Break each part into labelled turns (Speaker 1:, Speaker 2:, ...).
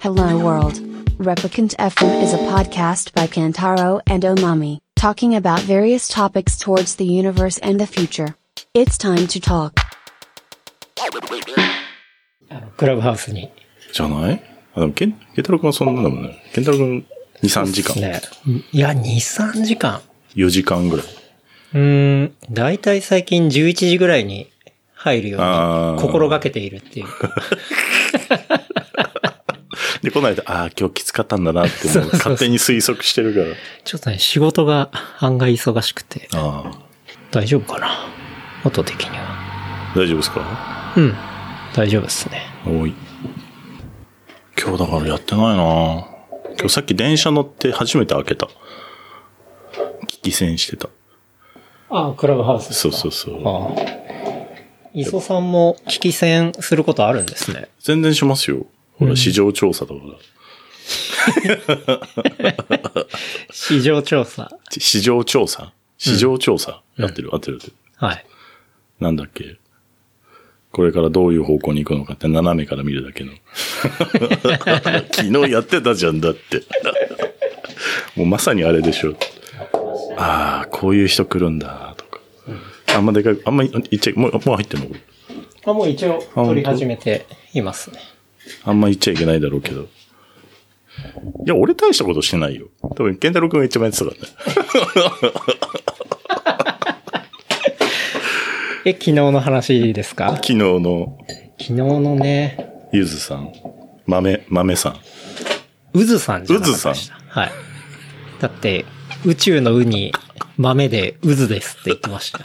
Speaker 1: Hello World. Replicant FM is a podcast by Kantaro and Omami, talking about various topics towards the universe and the future. It's time to talk.
Speaker 2: あの、クラブハウスに。
Speaker 3: じゃないあ、でも、ケン、ケンタロウくんはそんなだもんね。ケンタロウくん、2、3時間。
Speaker 2: ね。うんいや、2、3時間。
Speaker 3: 4時間ぐらい。
Speaker 2: うーん、だいたい最近11時ぐらいに入るよう
Speaker 3: あ
Speaker 2: に
Speaker 3: ー
Speaker 2: 心がけているっていうか。
Speaker 3: で、こないだ、ああ、今日きつかったんだなって思う、勝手に推測してるから。
Speaker 2: ちょっとね、仕事が案外忙しくて、
Speaker 3: あ
Speaker 2: 大丈夫かな音的には。
Speaker 3: あ、大丈夫ですか
Speaker 2: うん、大丈夫ですね。
Speaker 3: おい。今日だからやってないな今日さっき電車乗って初めて開けた。危機戦してた。
Speaker 2: あクラブハウス
Speaker 3: そうそうそう。
Speaker 2: ああ。磯さんも聞き戦することあるんですね。
Speaker 3: 全然しますよ。ほら、市場調査だから。
Speaker 2: 市場調査。
Speaker 3: 市場調査市場調査、やってる、合ってる合ってる。
Speaker 2: はい。
Speaker 3: なんだっけこれからどういう方向に行くのかって斜めから見るだけの。昨日やってたじゃんだって。もうまさにあれでしょ。ああ、こういう人来るんだ、とか。あんまでかい、あんまいっちゃい、もう、もう入ってんのこれ
Speaker 2: あ、もう一応撮り始めていますね。
Speaker 3: あんま言っちゃいけないだろうけど。いや、俺大したことしてないよ。多分、健太郎くんが一番やってたからね。
Speaker 2: え、昨日の話ですか
Speaker 3: 昨日の
Speaker 2: 昨日のね、
Speaker 3: ゆずさん、豆、豆さん。
Speaker 2: うずさんじゃなかったでした。はい。だって、宇宙のうに豆でうずですって言ってました。
Speaker 3: い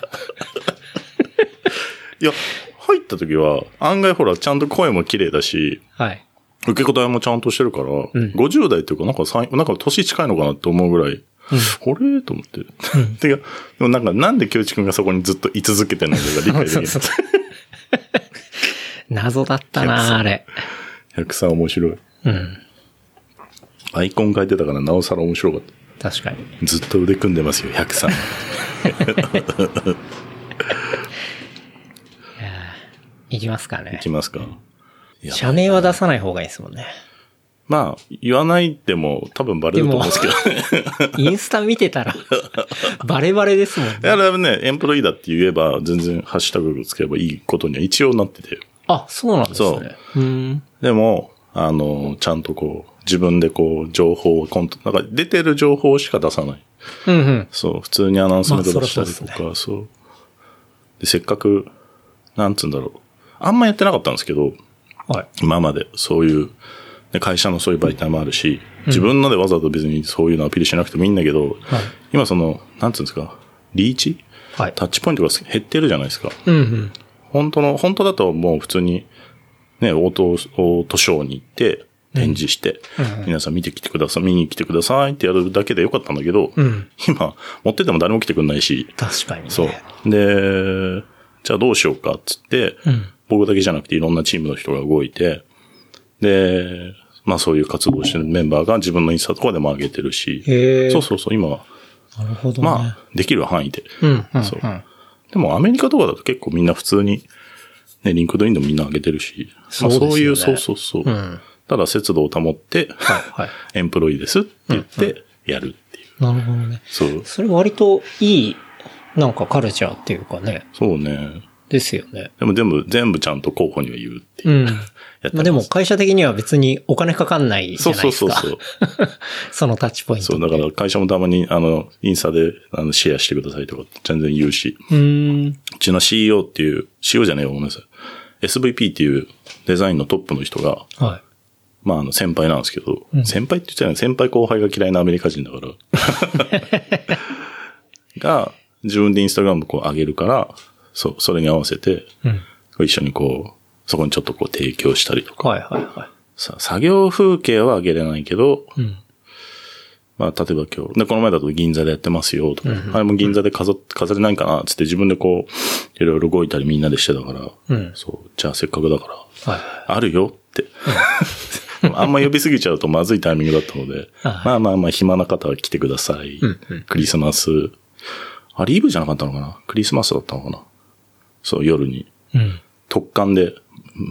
Speaker 3: や、入った時は、案外ほら、ちゃんと声も綺麗だし、
Speaker 2: はい。
Speaker 3: 受け答えもちゃんとしてるから、50代っていうか、なんかさい、なんか年近いのかなって思うぐらい、これと思って。 てか、でもなんか、なんで京一くんがそこにずっと居続けてるのかが理解 でき
Speaker 2: そ
Speaker 3: な
Speaker 2: う
Speaker 3: い。
Speaker 2: そうそう。謎だったなあれ。
Speaker 3: 百さん面白い。
Speaker 2: うん。
Speaker 3: アイコン変えてたから、なおさら面白かっ
Speaker 2: 確かに。
Speaker 3: た。ずっと腕組んでますよ、百さん。
Speaker 2: いきますかね
Speaker 3: いき。ますか。いや
Speaker 2: 社名は出さない方がいいですもんね。
Speaker 3: まあ、言わないでも、多分バレると思うんですけど。
Speaker 2: インスタ見てたら、バレバレですもん
Speaker 3: い
Speaker 2: ね。
Speaker 3: や、でもね、エンプロイだって言えば、全然ハッシュタグつければいいことには一応なってて。
Speaker 2: あ、そうなんです
Speaker 3: そ
Speaker 2: ね。うん。
Speaker 3: でも、あの、ちゃんとこう、自分でこう、情報をコント、なんか出てる情報しか出さない。
Speaker 2: うんうん。
Speaker 3: そう、普通にアナウンスメント出したりと
Speaker 2: まあ
Speaker 3: か、
Speaker 2: そ
Speaker 3: そうで。せっかく、なんつうんだろう。あんまやってなかったんですけど、
Speaker 2: はい。
Speaker 3: 今まで、そういう、ね会社のそういう媒体もあるし、自分のでわざと別にそういうのアピールしなくてもいいんだけど、今その、なんつうんですか、リーチ
Speaker 2: はい。
Speaker 3: タッチポイントが減ってるじゃないですか。
Speaker 2: うんうん。
Speaker 3: 本当の、本当だともう普通に、ね、オート、オートショーに行って、展示して、皆さん見てきてください、見に来てくださいってやるだけでよかったんだけど、
Speaker 2: ん
Speaker 3: 今、持ってても誰も来てくんないし、
Speaker 2: 確かに、ね。
Speaker 3: そう。で、じゃあどうしようかっつって、僕だけじゃなくていろんなチームの人が動いて、で、まあそういう活動をしてるメンバーが自分のインスタとかでも上げてるし、
Speaker 2: へー
Speaker 3: そうそうそう、今、
Speaker 2: なるほどね。
Speaker 3: まあ、できる範囲で。
Speaker 2: うんうん、うん。
Speaker 3: そうでもアメリカとかだと結構みんな普通に、ね、リンクドインでもみんな上げてるし、
Speaker 2: そうですよね
Speaker 3: まあ、そういう、そうそうそう。
Speaker 2: ん
Speaker 3: ただ節度を保って、
Speaker 2: はいはい。
Speaker 3: エンプロイですって言ってやるっていう。
Speaker 2: なるほどね。
Speaker 3: そう。
Speaker 2: それ割といい、なんかカルチャーっていうかね、
Speaker 3: そうね。
Speaker 2: ですよね。
Speaker 3: でも全部、全部ちゃんと候補には言うってい
Speaker 2: うん。
Speaker 3: う。やって
Speaker 2: まあ
Speaker 3: ます
Speaker 2: でも会社的には別にお金かかんないじ
Speaker 3: そ
Speaker 2: ゃ
Speaker 3: う
Speaker 2: ない
Speaker 3: そ
Speaker 2: で
Speaker 3: う
Speaker 2: す
Speaker 3: そう
Speaker 2: か。
Speaker 3: そう。
Speaker 2: そのタッチポイン
Speaker 3: そ
Speaker 2: ト。
Speaker 3: う、だから会社もたまに、あの、インスタで、あの、シェアしてくださいとか全然言うし、
Speaker 2: うーん。
Speaker 3: うちの CEO っていう、CEO じゃねえよ、ごめんなさい。SVP っていうデザインのトップの人が、
Speaker 2: は
Speaker 3: まあ、あの、先輩なんですけど、先輩って言っちゃうの先輩後輩が嫌いなアメリカ人だから。 が、自分でインスタグラムこう上げるから、そ、それに合わせて、一緒にこう、そこにちょっとこう提供したりと
Speaker 2: い。
Speaker 3: か。
Speaker 2: はいはいは
Speaker 3: さ、作業風景は上げれないけど、
Speaker 2: ん
Speaker 3: まあ、例えば今日、で、この前だと銀座でやってますよ、とか、あれも銀座で飾っ、飾れないかな、つって自分でこう、いろいろ動いたりみんなでしてたから、
Speaker 2: うん
Speaker 3: そう、じゃあせっかくだから、
Speaker 2: い。は
Speaker 3: あるよって。 でもあんま呼びすぎちゃうとまずいタイミングだったので、
Speaker 2: あ
Speaker 3: まあまあまあ暇な方は来てください。クリスマス。あれイブじゃなかったのかなクリスマスだったのかなそう、夜に。
Speaker 2: い。うん。
Speaker 3: 特艦で、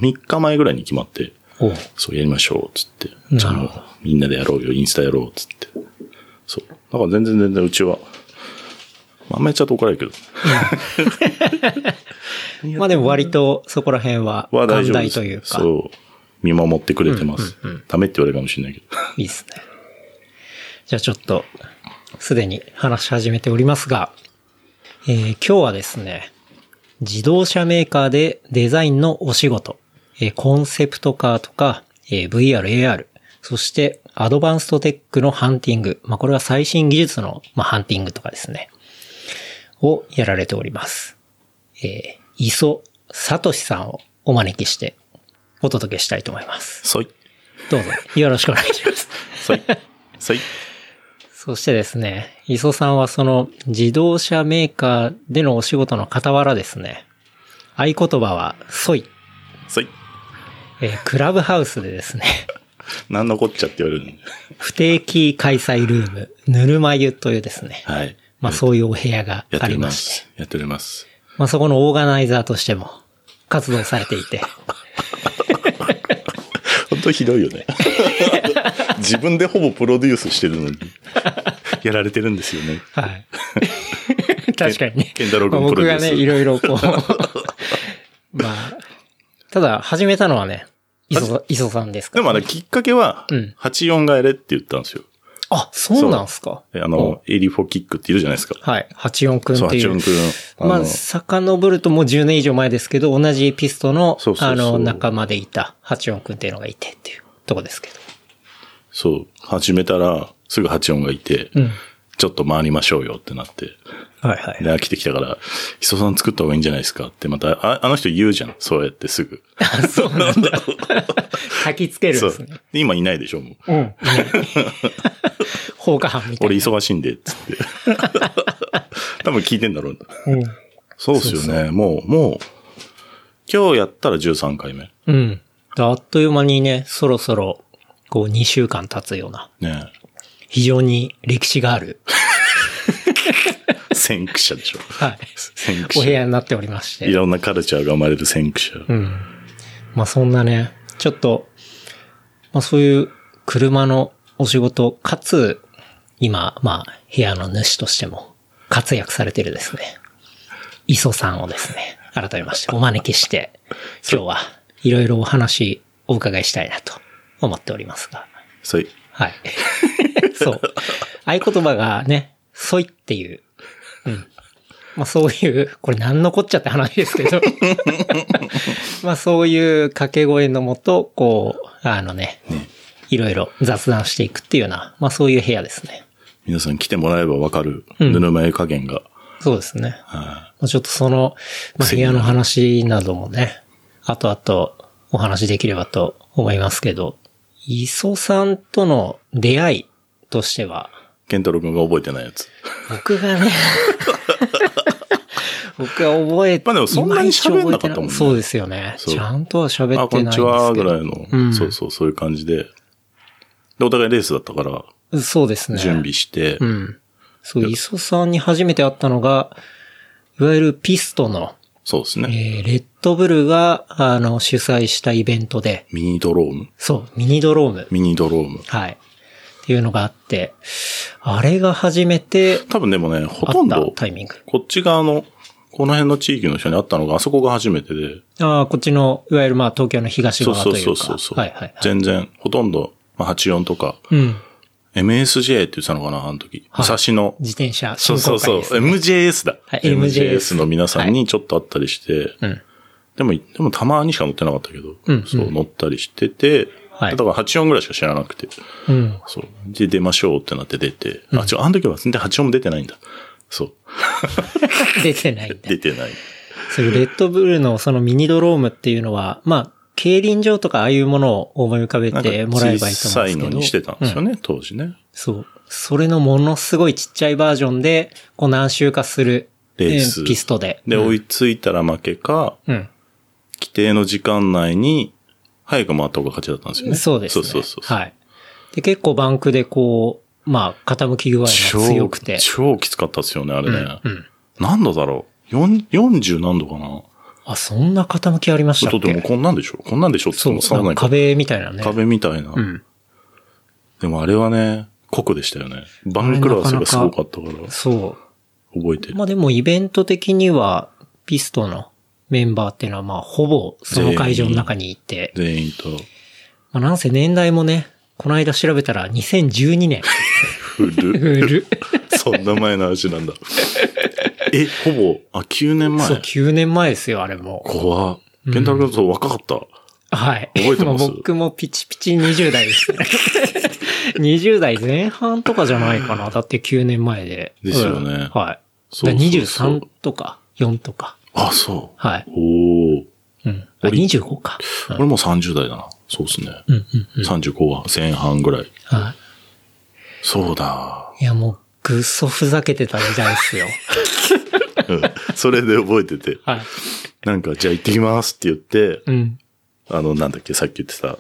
Speaker 3: 3日前ぐらいに決まって、
Speaker 2: おおう
Speaker 3: そうやりましょう、つって。じゃ
Speaker 2: な
Speaker 3: あ
Speaker 2: るほど
Speaker 3: もうみんなでやろうよ、インスタやろう、つって。そう。だから全然全然うちは、まああんまりちゃうと怒られるけ
Speaker 2: まあでも割とそこら辺は、
Speaker 3: ど、は大
Speaker 2: 寛
Speaker 3: 丈夫で
Speaker 2: 大
Speaker 3: す。
Speaker 2: というか、
Speaker 3: そう。見守ってくれてます。ダメって言われるかもしれない けど。
Speaker 2: いいですね。じゃあちょっと、すでに話し始めておりますが、えー今日はですね、自動車メーカーでデザインのお仕事、えーコンセプトカーとか、えー VR、AR、そしてアドバンストテックのハンティング、まあ、これは最新技術の、まあ、ハンティングとかですね、をやられております。えー、磯聡さんをお招きしてお届けしたいと思います。
Speaker 3: そい。
Speaker 2: どうぞよろしくお願いします。
Speaker 3: そ い。そい。
Speaker 2: そしてですね、磯さんはその自動車メーカーでのお仕事の傍らですね、合言葉は、ソイ、
Speaker 3: そい。
Speaker 2: えークラブハウスでですね、
Speaker 3: なんのこっちゃって言われるんで。
Speaker 2: 不定期開催ルーム、ぬるま湯というですね、
Speaker 3: はい。
Speaker 2: まあそういうお部屋が
Speaker 3: や
Speaker 2: あ
Speaker 3: ってお
Speaker 2: り
Speaker 3: り
Speaker 2: ま
Speaker 3: ま
Speaker 2: して、
Speaker 3: す。やっております。
Speaker 2: まあそこのオーガナイザーとしても活動されてい て、
Speaker 3: 本当ひどいよ ね。自分でほぼプロデュースしてる のに、やられてるんですよね。
Speaker 2: はい。 確かにね。
Speaker 3: ケンタロウ君
Speaker 2: まあ
Speaker 3: プ
Speaker 2: 僕
Speaker 3: ロデュ
Speaker 2: が
Speaker 3: ース
Speaker 2: ね、いろいろこう。 まあ、ただ始めたのはね、磯さん磯さんですか
Speaker 3: で
Speaker 2: ら
Speaker 3: もあれ、きっかけは
Speaker 2: うん、
Speaker 3: 84がやれって言ったんですよ。
Speaker 2: あ、そうなんすか。
Speaker 3: あの、エリフォキックっているじゃないですか。
Speaker 2: はい。84くん
Speaker 3: そう、
Speaker 2: っていう。
Speaker 3: 84くん。あ
Speaker 2: ま
Speaker 3: の
Speaker 2: あ、遡るともう10年以上前ですけど、同じピストの、
Speaker 3: そうそうそう
Speaker 2: あの、仲間でいた84くんっていうのがいてっていうとこですけ
Speaker 3: そう、始めたら、すぐ84がいて、
Speaker 2: ど。うん。
Speaker 3: ちょっと回りましょうよってなって。
Speaker 2: はいは
Speaker 3: で、
Speaker 2: い。
Speaker 3: 飽きてきたから、磯さん作った方がいいんじゃないですかって、また、ああの人言うじゃん。そうやってすぐ。
Speaker 2: そうなん だ。焚きつけるん
Speaker 3: そ
Speaker 2: で
Speaker 3: う
Speaker 2: すね。。
Speaker 3: で今いないでしょ、もう。
Speaker 2: うん。ね放火犯みたい
Speaker 3: 俺
Speaker 2: な。
Speaker 3: 忙しいんで、つって。 多分聞いてんだろうな。
Speaker 2: うん
Speaker 3: そうですよね。もう、もう、今日やったら13回目。
Speaker 2: うん。あっという間にね、そろそろ、こう2週間経つような、
Speaker 3: ね
Speaker 2: 非常に歴史がある、
Speaker 3: え。先駆者でしょ。
Speaker 2: はい。
Speaker 3: 先
Speaker 2: お部
Speaker 3: 駆者。
Speaker 2: 屋になっておりまして。
Speaker 3: いろんなカルチャーが生まれる先駆者。
Speaker 2: うん。まあそんなね、ちょっと、まあそういう車のお仕事、かつ、今、まあ部屋の主としても活躍されてるですね、磯さんをですね、改めましてお招きして、今日はいろいろお話お伺いしたいなと思っておりますが。
Speaker 3: それ、
Speaker 2: はい。 そう。合言葉がね、ソイっていう。うん。まあそういう、これ何のこっちゃって話ですけど。 まあそういう掛け声のもと、こう、あのね、いろいろ雑談していくっていうような、まあそういう部屋ですね。
Speaker 3: 皆さん来てもらえばわかる、
Speaker 2: うん
Speaker 3: ぬるま湯加減が。
Speaker 2: そうですね。
Speaker 3: は
Speaker 2: まあちょっとその、まあ、部
Speaker 3: 癖にな
Speaker 2: 屋
Speaker 3: る
Speaker 2: の話などもね、後々お話しできればと思いますけど、磯さんとの出会いとしては、
Speaker 3: いケンタロウ君が覚えてないやつ。
Speaker 2: 僕が ね、僕は覚えて、
Speaker 3: まあでもそんなに喋んなかったもんね
Speaker 2: いまいち覚えていそうですよね。
Speaker 3: そう
Speaker 2: ちゃんとは喋ってない
Speaker 3: あ、
Speaker 2: んですけど。
Speaker 3: こんにちは、ぐらいの、
Speaker 2: うん
Speaker 3: そうそう、そういう感じで。で、お互いレースだったから、
Speaker 2: そうですね。
Speaker 3: 準備して、
Speaker 2: うん。そう、磯さんに初めて会ったのが、いわゆるピストの、
Speaker 3: そうです
Speaker 2: え
Speaker 3: ね。
Speaker 2: ーレッドブルが、あの、主催したイベントで、
Speaker 3: ミニドローム
Speaker 2: そう、ミニドローム。
Speaker 3: ミニドローム。
Speaker 2: はい。っていうのがあって、あれが初めて、
Speaker 3: 多分でもね、ほ
Speaker 2: あ
Speaker 3: とん
Speaker 2: った
Speaker 3: ど、
Speaker 2: タイミング。
Speaker 3: こっち側の、この辺の地域の人に会ったのが、あそこが初めてで、
Speaker 2: ああ、こっちの、いわゆるまあ東京の東
Speaker 3: そう
Speaker 2: 側と
Speaker 3: そ
Speaker 2: いう
Speaker 3: う
Speaker 2: か。
Speaker 3: そうそうそう、
Speaker 2: はいはい、はい。
Speaker 3: 全然、ほとんど、まあ、84とか、
Speaker 2: うん。
Speaker 3: MSJ って言ってたのかな、あの時。
Speaker 2: はい
Speaker 3: 武蔵野。
Speaker 2: 自転車
Speaker 3: そ
Speaker 2: 振興
Speaker 3: うそう
Speaker 2: 会
Speaker 3: そう、
Speaker 2: です、ね。
Speaker 3: MJS だ、
Speaker 2: はい MJS
Speaker 3: MJS の皆さんにちょっと会ったりして、
Speaker 2: うん。
Speaker 3: でも、でもたまにしか乗ってなかったけど、
Speaker 2: うん
Speaker 3: そう、乗ったりしてて、
Speaker 2: はい
Speaker 3: だから84ぐらいしか知らなくて、
Speaker 2: うん。
Speaker 3: そう。で、出ましょうってなって出て、あ、違う、あの時は全然84も出てないんだ。そう。
Speaker 2: 出てないんだ
Speaker 3: 出。てない。
Speaker 2: そういうレッドブルのそのミニドロームっていうのは、まあ、競輪場とかああいうものを思い浮かべ
Speaker 3: なんか
Speaker 2: てもらえばいいと
Speaker 3: 小
Speaker 2: 思うん
Speaker 3: さ
Speaker 2: です
Speaker 3: い
Speaker 2: けど。
Speaker 3: のにしてたんですよね、当時ね。
Speaker 2: そう。それのものすごいちっちゃいバージョンで、こう何周かする、
Speaker 3: レース
Speaker 2: えピストで。
Speaker 3: で、
Speaker 2: うん
Speaker 3: 追いついたら負けか、
Speaker 2: うん。
Speaker 3: 規定の時間内に、早く回った方が勝ちだったんですよね。
Speaker 2: そうですね。
Speaker 3: そうそうそう。
Speaker 2: はい。で、結構バンクでこう、まあ、傾き具合が強くて。
Speaker 3: 超きつかったですよね、あれ
Speaker 2: う
Speaker 3: ね。
Speaker 2: ん。うん。
Speaker 3: 何度だろう四 ?40 何度かな
Speaker 2: あ、そんな傾きありました
Speaker 3: と
Speaker 2: っ
Speaker 3: でも
Speaker 2: け
Speaker 3: こんなんでしょこんなんでしょって
Speaker 2: そう
Speaker 3: 伝わら
Speaker 2: な
Speaker 3: なんい
Speaker 2: か
Speaker 3: から。
Speaker 2: 壁みたいなね。
Speaker 3: 壁みたいな。
Speaker 2: うん。
Speaker 3: でもあれはね、酷でしたよね。バンクラースがすごかったから、
Speaker 2: そ
Speaker 3: 覚えて
Speaker 2: う。
Speaker 3: る。
Speaker 2: まあでもイベント的には、ピストのメンバーっていうのはまあほぼその会場の中にいて、
Speaker 3: 全員と。
Speaker 2: まあなんせ年代もね、この間調べたら2012年。
Speaker 3: 古っ
Speaker 2: る。
Speaker 3: そんな前の話なんだ。え、ほぼ、あ、9年
Speaker 2: そう、
Speaker 3: 前。
Speaker 2: 9年前ですよ、あれも。
Speaker 3: 怖っケンタロウそう若かった。
Speaker 2: はい。
Speaker 3: 覚えてます
Speaker 2: もう僕もピチピチ20代です ね。20代前半とかじゃないかな。だって9年前で。
Speaker 3: ですよね
Speaker 2: うんはい。だか
Speaker 3: そう
Speaker 2: ら
Speaker 3: そうそう
Speaker 2: 23とか4とか。
Speaker 3: あ、そ
Speaker 2: はい。
Speaker 3: う。おお。
Speaker 2: うん。あ、
Speaker 3: 俺
Speaker 2: 25か。うん
Speaker 3: 俺もう30代だな。そうですね。
Speaker 2: うんうんうん。
Speaker 3: 35は前半ぐらい。
Speaker 2: は
Speaker 3: そうだ。
Speaker 2: い。いや、もう、ぐっそふざけてた時代です よ。
Speaker 3: うん。それで覚えてて。
Speaker 2: はい。
Speaker 3: なんか、じゃあ行ってきますって言って、
Speaker 2: うん。
Speaker 3: あの、なんだっけ、さっき言ってた、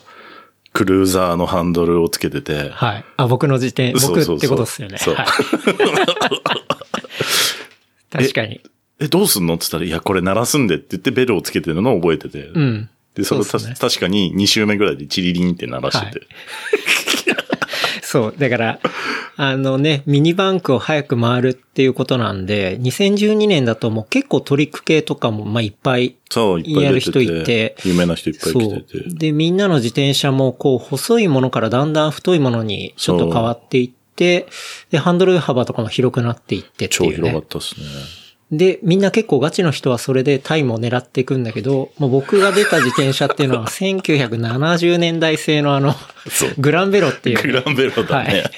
Speaker 3: クルーザーのハンドルをつけてて、
Speaker 2: はい。あ、僕の時点、
Speaker 3: そう
Speaker 2: 僕
Speaker 3: そう
Speaker 2: っ
Speaker 3: そう
Speaker 2: てことですよね。
Speaker 3: そう
Speaker 2: はい確かに。
Speaker 3: え、どうすんのって言ったら、いや、これ鳴らすんでって言ってベルをつけてるのを覚えてて。
Speaker 2: うん。
Speaker 3: で、それを
Speaker 2: そ
Speaker 3: た
Speaker 2: うっすね
Speaker 3: 確かに2周目ぐらいでチリリンって鳴らしてて。
Speaker 2: そう。だから、あのね、ミニバンクを早く回るっていうことなんで、2012年だともう結構トリック系とかも、まあ、いっぱい。
Speaker 3: そう、いっぱい出てて。
Speaker 2: やる人いて
Speaker 3: 有名な人いっぱい
Speaker 2: そ
Speaker 3: 来
Speaker 2: う
Speaker 3: てて。。
Speaker 2: で、みんなの自転車も、こう、細いものからだんだん太いものにちょっと変わっていって、で、ハンドル幅とかも広くなっていってって
Speaker 3: 超
Speaker 2: いう、ね。
Speaker 3: 広がったですね。
Speaker 2: で、みんな結構ガチの人はそれでタイムを狙っていくんだけど、もう僕が出た自転車っていうの は1970年代製のあの
Speaker 3: そう、
Speaker 2: グランベロっていう、
Speaker 3: グランベロだ
Speaker 2: は
Speaker 3: ね。
Speaker 2: い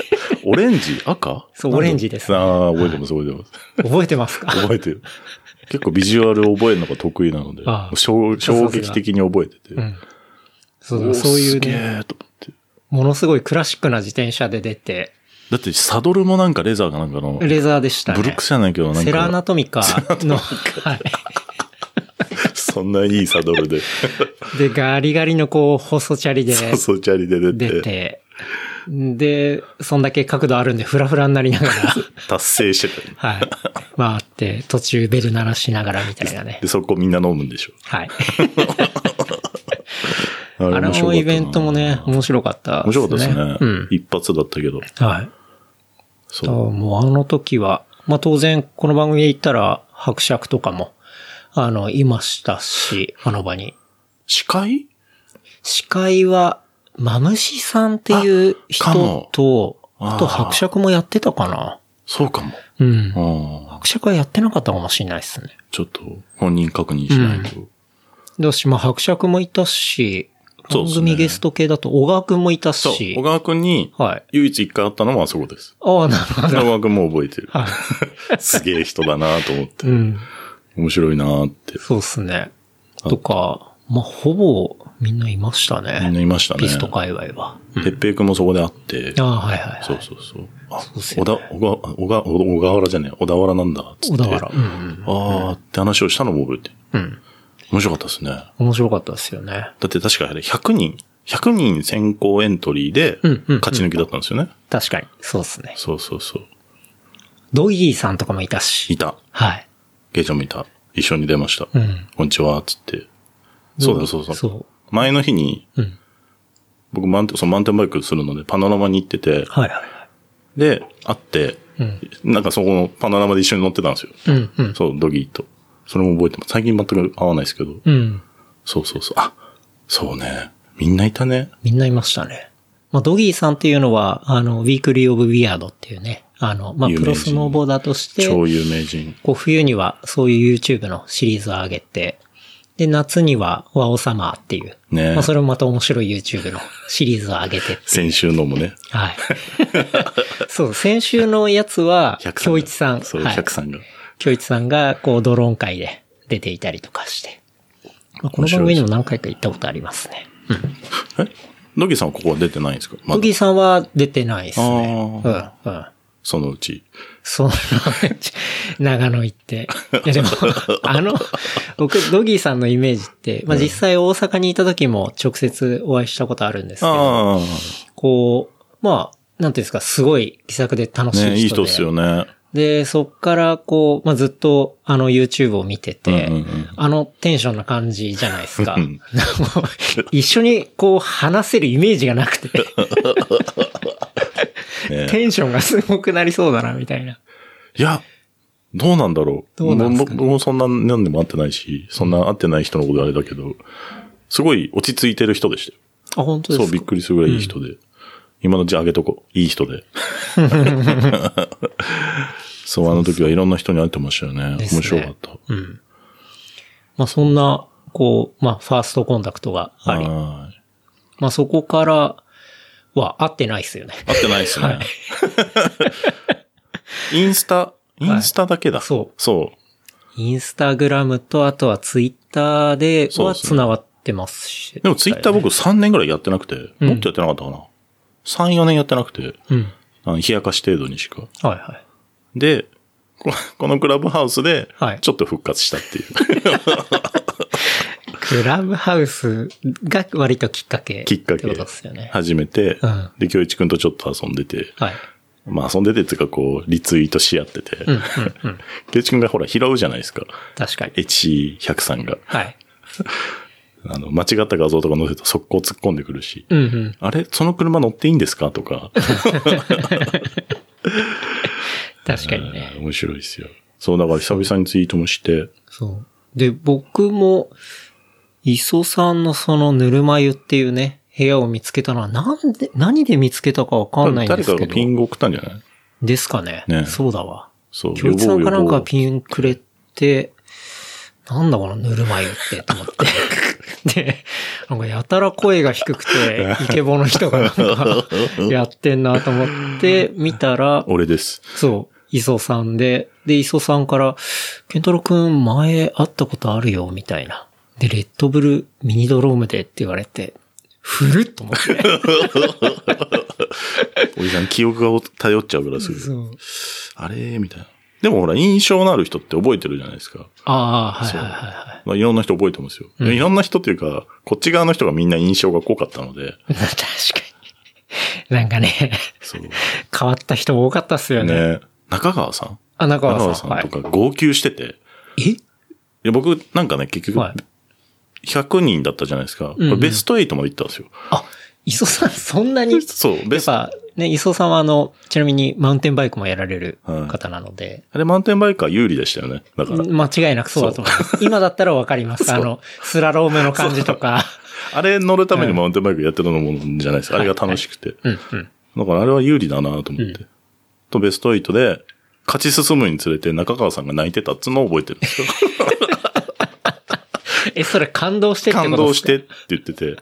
Speaker 3: オレンジ赤
Speaker 2: そう
Speaker 3: なんだ
Speaker 2: オレンジですね
Speaker 3: ああ、覚えてます、覚えてます。
Speaker 2: 覚えてますか
Speaker 3: 覚えてる。結構ビジュアル覚えるのが得意なので
Speaker 2: あ、あ
Speaker 3: 衝衝撃的に覚えてて。
Speaker 2: うん。そう
Speaker 3: お
Speaker 2: だ、
Speaker 3: ー
Speaker 2: そうい
Speaker 3: す
Speaker 2: う
Speaker 3: げ
Speaker 2: ね、
Speaker 3: えと思って。
Speaker 2: ものすごいクラシックな自転車で出て、
Speaker 3: だって、サドルもなんかレザーかなんかの、
Speaker 2: レザーでしたね。
Speaker 3: ブルックスじゃないけど、なんか、
Speaker 2: セラーナトミカの、はい。
Speaker 3: そんないいサド ルで、
Speaker 2: で、ガリガリのこう、細チャリで
Speaker 3: そうそう、チャリで出
Speaker 2: 出
Speaker 3: て、
Speaker 2: て、で、そんだけ角度あるんで、フラフラになりな がら、
Speaker 3: 達成してたよね
Speaker 2: はい。回って、途中ベル鳴らしながらみたいなね
Speaker 3: で、。そこみんな飲むんでしょ。
Speaker 2: はい。あれ
Speaker 3: あ面白かった
Speaker 2: も
Speaker 3: な
Speaker 2: イベントもね、面白かった、
Speaker 3: 面白かったですね。
Speaker 2: うん。
Speaker 3: 一発だったけど。
Speaker 2: はい。だから
Speaker 3: そう。
Speaker 2: もうあの時は、まあ当然この番組で行ったら伯爵とかも、あの、いましたし、あの場に。
Speaker 3: 司会
Speaker 2: 司会は、マムシさんっていう
Speaker 3: あか
Speaker 2: 人
Speaker 3: も
Speaker 2: と、
Speaker 3: あ
Speaker 2: あ
Speaker 3: ー
Speaker 2: と伯爵もやってたかな。
Speaker 3: そうかも。
Speaker 2: うん。
Speaker 3: ああ、
Speaker 2: 伯爵はやってなかったかもしれないですね。
Speaker 3: ちょっと本人確認しないと。
Speaker 2: だし、まあ伯爵もいたし、
Speaker 3: そう
Speaker 2: 番
Speaker 3: ですね
Speaker 2: 組ゲスト系だと小川くんもいた
Speaker 3: そう。
Speaker 2: し
Speaker 3: 小、川くんに
Speaker 2: はい。
Speaker 3: 唯一一回会ったのはあそこです。
Speaker 2: ああ、なるほど。
Speaker 3: 小川くんも覚えてる。
Speaker 2: はい。
Speaker 3: すげえ人だなと思って
Speaker 2: う。ん。
Speaker 3: 面白いなって。
Speaker 2: そうですね。とか、まあ、ほぼみんないましたね。
Speaker 3: みんないましたね。
Speaker 2: ピスト界隈は。
Speaker 3: てっぺいくんもそこで会って
Speaker 2: あ。あ、はいはい、はい。
Speaker 3: そうそうそう。あ、
Speaker 2: うっす
Speaker 3: 小
Speaker 2: よ
Speaker 3: 田、小川、小川、小川原じゃねえ。小田原なんだ。つ
Speaker 2: 小
Speaker 3: って。
Speaker 2: 田原。うんうん。
Speaker 3: あーって話をしたのも覚えてる。
Speaker 2: うん。
Speaker 3: 面白かったですね。だ
Speaker 2: 面白かったですよね。
Speaker 3: って確かあれ100人、100人先行エントリーで
Speaker 2: うんうんうん
Speaker 3: 勝ち抜きだったんですよね。
Speaker 2: 確かに。そうですね。
Speaker 3: そうそうそう。
Speaker 2: ドイギーさんとかもいた
Speaker 3: い
Speaker 2: し。
Speaker 3: た。
Speaker 2: はい。
Speaker 3: ゲイちゃんもいた。一緒に出ました。
Speaker 2: うん。
Speaker 3: こんにちは、つって。そうだそうそう。
Speaker 2: そ
Speaker 3: 前の日に、
Speaker 2: う。うん。
Speaker 3: 僕マウンテン、そのマウンテンバイクするので、パノラマに行ってて、
Speaker 2: はいはいは
Speaker 3: で、会って、
Speaker 2: い。うん。
Speaker 3: なんかそこのパノラマで一緒に乗ってたんですよ。
Speaker 2: うんうん。
Speaker 3: そう、ドギーと。それも覚えてます。最近全く会わないですけど。
Speaker 2: うん。
Speaker 3: そうそうそう。あ、そうね。みんないたね。
Speaker 2: みんないましたね。まあ、ドギーさんっていうのは、あの、ウィークリー・オブ・ウィアードっていうね、あの、まあ、
Speaker 3: 有名
Speaker 2: プ
Speaker 3: 人
Speaker 2: ロスノーボーダーとして、
Speaker 3: 超有名人。
Speaker 2: こう冬にはそういう YouTube のシリーズを上げて、で、夏にはワオサマーっていう。
Speaker 3: ねえ
Speaker 2: まあそれもまた面白い YouTube のシリーズを上げて。
Speaker 3: 先週のもね。
Speaker 2: はい。そう、先週のやつは、
Speaker 3: 103
Speaker 2: 京一さん。
Speaker 3: そう、
Speaker 2: はい
Speaker 3: 100さんが。
Speaker 2: 京一さんが、こう、ドローン会で出ていたりとかして。まあ、この
Speaker 3: 面
Speaker 2: 番
Speaker 3: 白い
Speaker 2: 組
Speaker 3: ですね
Speaker 2: にも何回か行ったことありますね。
Speaker 3: えドギーさんはここは出てないんですかま
Speaker 2: ト
Speaker 3: だ
Speaker 2: ギーさんは出てないですね。う
Speaker 3: あ
Speaker 2: ん、うん。
Speaker 3: そのうち。
Speaker 2: その、長野行って。いや でも、あの、僕、ドギーさんのイメージって、まあ、実際大阪にいた時も直接お会いしたことあるんですけど、
Speaker 3: あ
Speaker 2: こう、まあ、なんていうんですか、すごい気さくで楽しい人
Speaker 3: あ。
Speaker 2: で。
Speaker 3: ねいい人ですよね。
Speaker 2: で、そっからこう、まあ、ずっとあの YouTube を見てて、
Speaker 3: うんうんうん
Speaker 2: あのテンションな感じじゃないですか。
Speaker 3: う
Speaker 2: なんんか 一緒にこう話せるイメージがなくて、
Speaker 3: ね
Speaker 2: テンションがすごくなりそうだな、みたいな。
Speaker 3: いや、どうなんだろう。
Speaker 2: どうなんですか
Speaker 3: 僕僕もそんな何でも会ってないし、そんな会ってない人のことあれだけど、すごい落ち着いてる人でしたよ。
Speaker 2: あ、本当です
Speaker 3: そ
Speaker 2: か
Speaker 3: う、びっくりするぐらいいい人で。今のうちあげとこう。いい 人で。そう、あの時はいろんな人に会ってましたよね。
Speaker 2: ですね
Speaker 3: 面白かった。
Speaker 2: うん。まあ、そんな、こう、まあ、ファーストコンタクトがあり、
Speaker 3: は
Speaker 2: まあ、そこからは会ってないですよね。
Speaker 3: い。会ってないですね。
Speaker 2: はい
Speaker 3: インスタ、インスタだけだ。
Speaker 2: そう
Speaker 3: そ
Speaker 2: インスタグラムと、あとはツイッターで
Speaker 3: そう
Speaker 2: は
Speaker 3: ですね
Speaker 2: 繋がってますし。
Speaker 3: う。でもツイッター僕3年ぐらいやってなくて、もっとやってなかったかな。3、4年やってなくて、
Speaker 2: うん。
Speaker 3: あの冷やかし程度にしか。
Speaker 2: はいはい。
Speaker 3: で、こ このクラブハウスで
Speaker 2: はい、
Speaker 3: ちょっと復活したっていう、
Speaker 2: クラブハウスが割ときっかけ。
Speaker 3: きっか
Speaker 2: て
Speaker 3: け
Speaker 2: ことですよね。はい。
Speaker 3: 始めて、
Speaker 2: うん
Speaker 3: で、京一くんとちょっと遊んでて、まあ遊んでてっていうかこう、リツイートし合ってて、
Speaker 2: うんうんうん。
Speaker 3: 京一くんがほら拾うじゃないですか。
Speaker 2: 確かに。
Speaker 3: HC100 さんが。
Speaker 2: はい。
Speaker 3: あの、間違った画像とか載せると速攻突っ込んでくるし、
Speaker 2: うんうん。
Speaker 3: あれその車乗っていいんですか とか、
Speaker 2: 確かにね。
Speaker 3: 面白いですよ。そう、だから久々にツイートもして、
Speaker 2: そう。で、僕も、磯さんのそのぬるま湯っていうね、部屋を見つけたのは、なんで、何で見つけたかわかんないんで
Speaker 3: 誰
Speaker 2: す
Speaker 3: か
Speaker 2: け
Speaker 3: が
Speaker 2: ど。
Speaker 3: ピング送ったんじゃない
Speaker 2: ですかね。
Speaker 3: ね
Speaker 2: そうだわ。
Speaker 3: そう、
Speaker 2: 教一さんかなんか
Speaker 3: ン
Speaker 2: ピンくれて、なんだこのぬるま湯って、と思 って。で、なんかやたら声が低くて、イケボの人がなんかやってんなと思って見たら、
Speaker 3: 俺です。
Speaker 2: そう、磯さんで、で、磯さんから、ケンタロウくん前会ったことあるよ、みたいな。で、レッドブルミニドロームでって言われて、ふるっと思って。
Speaker 3: おじさん記憶が頼っちゃうからす ぐ。
Speaker 2: そう。
Speaker 3: あれみたいな。でもほら、印象のある人って覚えてるじゃないですか。
Speaker 2: ああ、はいはいはいはい。
Speaker 3: まあ、いろんな人覚えてますよ、
Speaker 2: うん
Speaker 3: いろんな人っていうか、こっち側の人がみんな印象が濃かったので、
Speaker 2: 確かに。なんかね、
Speaker 3: そう。
Speaker 2: 変わった人多かったっすよね。
Speaker 3: ね。中川さん
Speaker 2: あ、中
Speaker 3: 中川
Speaker 2: 川
Speaker 3: さ
Speaker 2: さ
Speaker 3: ん
Speaker 2: ん。
Speaker 3: とか号泣してて、
Speaker 2: はい、
Speaker 3: いや僕なんかね、結
Speaker 2: え
Speaker 3: 局
Speaker 2: は、い。
Speaker 3: 100人だったじゃないですか。こ
Speaker 2: うんう
Speaker 3: れ
Speaker 2: ん
Speaker 3: ベスト8まで行ったんですよ。
Speaker 2: あ、磯さん、そんなに。
Speaker 3: そう、
Speaker 2: や
Speaker 3: ベ
Speaker 2: っ
Speaker 3: スト。
Speaker 2: ぱ、ね、磯さんはあの、ちなみにマウンテンバイクもやられる方なので、
Speaker 3: あれ、マウンテンバイクは有利でしたよね。だから。
Speaker 2: 間違いなくそうだと思います。 今だったらわかります。あの、スラロームの感じとか。
Speaker 3: あれ乗るためにマウンテンバイクやってるのもんじゃないですか。あれが楽しくて。
Speaker 2: うんうん。
Speaker 3: だからあれは有利だなと思って。
Speaker 2: う
Speaker 3: と、ベスト8で、勝ち進むにつれて中川さんが泣いてたっつうのを覚えてるんですよ。
Speaker 2: え、それ感動してってこと
Speaker 3: 感動してって言ってて、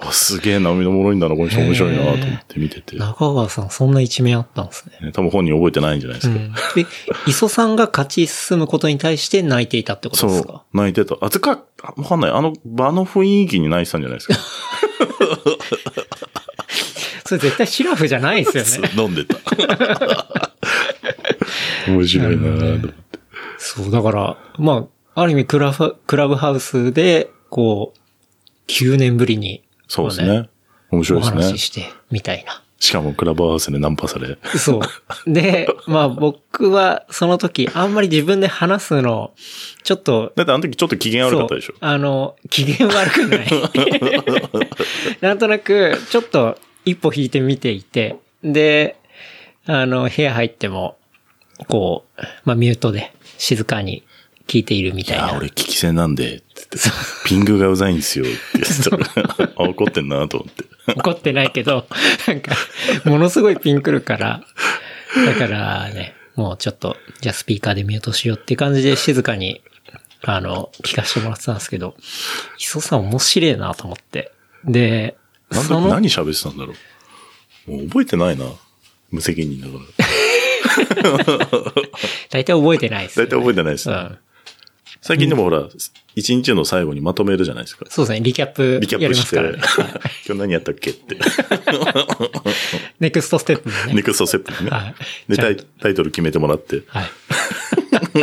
Speaker 3: あすげえ涙もろいんだな、この人面白いなと思って見てて。ね、
Speaker 2: 中川さん、そんな一面あったんですね。
Speaker 3: 多分本人覚えてないんじゃないで
Speaker 2: う
Speaker 3: すか。
Speaker 2: ん。で、磯さんが勝ち進むことに対して泣いていたってことです
Speaker 3: そ
Speaker 2: か
Speaker 3: う。泣いてた。あ、つか、あわかんない。あの場の雰囲気に泣いてたんじゃないですか。
Speaker 2: それ絶対シラフじゃないですよね。
Speaker 3: 飲んでた。 面白いなと思って。
Speaker 2: そう、だから、まあ、ある意味クラフ、クラブハウスで、こう、9年ぶりに
Speaker 3: そうですね。面白
Speaker 2: お
Speaker 3: いです
Speaker 2: 話し
Speaker 3: ね。
Speaker 2: して、みたいな。
Speaker 3: しかもクラブ合わせでナンパされ。
Speaker 2: そう。で、まあ僕はその時あんまり自分で話すの、ちょっと、
Speaker 3: だってあの時ちょっと機嫌悪かったでし
Speaker 2: そ
Speaker 3: ょ
Speaker 2: う。あの、機嫌悪く ない。なんとなく、ちょっと一歩引いて見ていて、で、あの、部屋入っても、こう、まあミュートで静かに聞いているみ
Speaker 3: い
Speaker 2: たいな。
Speaker 3: や、俺聞き戦なんで、つって
Speaker 2: そう
Speaker 3: ピングがうざいんですよ、って言ってた あ怒ってんなと思って。
Speaker 2: 怒ってないけど、なんか、ものすごいピンくるから、だからね、もうちょっと、じゃあスピーカーでミュートしようっていう感じで静かに、あの、聞かせてもらってたんですけど、磯さん面白いなと思って。で、
Speaker 3: なん
Speaker 2: そ
Speaker 3: だ
Speaker 2: の、
Speaker 3: 何喋ってたんだろう。もう覚えてないな。無責任だから。
Speaker 2: 大体覚えてないです、
Speaker 3: 大体覚えてないですね。
Speaker 2: うん。
Speaker 3: 最近でもほら、一日の最後にまとめるじゃないですか。
Speaker 2: そうですね、リキャップ
Speaker 3: リキャッ
Speaker 2: や
Speaker 3: プ
Speaker 2: りま
Speaker 3: し
Speaker 2: す
Speaker 3: て、
Speaker 2: からね。
Speaker 3: 今日何やったっけって。
Speaker 2: ネクストステップで
Speaker 3: ネ
Speaker 2: ね。
Speaker 3: クストセップね。
Speaker 2: はい
Speaker 3: で
Speaker 2: ちゃ
Speaker 3: タ
Speaker 2: ん
Speaker 3: イ、タイトル決めてもらって。
Speaker 2: はい。っ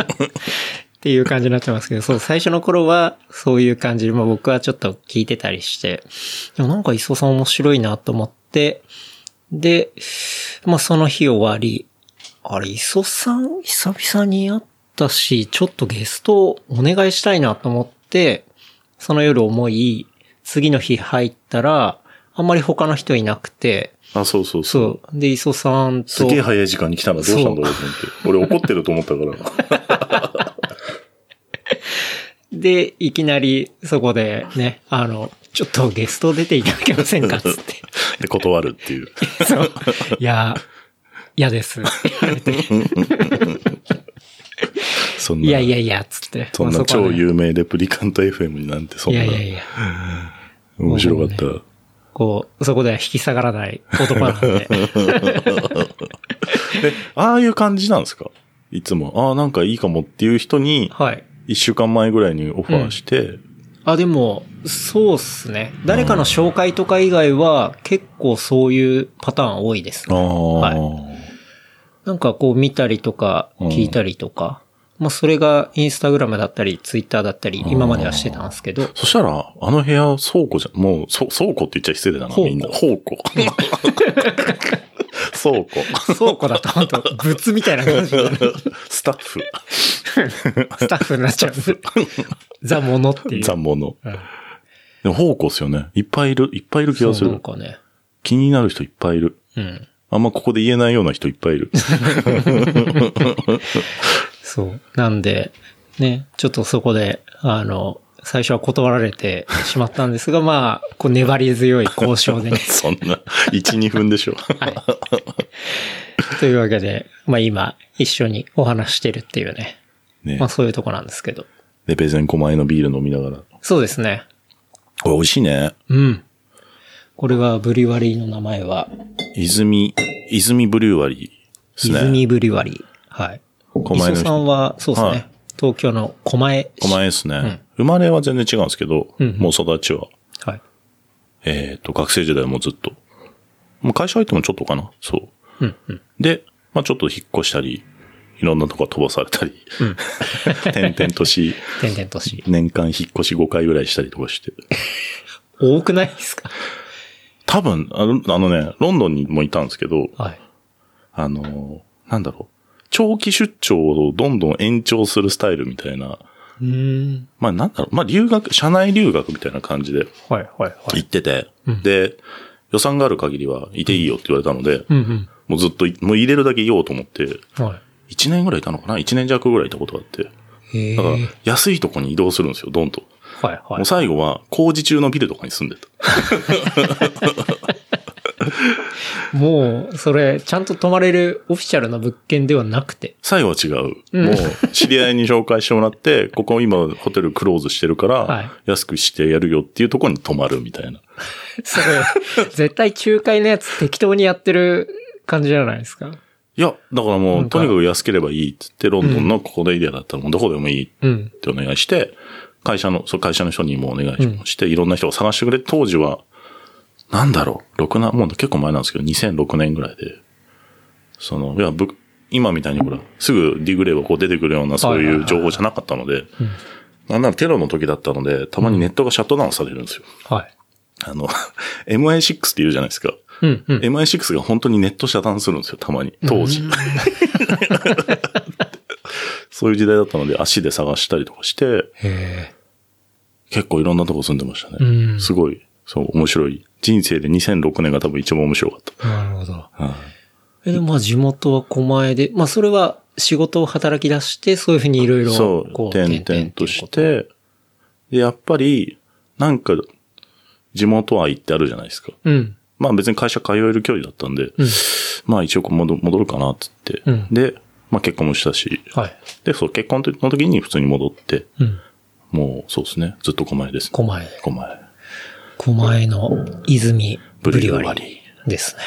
Speaker 2: ていう感じになってますけど、そう、最初の頃は、そういう感じ、まあ僕はちょっと聞いてたりして、でもなんか磯さん面白いなと思って、で、まあその日終わり、あれ、磯さん、久々に会ったし、ちょっとゲストをお願いしたいなと思って、その夜思い、次の日入ったら、あんまり他の人いなくて、
Speaker 3: あ、そうそうそう。
Speaker 2: そう。で、磯さんと、
Speaker 3: すげえ早い時間に来たんだ。どうしたんだろうと思って。俺怒ってると思った から。
Speaker 2: で、いきなりそこでね、あの、ちょっとゲスト出ていただけませんかっつ って。
Speaker 3: で、断るっていう。
Speaker 2: そう。いや、嫌です。
Speaker 3: そんな。
Speaker 2: いやいやいや、つって。
Speaker 3: そん
Speaker 2: ま
Speaker 3: な
Speaker 2: あこは
Speaker 3: 超
Speaker 2: ね
Speaker 3: 有名レプリカント FM になんてそん
Speaker 2: い
Speaker 3: な
Speaker 2: やいやいや。
Speaker 3: 面白かった。
Speaker 2: こう、そこでは引き下がらない男なんで。
Speaker 3: で、ああいう感じなんですかいつも。ああ、なんかいいかもっていう人に、
Speaker 2: はい。
Speaker 3: 一週間前ぐらいにオファーして、
Speaker 2: あ、でも、そうっすね。誰かの紹介とか以外は、結構そういうパターン多いです
Speaker 3: あ
Speaker 2: ね。
Speaker 3: あ、
Speaker 2: なんかこう見たりとか、聞いたりとか。まあそれがインスタグラムだったり、ツイッターだったり、今まではしてたんですけど。
Speaker 3: そしたら、あの部屋倉庫じゃ、もう、そ倉庫って言っちゃ失礼だな、
Speaker 2: 倉庫
Speaker 3: みんな。倉庫。 倉庫。
Speaker 2: 倉庫だと本 当グッズみたいな感じで
Speaker 3: スタッフ。
Speaker 2: スタッフになっちゃう。ザ・モノっていう。
Speaker 3: 残物。
Speaker 2: うん
Speaker 3: でも宝庫っすよね。いっぱいいる、いっぱいいる気がす
Speaker 2: そうな
Speaker 3: る
Speaker 2: ん。かね。
Speaker 3: 気になる人いっぱいいる。
Speaker 2: うん。
Speaker 3: あんまここで言えないような人いっぱいい る。。
Speaker 2: そう。なんで、ね、ちょっとそこで、あの、最初は断られてしまったん ですが、まあ、こう粘り強い交渉でね
Speaker 3: そんな、1、2分でしょ。
Speaker 2: というわけで、まあ今、一緒にお話してるっていうね。
Speaker 3: ね
Speaker 2: まあそういうとこなんですけど。
Speaker 3: で、ベゼンコ前のビール飲みながら。
Speaker 2: そうですね。
Speaker 3: これ美味しいね。
Speaker 2: うん。これはブリュワリーの名前は、
Speaker 3: 泉、泉ブリュワリーですね。
Speaker 2: 泉ブリュワリー。はい。
Speaker 3: 狛江の人
Speaker 2: 磯さんは、そうですね。
Speaker 3: はい
Speaker 2: 東京の狛江市。
Speaker 3: 狛江ですね、生まれは全然違うんですけど、
Speaker 2: うん
Speaker 3: もう育ちは。
Speaker 2: はい。
Speaker 3: えっ、と、学生時代もずっと。もう会社入ってもちょっとかな。そう。
Speaker 2: うん、うん。
Speaker 3: で、まあちょっと引っ越したり、いろんなとこ飛ばされたり、 点々とし、
Speaker 2: 点々とし。
Speaker 3: 年間引っ越し5回ぐらいしたりとかして。
Speaker 2: 多くないですか
Speaker 3: 多分、あのあのね、ロンドンにもいたんですけど、
Speaker 2: はい。
Speaker 3: あの、なんだろう。長期出張をどんどん延長するスタイルみたいな。
Speaker 2: うーん。
Speaker 3: まあなんだろう。まあ留学、社内留学みたいな感じで
Speaker 2: はい、はい、はい。
Speaker 3: 行ってて。で、予算がある限りはいていいよって言われたので、
Speaker 2: うん、
Speaker 3: もうずっとい、もう入れるだけいようと思って、
Speaker 2: うん。は
Speaker 3: 1年ぐらいいたのかな ?1 年弱ぐらいいたことがあって。
Speaker 2: い。へえ。
Speaker 3: だから
Speaker 2: はい、、
Speaker 3: 安いとこに移動するんですよ、どんと。
Speaker 2: は
Speaker 3: もう最後は工事中のビルとかに住んでた。
Speaker 2: い。もう、それ、ちゃんと泊まれるオフィシャルな物件ではなくて。
Speaker 3: 最後は違う。もう、知り合いに紹介してもらって、 ここ今ホテルクローズしてるか
Speaker 2: は
Speaker 3: ら、安くしてやるよっていうところに泊まるみたいな。
Speaker 2: それ、 絶対仲介のやつ適当にやってる感じじゃないですか。
Speaker 3: いや、だからも
Speaker 2: なん
Speaker 3: う、
Speaker 2: か
Speaker 3: とにかく安ければいいってって、ロンドンのここでエリアだったらもうどこでもいいっ
Speaker 2: うん。
Speaker 3: てお願いして、会社の、そう、会社の人にもお願いして、いろんな人を探してくれて、当時は、なんだろう、6な、もう結構前なんですけど、2006年ぐらいで、その、いや、ぶ今みたいにほら、すぐディグレーがこう出てくるような、そう
Speaker 2: はいはい
Speaker 3: い
Speaker 2: は
Speaker 3: う
Speaker 2: い
Speaker 3: 情報じゃなかったので、なんならテロの時だったので、たまにネットがシャットダウンされるんですよ。
Speaker 2: はい。
Speaker 3: あの、MI6 って言うじゃないですか。
Speaker 2: うん、うん。
Speaker 3: MI6 が本当にネット遮断するんですよ、たまに。当時。 そういう時代だったので、足で探したりとかして、
Speaker 2: へえ。
Speaker 3: 結構いろんなとこ住んでましたね。
Speaker 2: うん
Speaker 3: すごい、そう、面白い。人生で2006年が多分一番面白かった。
Speaker 2: なるほど。
Speaker 3: はい
Speaker 2: え、でもまあ地元は狛江で、まあそれは仕事を働き出して、そういうふうにいろいろ、
Speaker 3: そう、点々とし。て、で、やっぱり、なんか、地元愛ってあるじゃないですか。
Speaker 2: うん。
Speaker 3: まあ別に会社通える距離だったんで、
Speaker 2: うん
Speaker 3: まあ一応こう戻戻るかなってって、
Speaker 2: うん
Speaker 3: で、まあ結婚もしたし、
Speaker 2: はい。
Speaker 3: で、そう、結婚の時に普通に戻って、
Speaker 2: うん。
Speaker 3: もうそうですね、ずっと狛江ですね。
Speaker 2: 狛江。
Speaker 3: 狛江。
Speaker 2: 狛江の泉ブ
Speaker 3: ブ
Speaker 2: リ
Speaker 3: リ
Speaker 2: ュ
Speaker 3: ュ
Speaker 2: ワ
Speaker 3: ワリー
Speaker 2: リーですね。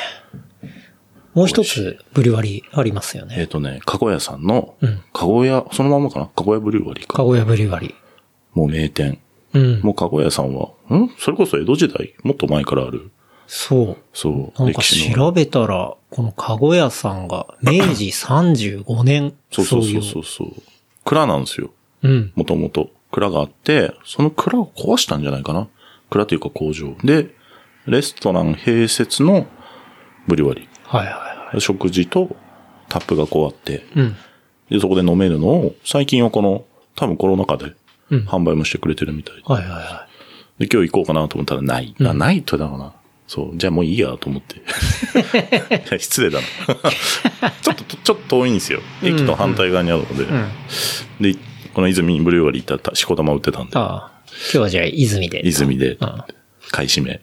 Speaker 2: もう一つブリュワリーありますよ
Speaker 3: えっ、
Speaker 2: ね。
Speaker 3: とね、かごやさんの
Speaker 2: うん、
Speaker 3: かごや、そのままかなかごやブリュワリーか。
Speaker 2: かごやブリュワリ
Speaker 3: もう名店。
Speaker 2: ー。うん。
Speaker 3: もうかごやさんは、んそれこそ江戸時代もっと前からある。
Speaker 2: そ
Speaker 3: そう。
Speaker 2: う。なんか
Speaker 3: 歴史の。
Speaker 2: 調べたら、このかごやさんが明治35年
Speaker 3: そうそうそ
Speaker 2: 創
Speaker 3: うそうそう。蔵なんですよ。
Speaker 2: 業うん。
Speaker 3: もともと。蔵があって、その蔵を壊したんじゃないかな。蔵というか工場。で、レストラン併設のブリュワリ
Speaker 2: はいはいはい。
Speaker 3: ー。食事とタップがこうあって、
Speaker 2: うん。
Speaker 3: で、そこで飲めるのを、最近はこの、多分コロナ禍で
Speaker 2: うん。
Speaker 3: 販売もしてくれてるみたいで。
Speaker 2: はいはいは
Speaker 3: で、今日行こうかなと思ったらない。あないとだろうな。そう。じゃあもういいやと思っ て。いや失礼だな。 ちょっと、ちょっと遠いんですよ。駅と反対側にあるので。
Speaker 2: い。うん。
Speaker 3: で、この泉ブリュワリー行ったら、しこ玉売ってたんで。
Speaker 2: ああ。今日はじゃあ、泉で。
Speaker 3: 泉で
Speaker 2: うん、
Speaker 3: 買い占め。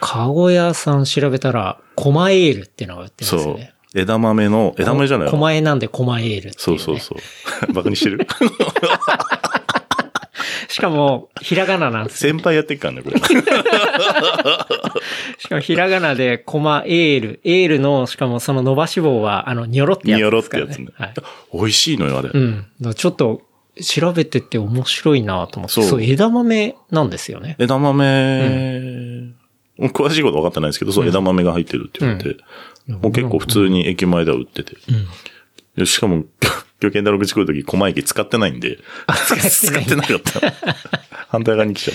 Speaker 2: かご屋さん調べたら、コマエールってのが売ってます
Speaker 3: そ
Speaker 2: よ
Speaker 3: う
Speaker 2: ね。。
Speaker 3: 枝豆の、枝豆じゃない
Speaker 2: コ
Speaker 3: の
Speaker 2: マエなんでコマエールっていうね
Speaker 3: そうそうそう。 バカにしてる
Speaker 2: しかも、ひらがななんですよ。
Speaker 3: 先輩やってっか らね、これ。
Speaker 2: しかも、ひらがなで、コマエール。エールの、しかもその伸ばし棒は、あの、ニョロってやつ
Speaker 3: ニョロ
Speaker 2: で
Speaker 3: っ
Speaker 2: すか
Speaker 3: て
Speaker 2: ら、
Speaker 3: や
Speaker 2: ね。
Speaker 3: つね
Speaker 2: はい。。
Speaker 3: 美味しいのよ、あれ
Speaker 2: う。ん。だからちょっと、調べてって面白いなと思って。そ
Speaker 3: そうう
Speaker 2: 枝豆なんですよね。
Speaker 3: 枝豆、詳しいこと分かってないですけど、そう、枝豆が入ってるって言って、もう結構普通に駅前では売ってて。でしかも、 魚券だろ口食うとき、狛駅使ってないんで、
Speaker 2: 使って
Speaker 3: 使
Speaker 2: ない
Speaker 3: ってなかった。 反対側に来ちゃっ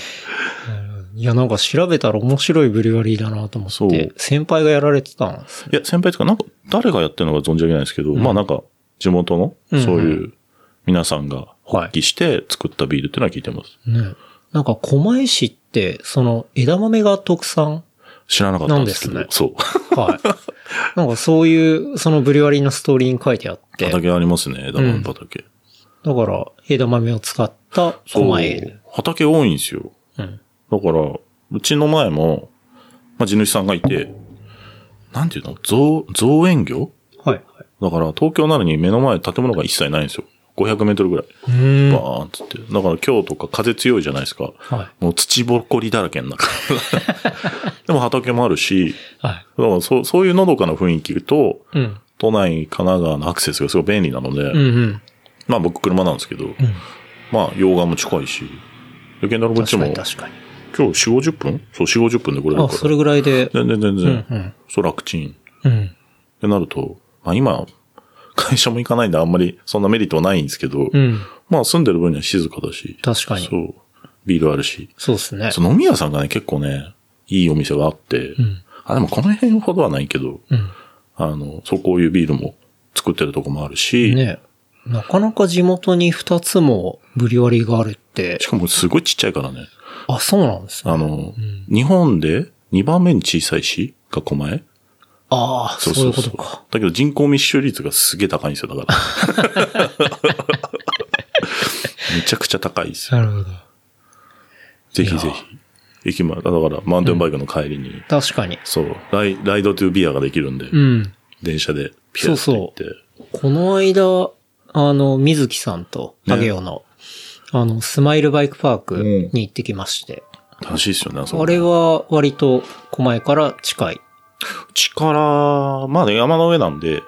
Speaker 2: いや、なんか調べたら面白いブリュワリーだなと思
Speaker 3: そ
Speaker 2: っ
Speaker 3: う
Speaker 2: て、先輩がやられてたんですね。
Speaker 3: た。いや、先輩とか、なんか、誰がやってるのか存じ上げないですけど、まあなんか、地元の、
Speaker 2: うん
Speaker 3: そういう皆さんが
Speaker 2: はい
Speaker 3: 発揮して作ったビールっていうのは聞いてます。
Speaker 2: ね。なんか、狛江市って、その、枝豆が特産
Speaker 3: 知らなかったんですけど、
Speaker 2: なんです
Speaker 3: そう。
Speaker 2: はい。なんかそういう、そのブリュワリーのストーリーに書いてあって、だか
Speaker 3: 畑ありますね、枝豆畑。
Speaker 2: ら枝豆を使った
Speaker 3: そ
Speaker 2: コ
Speaker 3: う
Speaker 2: マエール。。
Speaker 3: 畑多いんですよ。
Speaker 2: うん。
Speaker 3: だから、うちの前も、まあ、地主さんがいて、なんていうの造、造園業
Speaker 2: はい。はい
Speaker 3: だから、東京なのに目の前建物が一切ないんですよ。500メートルぐらい。
Speaker 2: うーん。
Speaker 3: バ
Speaker 2: は
Speaker 3: ーンっつって。だから今日とか風強いじゃないですか。
Speaker 2: い。
Speaker 3: もう土ぼこりだらけの中。 でも畑もあるし、
Speaker 2: はい。
Speaker 3: だからそうそういうのどかな雰囲気と、
Speaker 2: うん。
Speaker 3: 都内、神奈川のアクセスがすごい便利なので、
Speaker 2: うんうん。
Speaker 3: まあ僕車なんですけど、まあ洋画も近いし、余計なこっち
Speaker 2: 確か
Speaker 3: も
Speaker 2: に確かに。
Speaker 3: 今日4、50分そう、4、50分でこれだ
Speaker 2: あ、
Speaker 3: か
Speaker 2: そ
Speaker 3: ら。
Speaker 2: れぐらいで。
Speaker 3: 全然全然。
Speaker 2: うんうん
Speaker 3: そう、楽ちん。っ
Speaker 2: うん。
Speaker 3: てなると、まあ今、会社も行かないんであんまりそんなメリットはないんですけど、
Speaker 2: うん。
Speaker 3: まあ住んでる分には静かだし、
Speaker 2: 確かに
Speaker 3: そ。う、ビールあるし。
Speaker 2: そうですね。
Speaker 3: そう飲み屋さんがね、結構ね、いいお店があって、
Speaker 2: ん
Speaker 3: あ、でもこの辺ほどはないけど、
Speaker 2: うん。
Speaker 3: あの、そうこういうビールも作ってるとこもあるし、
Speaker 2: ねなかなか地元に二つもブリュワリーがあるって
Speaker 3: し、かもすごいちっちゃいからね、
Speaker 2: あ、そうなんですね。
Speaker 3: あの、日本で2番目に小さい市が狛江
Speaker 2: ああ、そういうことか。
Speaker 3: だけど人口密集率がすげえ高いんですよ、だから。 めちゃくちゃ高いですよ。
Speaker 2: なるほど。
Speaker 3: ぜひぜひ。駅前、だから、マウンテンバイクの帰りに、
Speaker 2: 確かに。
Speaker 3: そう、ライ、ライドトゥービアができるんで、
Speaker 2: うん。
Speaker 3: 電車でピュッと行って。
Speaker 2: この間、あの、水木さんと、
Speaker 3: ね
Speaker 2: あげおの、あの、スマイルバイクパークに行ってきまして、
Speaker 3: 楽しいですよね、そ
Speaker 2: あれ。は割と、狛江から近い。
Speaker 3: 力、まあね、山の上なんで、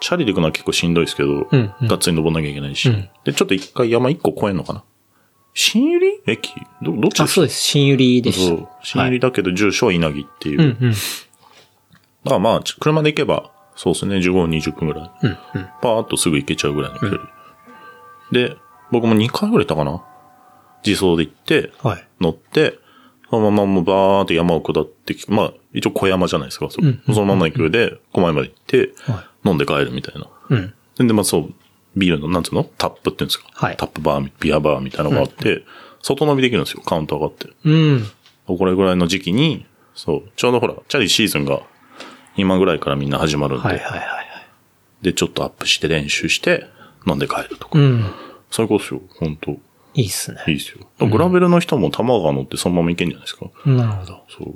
Speaker 3: チャリで行くのは結構しんどいですけど、
Speaker 2: うんうん
Speaker 3: がっつり登んなきゃいけないし、
Speaker 2: うん
Speaker 3: で、ちょっと一回山一個越えんのかな新百合駅ど、どっち
Speaker 2: あ、
Speaker 3: でし
Speaker 2: そう
Speaker 3: た
Speaker 2: です。新百合でし
Speaker 3: そ
Speaker 2: た。
Speaker 3: う。新入りだけど、住所は稲城っていう。
Speaker 2: はいうんうん。
Speaker 3: だからまあ、ち車で行けば、そうですね、15、20分ぐらい。
Speaker 2: うんうん。
Speaker 3: パーッとすぐ行けちゃうぐらいの距離。で、僕も2回ぐらい行ったかな自走で行って、
Speaker 2: はい。
Speaker 3: 乗って、そのままもうバーって山を下ってきまあ、一応小山じゃないですか。そ,、
Speaker 2: うん
Speaker 3: そのままの勢いで、狛江まで行って、
Speaker 2: は
Speaker 3: 飲んで帰るみたいな。
Speaker 2: い。うん。
Speaker 3: で、まあそう、ビールの、なんつうのタップって言うんですか、
Speaker 2: はい
Speaker 3: タップバー、ビアバーみたいなのがあって、外飲みできるんですよ、カウンターがあって。
Speaker 2: うん。
Speaker 3: これぐらいの時期に、そう、ちょうどほら、チャリシーズンが今ぐらいからみんな始まるんで、
Speaker 2: はいはいはいはい。
Speaker 3: で、ちょっとアップして練習して、飲んで帰るとか。
Speaker 2: うん。
Speaker 3: 最高っすよ、本当い
Speaker 2: いいっすね。
Speaker 3: いですよ。グラベルの人も玉川乗ってそのまま行けんじゃないですか。
Speaker 2: なるほど。
Speaker 3: そう。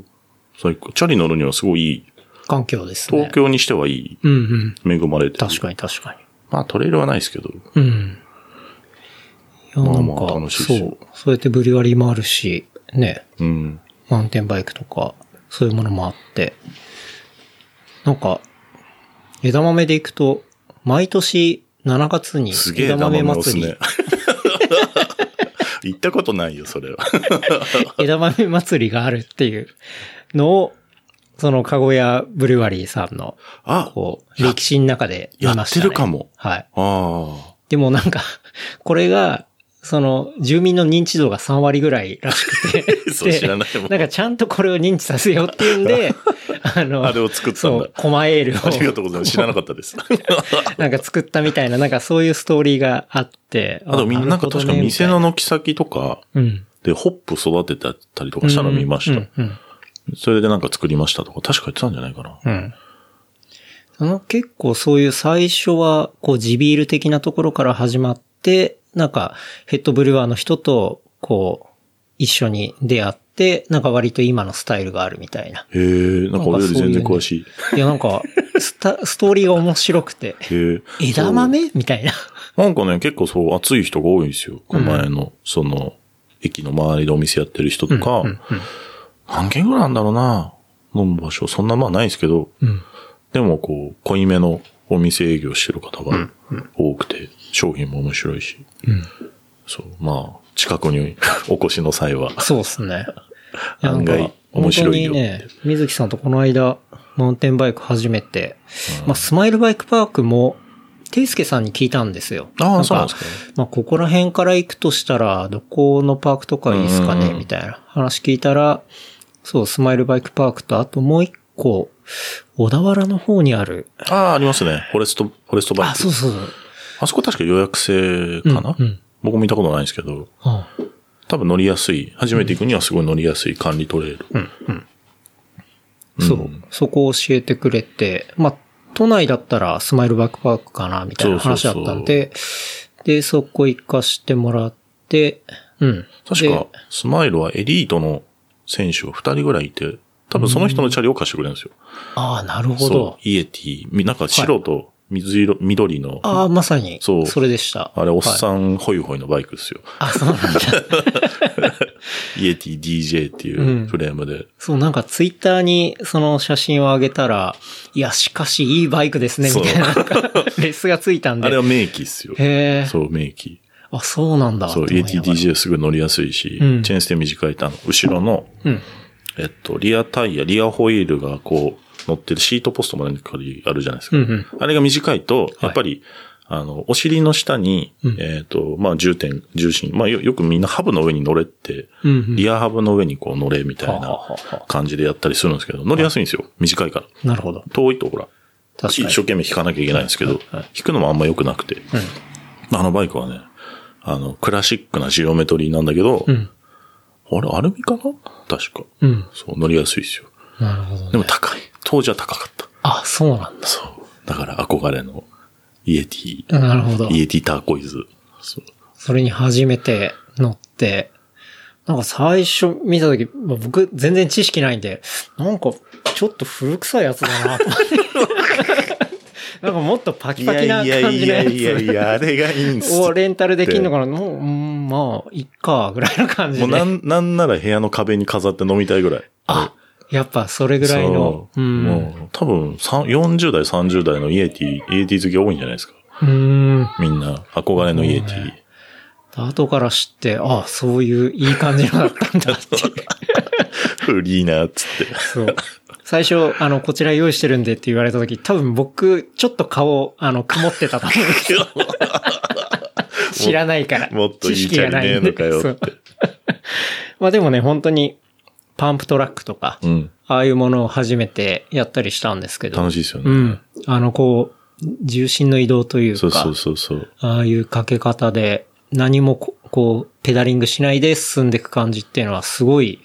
Speaker 3: 最高。チャリ乗るにはすごいいい。
Speaker 2: 環境ですね。
Speaker 3: 東京にしてはいい。
Speaker 2: うんうん。
Speaker 3: 恵まれてる。
Speaker 2: 確かに確かに。
Speaker 3: まあ、トレイルはないですけど。
Speaker 2: うん。いや、
Speaker 3: ま
Speaker 2: な
Speaker 3: あ
Speaker 2: ん
Speaker 3: まあ
Speaker 2: か、
Speaker 3: 楽しいです
Speaker 2: そ
Speaker 3: よ
Speaker 2: う。そうやってブリュワリーもあるし、ね。
Speaker 3: うん。
Speaker 2: マウンテンバイクとか、そういうものもあって、なんか、枝豆で行くと、毎年7月に
Speaker 3: すげえ
Speaker 2: 枝
Speaker 3: 枝豆
Speaker 2: 豆
Speaker 3: をす
Speaker 2: 祭り、
Speaker 3: ね。 行ったことないよ、それは。
Speaker 2: 枝豆祭りがあるっていうのを、その、かごやブルワリーさんの、
Speaker 3: ああ
Speaker 2: こう、歴史の中で見ました、ね。
Speaker 3: やってるかも
Speaker 2: はい。
Speaker 3: あ。。
Speaker 2: でもなんか、これが、その、住民の認知度が3割ぐらいらしくて
Speaker 3: そう知らないもん
Speaker 2: でなんかちゃんとこれを認知させようっていうん で、あの、
Speaker 3: あれを作ったん
Speaker 2: そ
Speaker 3: だ
Speaker 2: う、コマエールを。
Speaker 3: ありがとうございます。知らなかった です。
Speaker 2: なんか作ったみたいな、なんかそういうストーリーがあって。
Speaker 3: あとみんななんか確か店の
Speaker 2: なる
Speaker 3: 軒先とか
Speaker 2: ほどねみたいな
Speaker 3: でホップ育ててたりと
Speaker 2: う
Speaker 3: か
Speaker 2: ん。
Speaker 3: したの見まし
Speaker 2: う
Speaker 3: た
Speaker 2: ん。。うん
Speaker 3: それでなんか作りましたとか、確か言ってたんじゃないかな。
Speaker 2: うん。その結構そういう最初は、こう、地ビール的なところから始まって、なんか、ヘッドブルワーの人と、こう、一緒に出会って、なんか割と今のスタイルがあるみたいな。
Speaker 3: へえ、なんか俺より全然詳しい。
Speaker 2: いや、なんか、スタ、ストーリーが面白くて、
Speaker 3: へえ。
Speaker 2: 枝豆みたいな。
Speaker 3: なんかね、結構そう、暑い人が多いんですよ。この前の、その、駅の周りでお店やってる人とか、
Speaker 2: うん
Speaker 3: 何軒ぐらいなんだろうな、飲む場所。そんなまあないんですけど、
Speaker 2: うん。
Speaker 3: でもこう、濃いめのお店営業してる方が多くて、商品も面白いし、
Speaker 2: うん。
Speaker 3: そう、まあ、近くに お越しの際は、
Speaker 2: そうです ね。
Speaker 3: 案
Speaker 2: いやなん
Speaker 3: 外
Speaker 2: か
Speaker 3: 面白いよっ
Speaker 2: 本当
Speaker 3: て
Speaker 2: にね、水木さんとこの間、マウンテンバイク初めて、まあ、スマイルバイクパークも、ていすけさんに聞いたんですよ。
Speaker 3: ああ、
Speaker 2: か
Speaker 3: そうなんですか、ね。
Speaker 2: まあ、ここら辺から行くとしたら、どこのパークとかいいですか
Speaker 3: うんうん
Speaker 2: ね
Speaker 3: うん
Speaker 2: みたいな話聞いたら、そう、スマイルバイクパークと、あともう一個、小田原の方にある、
Speaker 3: ああ、ありますね。フォレスト、フォレストバイク。
Speaker 2: あ、
Speaker 3: あ
Speaker 2: そうそうそう。
Speaker 3: そこ確か予約制かな、
Speaker 2: うんうん
Speaker 3: 僕も見たことないんですけど、
Speaker 2: あ
Speaker 3: 多分乗りやすい。初めて行くにはすごい乗りやすい管理トレイル。
Speaker 2: そう、
Speaker 3: うん
Speaker 2: そこを教えてくれて、まあ、都内だったらスマイルバックパークかな、みたいな話だったんで、で、そこ行かしてもらって、うん。
Speaker 3: 確か
Speaker 2: で、
Speaker 3: スマイルはエリートの選手が2人ぐらいいて、多分その人のチャリを貸してくれるんですよ。
Speaker 2: ああ、なるほ
Speaker 3: そ
Speaker 2: ど
Speaker 3: う。。イエティ、みなんか白と水色、緑の、
Speaker 2: ああ、まさに、
Speaker 3: そう
Speaker 2: それでした。
Speaker 3: あれ、おっ
Speaker 2: はい
Speaker 3: さんホイホイのバイクですよ。
Speaker 2: あ、そう なんだ。
Speaker 3: イエティ DJ ってい
Speaker 2: うん
Speaker 3: うフレームで。
Speaker 2: そう、なんかツイッターにその写真を上げたら、いや、しかしいいバイクですね、
Speaker 3: そう
Speaker 2: みたいな、なんかレスがついたんで。
Speaker 3: あ
Speaker 2: へ
Speaker 3: れは名機っすよ。
Speaker 2: え。
Speaker 3: そう、名機。
Speaker 2: あ、そうなんだ。
Speaker 3: そう、
Speaker 2: と思いながら
Speaker 3: ATDJ すぐ乗りやすいし、
Speaker 2: うん
Speaker 3: チェーンステン短いとあの、後ろの、
Speaker 2: うん。
Speaker 3: えっと、リアタイヤ、リアホイールがこう、乗ってるシートポストまでの距離あるじゃないですか。
Speaker 2: うんうん
Speaker 3: あれが短いと、やっぱり、あの、お尻の下に、
Speaker 2: うん
Speaker 3: えっ、と、まあ、重点、重心、まあよ、よくみんなハブの上に乗れって、
Speaker 2: うんうん
Speaker 3: リアハブの上にこう乗れみたい
Speaker 2: はあ
Speaker 3: な
Speaker 2: はあは
Speaker 3: 感じでやったりするんですけど、乗りやすいんですよ。短いから。
Speaker 2: なるほど。
Speaker 3: 遠いとほら、
Speaker 2: 確か
Speaker 3: 一
Speaker 2: に。
Speaker 3: 生懸命引かなきゃいけないんですけど、引くのもあんま良くなくて、あのバイクはね、あの、クラシックなジオメトリーなんだけど、
Speaker 2: うん。
Speaker 3: あれ、アルミかな確か。
Speaker 2: うん。
Speaker 3: そう、乗りやすいですよ。
Speaker 2: なるほど、ね。
Speaker 3: でも高い。当時は高かっ
Speaker 2: あ、そうなん
Speaker 3: た。そう。だから憧れの、イエティ、
Speaker 2: だ。なるほど。
Speaker 3: イエティターコイズ。そう。
Speaker 2: それに初めて乗って、なんか最初見たとき、まあ僕全然知識ないんで、なんかちょっと古臭いやつだなと 思って。なんかもっとパキパキな感じのやつ。
Speaker 3: や、あれがいいん
Speaker 2: をレンタルできんのかなもう、うんまあ、いっか、ぐらいの感じ
Speaker 3: も
Speaker 2: で。
Speaker 3: うなん、なんなら部屋の壁に飾って飲みたいぐらい。
Speaker 2: あ、やっぱそれぐらいの
Speaker 3: そ。う。
Speaker 2: ん。
Speaker 3: もう、多分、さん40代、30代のイエティ、イエティ好き多いんじゃないですか。
Speaker 2: うん。
Speaker 3: みんな、憧れのイエテ
Speaker 2: そうね
Speaker 3: ィ。
Speaker 2: 後から知って、あそういういい感じのだったんだっていう。
Speaker 3: フリーな、っつって。
Speaker 2: そう。 最初、あの、こちら用意してるんでって言われた時、多分僕、ちょっと顔、あの、曇ってたと思うんです よ。知らないから。
Speaker 3: もっといい
Speaker 2: 知
Speaker 3: チ
Speaker 2: 識
Speaker 3: ャ
Speaker 2: がな
Speaker 3: リねえ
Speaker 2: いん
Speaker 3: の
Speaker 2: で
Speaker 3: かよっ
Speaker 2: そ
Speaker 3: て
Speaker 2: う。 まあでもね、本当に、パンプトラックとか、
Speaker 3: うん。
Speaker 2: ああいうものを初めてやったりしたんですけど。
Speaker 3: 楽しいですよ
Speaker 2: う
Speaker 3: ね。
Speaker 2: ん。あの、こう、重心の移動というか、
Speaker 3: そうそうそうそう。
Speaker 2: ああいうかけ方で、何もここう、ペダリングしないで進んでいく感じっていうのは、すごい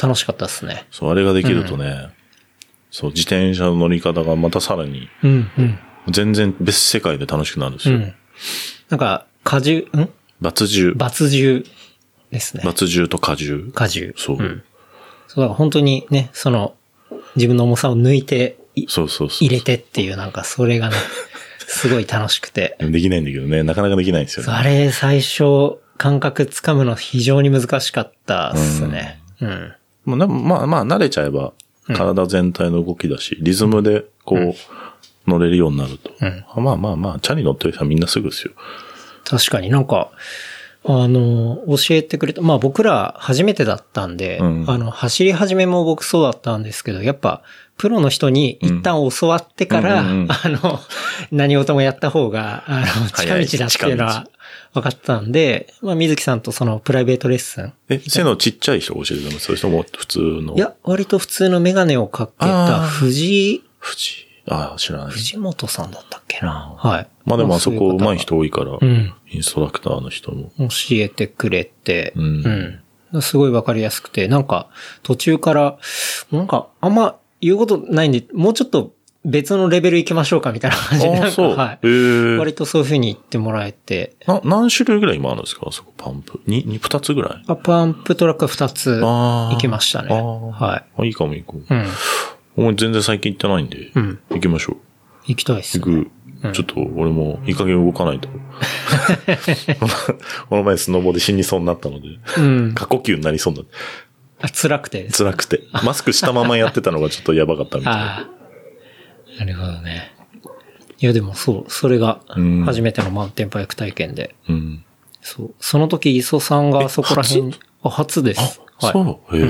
Speaker 2: 楽しかったですね。
Speaker 3: そう、あれができるとね、そう、自転車の乗り方がまたさらに、
Speaker 2: うん、うん。
Speaker 3: 全然別世界で楽しくなるんですよ。
Speaker 2: うん。なんか、果汁、ん
Speaker 3: バツ重、
Speaker 2: バツ重ですね。
Speaker 3: バツ重と荷重。
Speaker 2: 果汁。
Speaker 3: そう、
Speaker 2: んそうだから本当にね、その、自分の重さを抜いて、い
Speaker 3: そうそうそう。
Speaker 2: 入れてっていう、なんかそれがね、 すごい楽しくて。
Speaker 3: できないんだけどね、なかなかできないんですよ
Speaker 2: そう
Speaker 3: ね。
Speaker 2: あれ、最初、感覚つかむの非常に難しかったっすね。うん。
Speaker 3: まあ、なまあ、まあ、慣れちゃえば、体全体の動きだし、リズムで、こう、乗れるようになると。
Speaker 2: うん
Speaker 3: まあまあまあ、チャリ乗ってる人はみんなすぐですよ。
Speaker 2: 確かになんか、あの、教えてくれた、まあ僕ら初めてだったんで、
Speaker 3: うん
Speaker 2: あの、走り始めも僕そうだったんですけど、やっぱ、プロの人に一旦教わってから、
Speaker 3: うんうんうんうん
Speaker 2: あの、何事もやった方が、あの、近
Speaker 3: 早い
Speaker 2: 道だっていうのは分かったんで、まあ水木さんとそのプライベートレッスン。
Speaker 3: え、背のちっちゃい人が教えてたのそれとも普通の。
Speaker 2: いや、割と普通のメガネをかけた
Speaker 3: あー
Speaker 2: 藤井、
Speaker 3: 富士。ああ、知らない。
Speaker 2: 藤本さんだったっけな。
Speaker 3: あ
Speaker 2: はい。
Speaker 3: まあでもあそこ上
Speaker 2: ま
Speaker 3: 手
Speaker 2: あ
Speaker 3: い人多いから、
Speaker 2: ん
Speaker 3: インストラクターの人も。
Speaker 2: 教えてくれて、
Speaker 3: うん
Speaker 2: うんすごいわかりやすくて、なんか途中から、なんかあんま言うことないんで、もうちょっと別のレベル行きましょうかみ たいな感じで、な
Speaker 3: ああ、
Speaker 2: んか、
Speaker 3: そう。
Speaker 2: は
Speaker 3: え
Speaker 2: い。
Speaker 3: ー
Speaker 2: 割とそういう風に言ってもらえて、
Speaker 3: な、何種類ぐらい今あるんですかあそこパンプ。に、に、二つぐらい
Speaker 2: アップアンプトラック2つ
Speaker 3: ああ。
Speaker 2: 行きましたね。
Speaker 3: ああ
Speaker 2: は
Speaker 3: あ、いいかも行こ
Speaker 2: い。うん。
Speaker 3: う。もう全然最近行ってないんで、
Speaker 2: うん。
Speaker 3: 行きましょう。
Speaker 2: 行きたいです
Speaker 3: 行。く。ちょっと俺もいい加減動かない と。この前スノボで死にそうになったので、
Speaker 2: うん。
Speaker 3: 過呼吸になりそうになって、
Speaker 2: あ辛くて。
Speaker 3: 辛くて。マスクしたままやってたのがちょっとやばかったみたいな。
Speaker 2: ああ。なるほどね。いやでもそう、それが
Speaker 3: うん
Speaker 2: 初めてのマウンテンバイク体験で。
Speaker 3: うん。
Speaker 2: そう。その時、磯さんが
Speaker 3: え
Speaker 2: そこら辺、あ、初で
Speaker 3: あ
Speaker 2: す。、
Speaker 3: そ
Speaker 2: は
Speaker 3: う。へえ。
Speaker 2: い。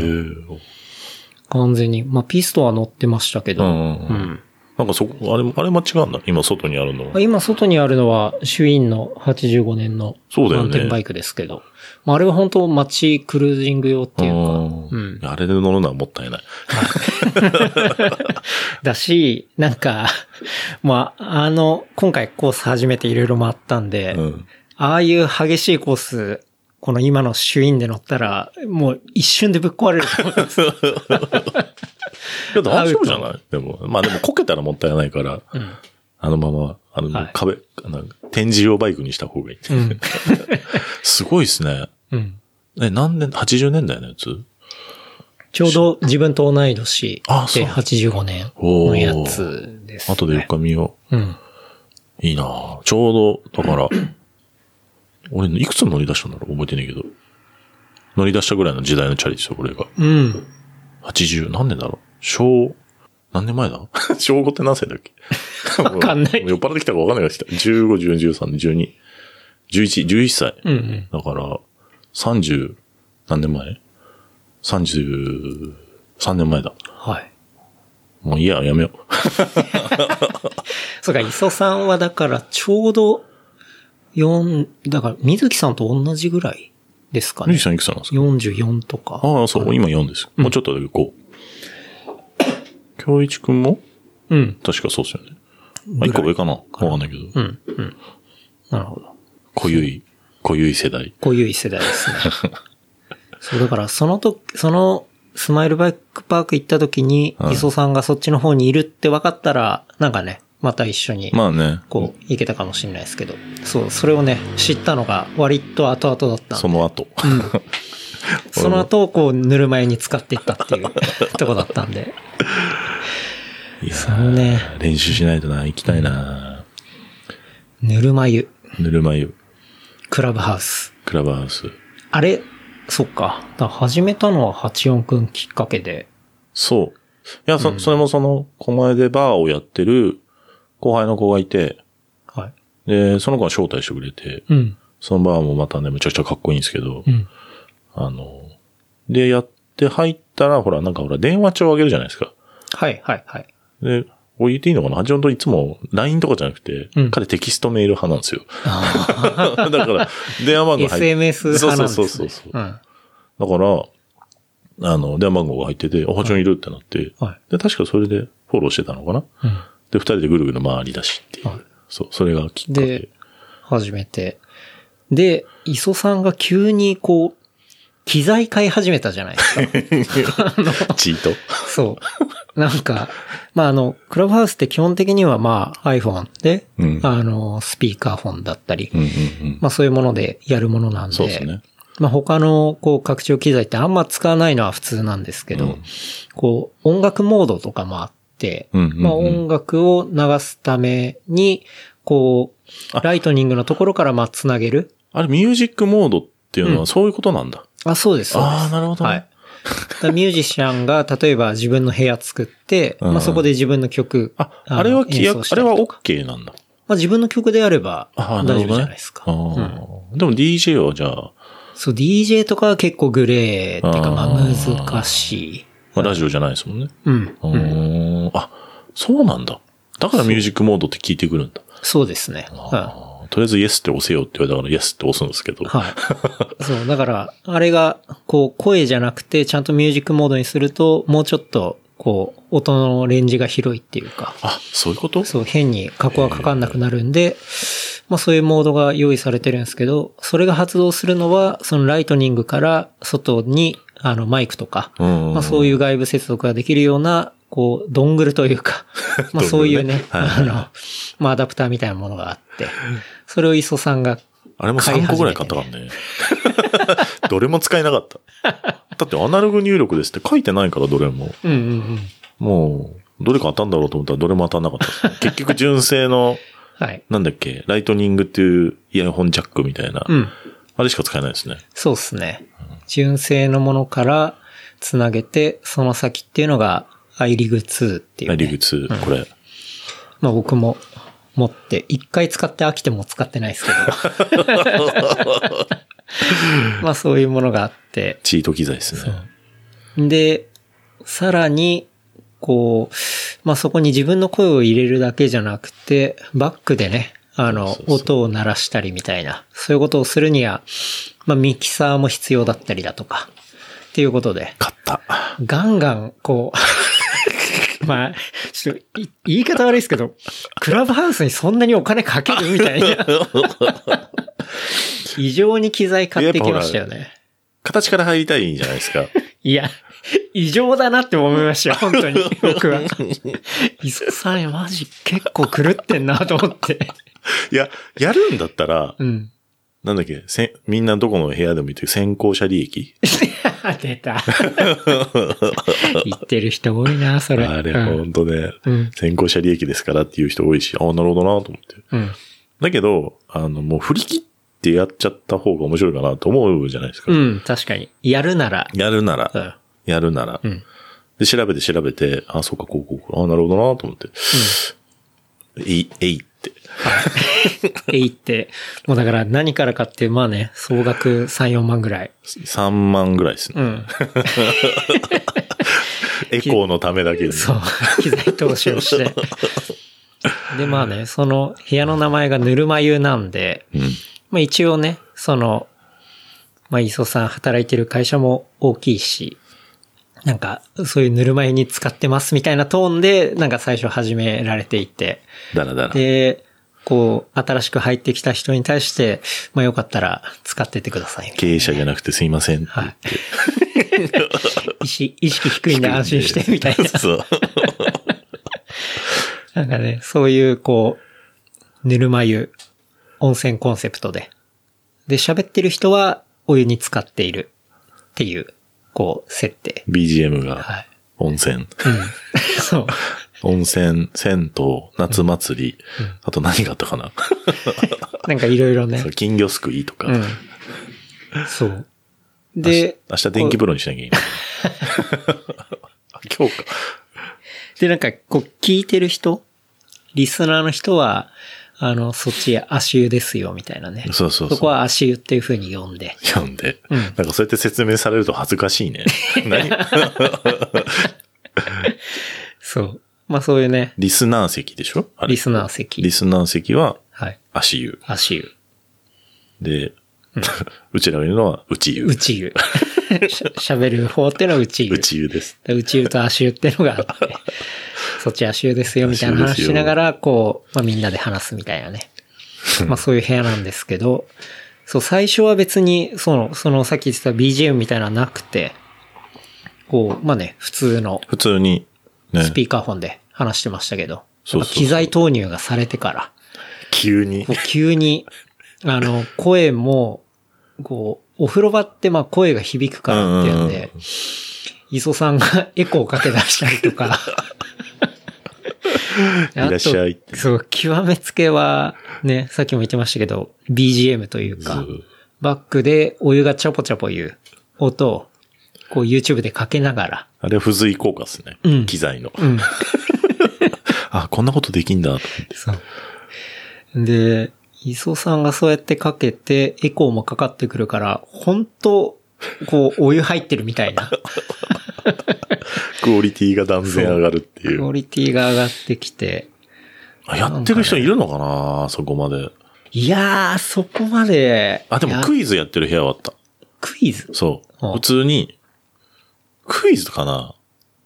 Speaker 2: 完全に。まあ、ピストは乗ってましたけ
Speaker 3: う
Speaker 2: ど。
Speaker 3: んうん
Speaker 2: う
Speaker 3: うん。
Speaker 2: ん
Speaker 3: なんかそこ、あれ、あれ間違うんだ。今外にあるのは。
Speaker 2: 今、外にあるのは、朱印の85年の
Speaker 3: そうだ
Speaker 2: マ
Speaker 3: よ
Speaker 2: ウ
Speaker 3: ね
Speaker 2: ンテンバイクですけど。まあ、あれは本当街クルージング用っていうか、
Speaker 3: うんあれで乗るのはもったいない。
Speaker 2: だし、なんか、 まあ、あの、今回コース初めていろいろ回ったんで、
Speaker 3: うん。
Speaker 2: ああいう激しいコース、この今の朱印で乗ったら、もう一瞬でぶっ壊れると思うんですよ
Speaker 3: いや、大丈夫じゃないでも、まあでもこけたらもったいないから、
Speaker 2: うん
Speaker 3: あのまま、あの、
Speaker 2: はい
Speaker 3: 壁、あの展示用バイクにした方がいい。
Speaker 2: うん。
Speaker 3: すごいですね。
Speaker 2: うん。
Speaker 3: え、何年、80年代のやつ
Speaker 2: ちょうど自分と同い年
Speaker 3: あそう
Speaker 2: で85年のやつです、ね。
Speaker 3: 後で4日見よ
Speaker 2: うん。
Speaker 3: う。いいなぁちょうど、だから、俺、いくつ乗り出したんだろう覚えてないけど。乗り出したぐらいの時代のチャリですよ、俺が。
Speaker 2: うん。
Speaker 3: 80、何年だろう小、何年前だ 小5って何歳だっけ
Speaker 2: わかんない
Speaker 3: もう酔っ払ってきたかわかんないからした。15、14、13、12、11、11歳。
Speaker 2: うんうん。
Speaker 3: だから、30、何年前 ?33 年前だ。
Speaker 2: はい。
Speaker 3: もういいや、やめよう。
Speaker 2: そうか、磯さんはだからちょうど4、だから水木さんと同じぐらいですか
Speaker 3: ゆう
Speaker 2: ね
Speaker 3: き。さんいくつなんですか
Speaker 2: 44とか。
Speaker 3: ああ、そう、今4です。もうちょっとで5。京一くんも
Speaker 2: うん。
Speaker 3: 確かそうですよね。まあ、1個上かなわかんないけど。
Speaker 2: うん。うん。なるほど。
Speaker 3: 濃ゆい、濃ゆい世代。
Speaker 2: こういう世代 ですね。そう、だからそのと、その、スマイルバイクパーク行った時に
Speaker 3: は、い
Speaker 2: 磯さんがそっちの方にいるって分かったら、なんかね、また一緒に。
Speaker 3: まあね。
Speaker 2: こう、いけたかもしれないですけど。そう、それをね、知ったのが割と後々だったんで
Speaker 3: その後。
Speaker 2: その後、こう、ぬるま湯に使っていったっていう とこだったんで。
Speaker 3: いやー
Speaker 2: そうね
Speaker 3: 練習しないとな、行きたいな、
Speaker 2: ぬるま湯、
Speaker 3: ぬるま湯、
Speaker 2: クラブハウス。
Speaker 3: クラブハウス。
Speaker 2: あれ、そっか。だから始めたのは84くんきっかけで。
Speaker 3: そう。いや、そ、それもその、狛江でバーをやってる後輩の子がいて、
Speaker 2: はい。
Speaker 3: で、その子が招待してくれて、
Speaker 2: うん。
Speaker 3: そのバーもまたね、めちゃくちゃかっこいいんですけど、
Speaker 2: うん。
Speaker 3: あの、で、やって入ったら、ほら、なんかほら、電話帳あげるじゃないですか。
Speaker 2: はい、はい、はい。
Speaker 3: で、これ言っていいのかな八本といつも LINE とかじゃなくて、
Speaker 2: うん
Speaker 3: 彼テキストメール派なんですよ。 だから、電話番 号入って
Speaker 2: SMS 派なんです、ね。
Speaker 3: そうそうそうそう。
Speaker 2: うん。
Speaker 3: だから、あの、電話番号が入ってて、あ、ちゃんいるってなって、
Speaker 2: はい。
Speaker 3: で、確かそれでフォローしてたのかな
Speaker 2: うん。
Speaker 3: で、二人でぐるぐる回りだしっていう。
Speaker 2: はい
Speaker 3: そう、それがきっかけ
Speaker 2: で。、始めて。で、磯さんが急にこう、機材買い始めたじゃないですか。
Speaker 3: チート。
Speaker 2: そう。なんか、まあ、あの、クラブハウスって基本的にはまあ iPhone で、
Speaker 3: うん
Speaker 2: あの、スピーカーフォンだったり、
Speaker 3: うんうんうん。
Speaker 2: まあそういうものでやるものなんで、
Speaker 3: そうですね。
Speaker 2: まあ他のこう拡張機材ってあんま使わないのは普通なんですけど、
Speaker 3: うん
Speaker 2: こう音楽モードとかもあって、
Speaker 3: うんうんうん
Speaker 2: まあ音楽を流すために、こう、ライトニングのところからまあつなげる。
Speaker 3: あれ、ミュージックモードっていうの
Speaker 2: う
Speaker 3: は
Speaker 2: ん
Speaker 3: そういうことなんだ。
Speaker 2: あ、そうです、そうです。
Speaker 3: ああ、なるほど、ね。
Speaker 2: はい。だからミュージシャンが、例えば自分の部屋作って、
Speaker 3: うん
Speaker 2: まあ、そこで自分の曲、
Speaker 3: あ、あれは規
Speaker 2: 演奏
Speaker 3: 約、
Speaker 2: し
Speaker 3: あ
Speaker 2: たり
Speaker 3: れは
Speaker 2: とか
Speaker 3: OK なんだ。
Speaker 2: まあ自分の曲であれば
Speaker 3: あ
Speaker 2: 大
Speaker 3: あ、な
Speaker 2: 丈
Speaker 3: る
Speaker 2: 夫じ
Speaker 3: ほどね。
Speaker 2: ゃないですか。
Speaker 3: あーでも DJ はじゃあ、
Speaker 2: そう、DJ とかは結構グレーっていうか、ま
Speaker 3: あ
Speaker 2: あ
Speaker 3: ー
Speaker 2: 難しい。
Speaker 3: まあ、ラジオじゃないですもんね。
Speaker 2: うん。
Speaker 3: うーん。あ、そうなんだ。だからミュージックモードって聞いてくるんだ。
Speaker 2: そうですね。うん
Speaker 3: あーとりあえずイエスって押せよって言われたからイエスって押すんですけど。
Speaker 2: はい。 そう、だから、あれが、こう、声じゃなくて、ちゃんとミュージックモードにすると、もうちょっと、こう、音のレンジが広いっていうか、
Speaker 3: あ、そういうこと
Speaker 2: そう、変に加工はかかんなくなるんで、まあそういうモードが用意されてるんですけど、それが発動するのは、そのライトニングから外に、あの、マイクとか、
Speaker 3: うん
Speaker 2: まあそういう外部接続ができるような、こう、ドングルというか、まあそういうね、
Speaker 3: ドングルね
Speaker 2: あの、まあアダプターみたいなものがあって、それを磯さんが、
Speaker 3: あれも3個ぐらい買ったからね。 どれも使えなかった。だってアナログ入力ですって書いてないからどれも。
Speaker 2: うんうんうん。
Speaker 3: もう、どれか当たんだろうと思ったらどれも当たんな かった。結局純正の、
Speaker 2: はい。
Speaker 3: なんだっけ、ライトニングっていうイヤホンジャックみたいな。
Speaker 2: うん。
Speaker 3: あれしか使えないですね。
Speaker 2: そうですね。純正のものからつなげて、その先っていうのが iRig2 っていう、ね。
Speaker 3: 入り口、これ。
Speaker 2: まあ僕も持って、一回使って飽きても使ってないですけど。 まあそういうものがあって。
Speaker 3: チート機材ですね。
Speaker 2: で、さらに、こう、まあそこに自分の声を入れるだけじゃなくて、バックでね、あの、
Speaker 3: そうそうそ
Speaker 2: 音を鳴らしたりみたいな、そういうことをするには、まあミキサーも必要だったりだとか、っていうことで、
Speaker 3: 買った。
Speaker 2: ガンガン、こう、 まあ、ちょっとい、言い方悪いですけど、クラブハウスにそんなにお金かけるみたいな。異常に機材買ってきましたよね。
Speaker 3: 形から入りたいんじゃないですか。
Speaker 2: いや、異常だなって思いましたよ、本当に。僕は。磯さん、マジ結構狂ってんなと思って。
Speaker 3: いや、やるんだったら、
Speaker 2: うん。
Speaker 3: なんだっけ、せんみんなどこの部屋でも言ってる先行者利益
Speaker 2: 出 た。言ってる人多いな、それ。
Speaker 3: あれ、
Speaker 2: うん
Speaker 3: ほんとね、
Speaker 2: うん
Speaker 3: 先行者利益ですからっていう人多いし、ああ、なるほどなと思って。
Speaker 2: うん。
Speaker 3: だけど、あの、もう振り切ってやっちゃった方が面白いかなと思うじゃないですか。
Speaker 2: うん、確かに。やるなら。
Speaker 3: やるなら、
Speaker 2: うん
Speaker 3: やるなら、
Speaker 2: うん
Speaker 3: で、調べて調べて、あ、そうか、こう、こう、こう、ああ、なるほどなと思って。えい、えいって。
Speaker 2: えいって、もうだから何からかって、まあね、総額3、4万ぐらい。
Speaker 3: 3万ぐらいですね。
Speaker 2: うん。
Speaker 3: エコーのためだけに。
Speaker 2: そう。 機材投資をして。で、まあね、その部屋の名前がぬるま湯なんで、
Speaker 3: うん。
Speaker 2: まあ一応ね、その、まあ磯さん働いてる会社も大きいし、なんか、そういうぬるま湯に使ってますみたいなトーンで、なんか最初始められていて。
Speaker 3: だらだら。
Speaker 2: で、こう、新しく入ってきた人に対して、まあよかったら使ってってくださいみたいな
Speaker 3: 経営者じゃなくてすいませんって。
Speaker 2: はい。 意識、意識低いんで安心してみたい
Speaker 3: そう。
Speaker 2: な。なんかね、そういう、こう、ぬるま湯、温泉コンセプトで。で、喋ってる人はお湯に浸かっているっていう、こう、設定。
Speaker 3: BGM
Speaker 2: は
Speaker 3: が
Speaker 2: い。
Speaker 3: 温泉。
Speaker 2: うん。 そう。
Speaker 3: 温泉、銭湯、夏祭り、あと何があったかな
Speaker 2: なんかいろいろね
Speaker 3: そう。 金魚すくいとか。
Speaker 2: うん。そう。で、
Speaker 3: 明日電気風呂にしな きゃいけない。あ今日か。
Speaker 2: で、なんか、こう、聞いてる人リスナーの人は、あの、そっち足湯ですよ、みたいなね。
Speaker 3: そうそうそう
Speaker 2: そこは足湯っていう風に呼んで。
Speaker 3: 読んで。
Speaker 2: うん
Speaker 3: なんかそうやって説明されると恥ずかし いね。何
Speaker 2: そう。まあそういうね、
Speaker 3: リスナー席でしょあれ
Speaker 2: リスナー
Speaker 3: リ
Speaker 2: 席。
Speaker 3: スナー席は
Speaker 2: はい。
Speaker 3: 足湯。
Speaker 2: 足湯。
Speaker 3: で、 うちらがいるのは内湯。
Speaker 2: 内湯。 しゃ喋る方っていうのは内湯。
Speaker 3: 内湯です。
Speaker 2: で内湯と足湯っていうのがあ って、そっち足湯ですよみたいな
Speaker 3: 足
Speaker 2: 話
Speaker 3: 湯ですよ
Speaker 2: しながら、こう、まあみんなで話すみたいな ね。まあそういう部屋なんですけど、そう、最初は別に、その、そのさっき言ってた BGM みたいなのはなくて、こう、まあね、普通の
Speaker 3: 普通に、ね
Speaker 2: ス、ピーカーフォンで話してましたけど、
Speaker 3: そうそうそう
Speaker 2: やっぱ機材投入がされてから、
Speaker 3: 急に
Speaker 2: こう。急に、あの、声も、こう、お風呂場ってまあ声が響くからっていうん
Speaker 3: うんうん
Speaker 2: で、磯さんが エコーかけ出したりとか。い
Speaker 3: らっし ゃいって
Speaker 2: そう、極めつけは、ね、さっきも言ってましたけど、BGM という
Speaker 3: そ
Speaker 2: か、
Speaker 3: う
Speaker 2: バックでお湯がチャポチャポ言う音を、こう YouTube でかけながら、
Speaker 3: あれは付随効果ですね。
Speaker 2: うん
Speaker 3: 機材の。
Speaker 2: うん。
Speaker 3: あ、こんなことできんだ。
Speaker 2: そう。で、磯さんがそうやってかけて、エコーもかかってくるから、本当こう、お 湯入ってるみたいな、
Speaker 3: クオリティが断然上がるってい
Speaker 2: クオ
Speaker 3: う。
Speaker 2: リティが上がってきて、
Speaker 3: あやってる人いるのかなそこまで。
Speaker 2: いやー、そこまで、
Speaker 3: あ、で
Speaker 2: い
Speaker 3: も
Speaker 2: や
Speaker 3: クイズやってる部屋はあった。
Speaker 2: クイズ
Speaker 3: そう
Speaker 2: あ。
Speaker 3: 普通に、クイズかな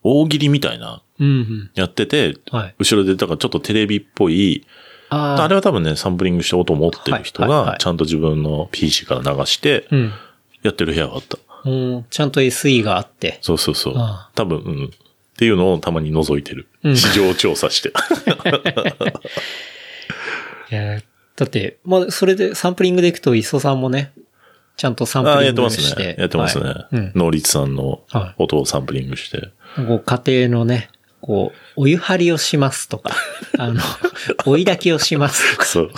Speaker 3: 大喜利みたいな、
Speaker 2: うんうん。
Speaker 3: やってて、
Speaker 2: はい。
Speaker 3: 後ろで、だからちょっとテレビっぽい、
Speaker 2: あー
Speaker 3: あれは多分ね、サンプリングした音を持ってる人
Speaker 2: はいはいは
Speaker 3: が
Speaker 2: い、
Speaker 3: ちゃんと自分の PC から流して、
Speaker 2: うん。
Speaker 3: やってる部屋があった。
Speaker 2: うんちゃんと SE があって。
Speaker 3: そうそうそう
Speaker 2: あ。
Speaker 3: 多分、うん。っていうのをたまに覗いてる
Speaker 2: う。ん
Speaker 3: 市場調査して。
Speaker 2: えーだって、まあ、それでサンプリングでいくと、磯さんもね、ちゃんとサン
Speaker 3: あ
Speaker 2: プ
Speaker 3: あ、
Speaker 2: リ
Speaker 3: やっ
Speaker 2: ン
Speaker 3: て
Speaker 2: グ
Speaker 3: ま
Speaker 2: し
Speaker 3: す
Speaker 2: て。
Speaker 3: ね。やってますね
Speaker 2: はいうん。
Speaker 3: 能率さんの
Speaker 2: は
Speaker 3: 音をサンプリングして。
Speaker 2: こう家庭のね、こう、お湯張りをしますと か、あの、追い炊きをしますとか、
Speaker 3: そう。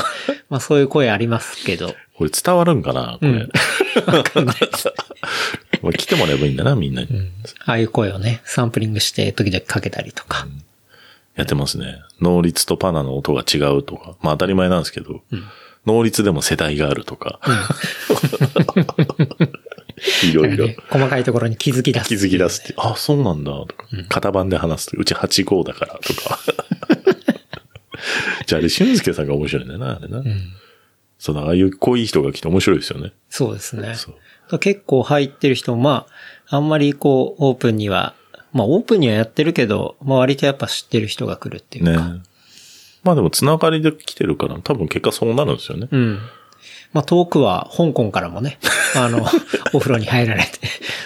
Speaker 2: まあそういう声ありますけど、
Speaker 3: これ伝わるんかな
Speaker 2: う
Speaker 3: こ れ。
Speaker 2: ん。わかんないです
Speaker 3: まあ来てもらえばいいんだな、みんなに。
Speaker 2: ああいう声をね、サンプリングして時々かけたりとか。
Speaker 3: やってますね。能率とパナの音が違うとか。まあ当たり前なんですけど。能率でも世代があるとか。 いろいろ
Speaker 2: ね。細かいところに気づき出す。
Speaker 3: 気づき出すって。あ、そうなんだ。とか型番で話すと。うち8号だから。と か。じゃああれ、俊介さんが面白いんだよな、あれな。そうだ、ああいう濃い人が来て面白いですよね。
Speaker 2: そうですね。
Speaker 3: そう
Speaker 2: 結構入ってる人も、まあ、あんまりこう、オープンには、まあ、オープンにはやってるけど、まあ、割とやっぱ知ってる人が来るっていう
Speaker 3: ね
Speaker 2: か。。
Speaker 3: まあでも、つながりで来てるから、多分結果そうなるんですよね。
Speaker 2: うん。まあ、遠くは、香港からもね、あ の、お風呂に入られて、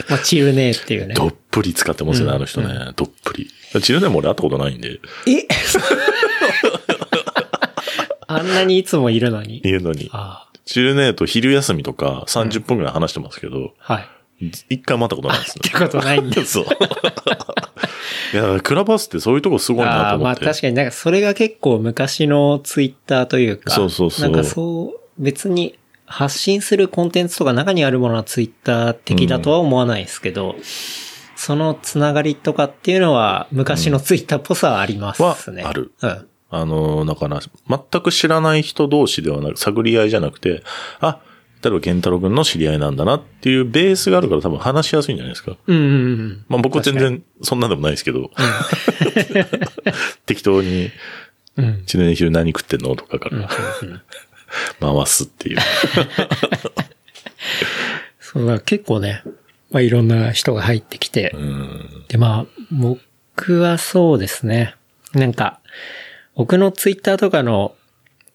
Speaker 2: まあ、チルねーっていうね。
Speaker 3: どっぷり使ってますよね、あの人ね。どっぷり。ちなみにも俺会ったことないんで、
Speaker 2: え あんなにいつもいるのに。
Speaker 3: 言うのに。
Speaker 2: あ
Speaker 3: チルネーと昼休みとか30分ぐらい話してますけど、
Speaker 2: あ、はい。
Speaker 3: 一回も会ったことないですね。
Speaker 2: ってことないんです。
Speaker 3: そう。いや、クラブハウスってそういうとこすごいな
Speaker 2: あ
Speaker 3: と
Speaker 2: あ、
Speaker 3: 思
Speaker 2: ま
Speaker 3: っ
Speaker 2: あ
Speaker 3: て。
Speaker 2: 確かになんかそれが結構昔のツイッターというか、
Speaker 3: そうそうそう
Speaker 2: なんかそう、別に発信するコンテンツとか中にあるものはツイッター的だとは思わないですけど、そのつながりとかっていうのは昔のツイッターっぽさはありますね。
Speaker 3: はある。
Speaker 2: うん。
Speaker 3: あの、だから、全く知らない人同士ではなく、探り合いじゃなくて、あ、例えば、健太郎くんの知り合いなんだなっていうベースがあるから多分話しやすいんじゃないですか。
Speaker 2: うんうんうん。
Speaker 3: まあ僕全然そんなでもないですけど、 適当に、
Speaker 2: うん。
Speaker 3: 知念昼何食ってんのとかから回すっていう。
Speaker 2: そうだ、結構ね、まあいろんな人が入ってきて、
Speaker 3: うん。
Speaker 2: で、まあ、僕はそうですね。なんか、僕のツイッターとかの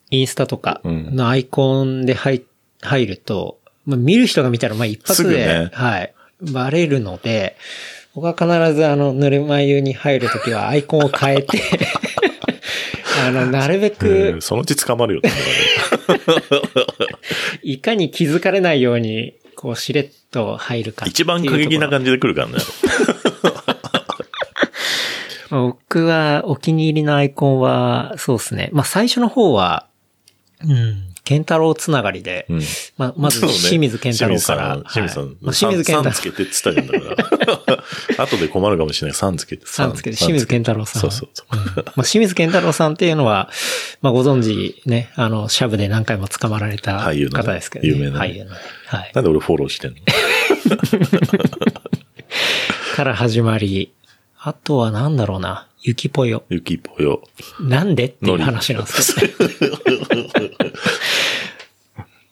Speaker 2: インスタとか
Speaker 3: うん
Speaker 2: のアイコンで入入ると、まあ、見る人が見たら、まあ一発
Speaker 3: すぐ
Speaker 2: で、
Speaker 3: ね
Speaker 2: はい、バレるので、僕は必ずあの、ぬるま湯に入るときはアイコンを変えて、 あの、なるべ
Speaker 3: う
Speaker 2: く
Speaker 3: ん、そのうち捕まるよね。
Speaker 2: いかに気づかれないように、こう、しれっと入るかっていう
Speaker 3: 一
Speaker 2: ところ。
Speaker 3: 番過激な感じで来るからね。
Speaker 2: 僕はお気に入りのアイコンは、そうですね。まあ最初の方は、うん、ケンタロウつながりで、
Speaker 3: うん
Speaker 2: まあまず
Speaker 3: そうね
Speaker 2: 清水健太郎から、
Speaker 3: 清水さん、
Speaker 2: はいまあ清
Speaker 3: 清水
Speaker 2: 水
Speaker 3: さ
Speaker 2: 健
Speaker 3: ん、
Speaker 2: 太
Speaker 3: さんつけてって言ったじゃんだから。 後で困るかもしれない。さんつけて。
Speaker 2: さんつけて、清水健太郎さん。
Speaker 3: そうそうそう。
Speaker 2: まあ、清水健太郎さんっていうのは、まあご存知ね、あの、シャブで何回も捕まられた
Speaker 3: 俳優のね
Speaker 2: 方ですけど、ね、
Speaker 3: 有名なね
Speaker 2: 俳優のね。はい。
Speaker 3: なんで俺フォロ ーしてんの
Speaker 2: から始まり、あとはなんだろうな、ゆきぽよ。
Speaker 3: ゆきぽよ。
Speaker 2: なんでっていう話なんですけど、ね、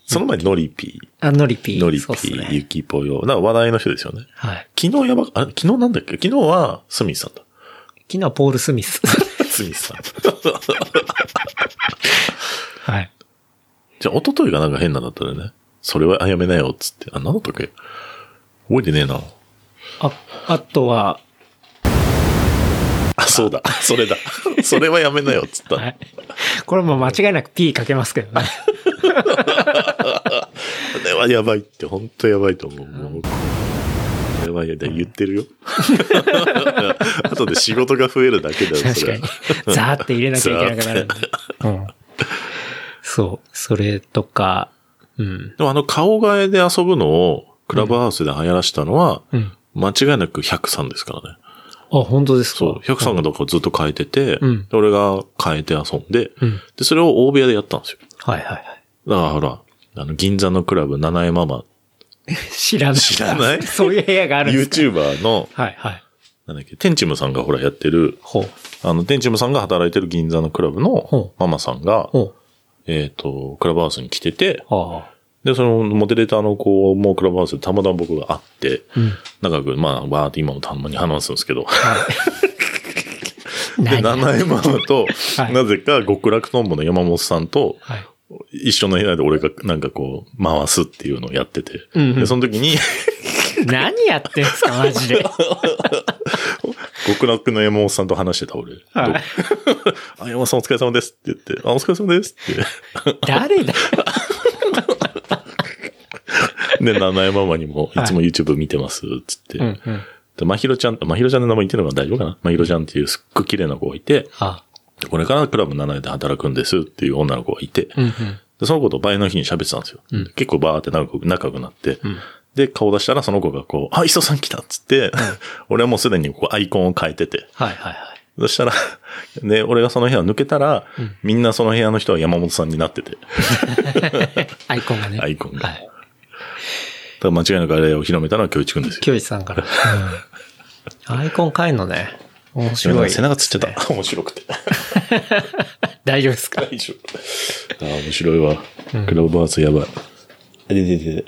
Speaker 3: その前にノリピ
Speaker 2: あ、ノリピ
Speaker 3: ー。
Speaker 2: ー。
Speaker 3: ノリピ
Speaker 2: そうっす
Speaker 3: ー、
Speaker 2: ね。
Speaker 3: ゆきぽよ。なんか話題の人ですよね。
Speaker 2: はい。
Speaker 3: 昨日やばか、あれ昨日なんだっけ昨日は、スミス さんだ。
Speaker 2: 昨日はポール・スミ ス。
Speaker 3: スミスさん。
Speaker 2: はい。
Speaker 3: じゃあ、一昨日がなんか変なんだったらね。それはあやめなよ、っつって。あ、なんだったっけ覚えてねえな。
Speaker 2: あ、あとは、
Speaker 3: あ、そうだ。 それだ。それはやめなよ、っつった。
Speaker 2: はい。これもう間違いなく P かけますけどね。
Speaker 3: これはやばいって、本当やばいと思う。もうこれはやばい。言ってるよ。 あとで仕事が増えるだけだよ、
Speaker 2: 確
Speaker 3: そ
Speaker 2: か
Speaker 3: れ
Speaker 2: に
Speaker 3: は。。
Speaker 2: ザーって入れなきゃいけなくなるんで。うん。そう。それとか、うん。
Speaker 3: でもあの顔替えで遊ぶのを、クラブハウスで流行らしたのは、
Speaker 2: うん。
Speaker 3: 間違いなく100さんですからね。
Speaker 2: あ、本当ですか
Speaker 3: そう。100さんがだからずっと変えてて、
Speaker 2: うん
Speaker 3: で俺が変えて遊んで、
Speaker 2: うん
Speaker 3: で、それを大部屋でやったんですよ。
Speaker 2: はいはいはい。
Speaker 3: だからほら、あの、銀座のクラブ、七重ママ、
Speaker 2: 知らない。
Speaker 3: 知らない
Speaker 2: そういう部屋があるんですか
Speaker 3: YouTuber の、
Speaker 2: はいはい。
Speaker 3: なんだっけ、テンチムさんがほらやってる、
Speaker 2: ほう。
Speaker 3: あの、テンチムさんが働いてる銀座のクラブの
Speaker 2: ほ
Speaker 3: ママさんが、
Speaker 2: ほ
Speaker 3: えっ、と、クラブハウスに来てて、
Speaker 2: う。あ
Speaker 3: で、そのモデレーターの子もクラブハウスでたまたま僕が会って、
Speaker 2: あ。うん。
Speaker 3: 長く、まあ、わーって今もたまに話すんですけど、で、
Speaker 2: 何々
Speaker 3: 七重ママと、
Speaker 2: はい
Speaker 3: なぜか極楽とんぼの山本さんと、
Speaker 2: はい。
Speaker 3: 一緒の部屋で俺がなんかこう、回すっていうのをやってて、
Speaker 2: うんうん
Speaker 3: で、その時に、
Speaker 2: 何やってんすか、マジで。
Speaker 3: 極楽の山本さんと話してた俺。
Speaker 2: はい
Speaker 3: あ、山本さんお疲れ様ですって言って、あ、お疲れ様ですって。
Speaker 2: 誰 だ
Speaker 3: で、七重ママにも、
Speaker 2: はい
Speaker 3: いつも YouTube 見てます、つって。
Speaker 2: うんうん。
Speaker 3: で、まひろちゃん、まひろちゃんの名前言ってるのが大丈夫かなまひろちゃんっていうすっごい綺麗な子がいて、
Speaker 2: あ
Speaker 3: でこれからクラブ7で働くんですっていう女の子がいて、
Speaker 2: うんうん。
Speaker 3: でその子と倍の日に喋ってたんですよ。結構バーって仲良く仲良くなって、
Speaker 2: ん
Speaker 3: で、顔出したらその子がこう、あ、磯さん来たっつって、俺はもうすでにこうアイコンを変えてて、
Speaker 2: はいはいはい。
Speaker 3: そしたら、 ね、俺がその部屋を抜けたら、みんなその部屋の人は山本さんになってて。
Speaker 2: アイコンがね。
Speaker 3: アイコンが
Speaker 2: はい。
Speaker 3: だから間違いなくあれを広めたのは京一くんですよ。
Speaker 2: 教授さんから。うんアイコン変えるのね。面
Speaker 3: ごめん
Speaker 2: 白。
Speaker 3: ないさい背中つっちゃった。面白くて。
Speaker 2: 大丈夫ですか
Speaker 3: 大丈夫。あー面白いわ。クラブバーツやばい。あでででで。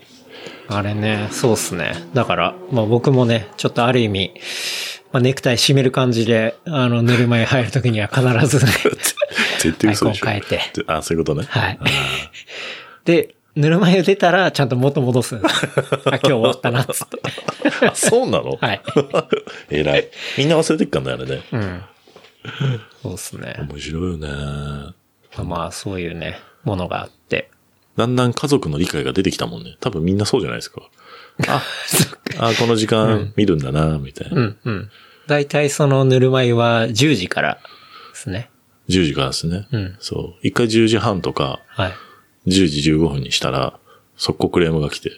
Speaker 2: あれね、そうっすね。だから、まあ僕もね、ちょっとある意味、まあネクタイ締める感じで、あの、寝る前入るときには必ず ね、
Speaker 3: 絶対嘘でしょ。
Speaker 2: アイコン変え
Speaker 3: て。あ、そういうことね。
Speaker 2: はい。で、ぬるま湯出たら、ちゃんと元戻すんです。あ、今日終わったな、っつって。
Speaker 3: あ、そうなの
Speaker 2: はい。
Speaker 3: 偉い。みんな忘れてっかんだよ、あれね。
Speaker 2: うん。そうっすね。
Speaker 3: 面白いよね。
Speaker 2: まあ、そういうね、ものがあって。
Speaker 3: だんだん家族の理解が出てきたもんね。多分みんなそうじゃないですか。 あ、あこの時間見るんだな、みたいな。
Speaker 2: うん、うん。大体そのぬるま湯は10時からですね。
Speaker 3: 10時からですね。
Speaker 2: うん
Speaker 3: そう。一回10時半とか、
Speaker 2: はい。
Speaker 3: 10時15分にしたら、速攻クレームが来て。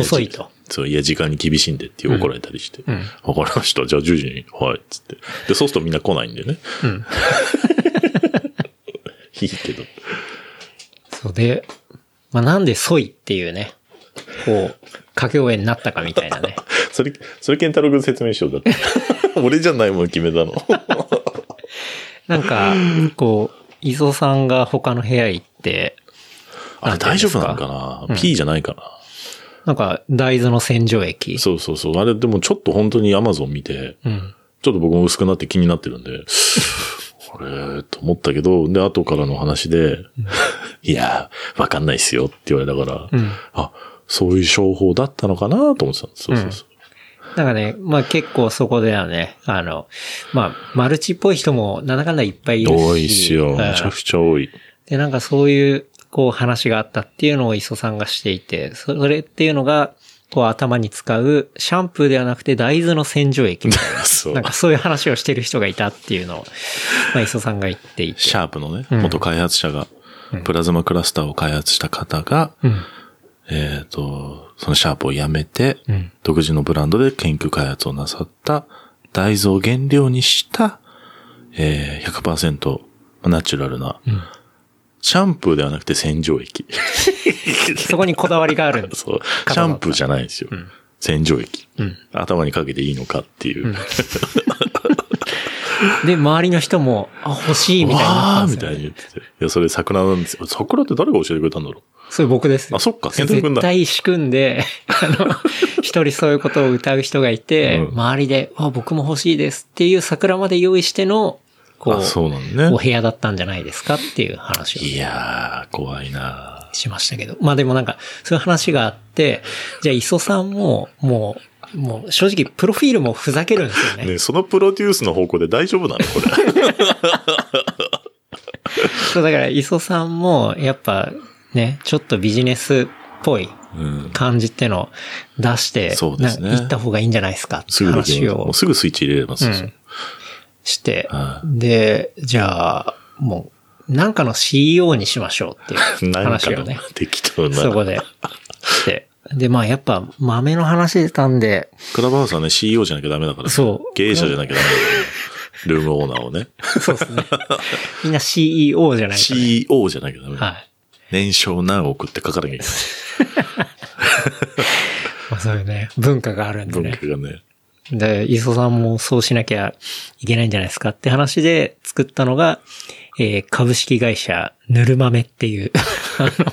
Speaker 2: 遅いと。
Speaker 3: じ そう、いや、時間に厳しいんでって怒られたりして。
Speaker 2: うん
Speaker 3: わかりました。じゃあ10時に、はい、つって。で、そうするとみんな来ないんでね。
Speaker 2: うん。
Speaker 3: いいけど。
Speaker 2: そうで、まあ、なんでソイっていうね、こう、掛け声になったかみたいな ね。
Speaker 3: それ、それ健太郎君説明しようだって。 俺じゃないもん決めたの。
Speaker 2: なんか、こう、磯さんが他の部屋行って、
Speaker 3: あれ大丈夫なのかな、?P じゃないかな、
Speaker 2: なんか大豆の洗浄液。
Speaker 3: そうそうそう。あれでもちょっと本当に Amazon 見て、
Speaker 2: うん。
Speaker 3: ちょっと僕も薄くなって気になってるんで、あれ、と思ったけど、で、後からの話で、いや、わかんないっすよって言われたから、
Speaker 2: うん。
Speaker 3: あ、そういう商法だったのかなと思ってたのそうそうそう。
Speaker 2: なんかね、まあ結構そこではね、あの、まあ、マルチっぽい人もなんだかんだいっぱいいるし。
Speaker 3: 多いっす
Speaker 2: う
Speaker 3: よ。
Speaker 2: ん
Speaker 3: めちゃくちゃ多い。
Speaker 2: で、なんかそういう、こう話があったっていうのを磯さんがしていて、それっていうのが、こう頭に使うシャンプーではなくて大豆の洗浄液み たいな。
Speaker 3: そう
Speaker 2: なん。かそういう話をしてる人がいたっていうのを、まあ、磯さんが言っていて。
Speaker 3: シャープのね、
Speaker 2: うん
Speaker 3: 元開発者が、プラズマクラスターを開発した方が、
Speaker 2: うん。
Speaker 3: えっ、と、そのシャープをやめて、
Speaker 2: うん。
Speaker 3: 独自のブランドで研究開発をなさった、大豆を原料にした、えー、100%ナチュラルな、
Speaker 2: うん
Speaker 3: シャンプーではなくて洗浄液。
Speaker 2: そこにこだわりがあるんです。
Speaker 3: そう。シャンプーじゃないんですよ。洗浄液。
Speaker 2: うん。
Speaker 3: 頭にかけていいのかっていう。
Speaker 2: で、周りの人も、あ、欲しいみたいにな
Speaker 3: わ
Speaker 2: ったん
Speaker 3: ー
Speaker 2: で
Speaker 3: み
Speaker 2: す
Speaker 3: た
Speaker 2: よ、
Speaker 3: いに
Speaker 2: ね。
Speaker 3: 言ってて。いや、それ桜なんですよ。桜って誰が教えてくれたんだろ
Speaker 2: それ僕です
Speaker 3: う。
Speaker 2: よ
Speaker 3: あ、。そっか、健太郎く
Speaker 2: 絶
Speaker 3: んだ。
Speaker 2: 対仕組んで、 あの、一人そういうことを歌う人がいて、
Speaker 3: うん
Speaker 2: 周りで、あ、僕も欲しいですっていう桜まで用意しての、こ
Speaker 3: あ、そう
Speaker 2: う、
Speaker 3: なんだね
Speaker 2: お。部屋だったんじゃないですかっていう話を
Speaker 3: いやー、怖いな
Speaker 2: しましたけど。まあでもなんか、そういう話があって、じゃあ磯さんも、もう、もう正直プロフィールもふざけるんですよね。
Speaker 3: ね、そのプロデュースの方向で大丈夫なのこ れ。
Speaker 2: そうだから磯さんも、やっぱね、ちょっとビジネスっぽい
Speaker 3: うん。
Speaker 2: 感じってのを出して、
Speaker 3: そうですね
Speaker 2: なんか行った方がいいんじゃないですかって
Speaker 3: すぐでき
Speaker 2: 話
Speaker 3: ます。も
Speaker 2: を
Speaker 3: うすぐスイッチ入れれますよ。
Speaker 2: うんして、
Speaker 3: は
Speaker 2: で、じゃあ、もう、なんかの CEO にしましょうっていう
Speaker 3: なんか
Speaker 2: 話を
Speaker 3: の
Speaker 2: ね、
Speaker 3: 適当
Speaker 2: そこ
Speaker 3: な。
Speaker 2: でして。で、まあやっぱ豆の話出たんで、
Speaker 3: クラブハウスはね、CEO じゃなきゃダメだから。
Speaker 2: そう
Speaker 3: 経営者じゃなきゃダメだかルームオーナーをね。
Speaker 2: そう ですね。みんな CEO じゃないとね
Speaker 3: CEO じゃなきゃダメ。
Speaker 2: はい。
Speaker 3: 年商何億って書かなきゃいけない。
Speaker 2: まあそういうね、文化があるんで
Speaker 3: 文
Speaker 2: ね。
Speaker 3: 化がね。
Speaker 2: で、磯さんもそうしなきゃいけないんじゃないですかって話で作ったのが、えー株式会社、ぬるまめっていう、 あの、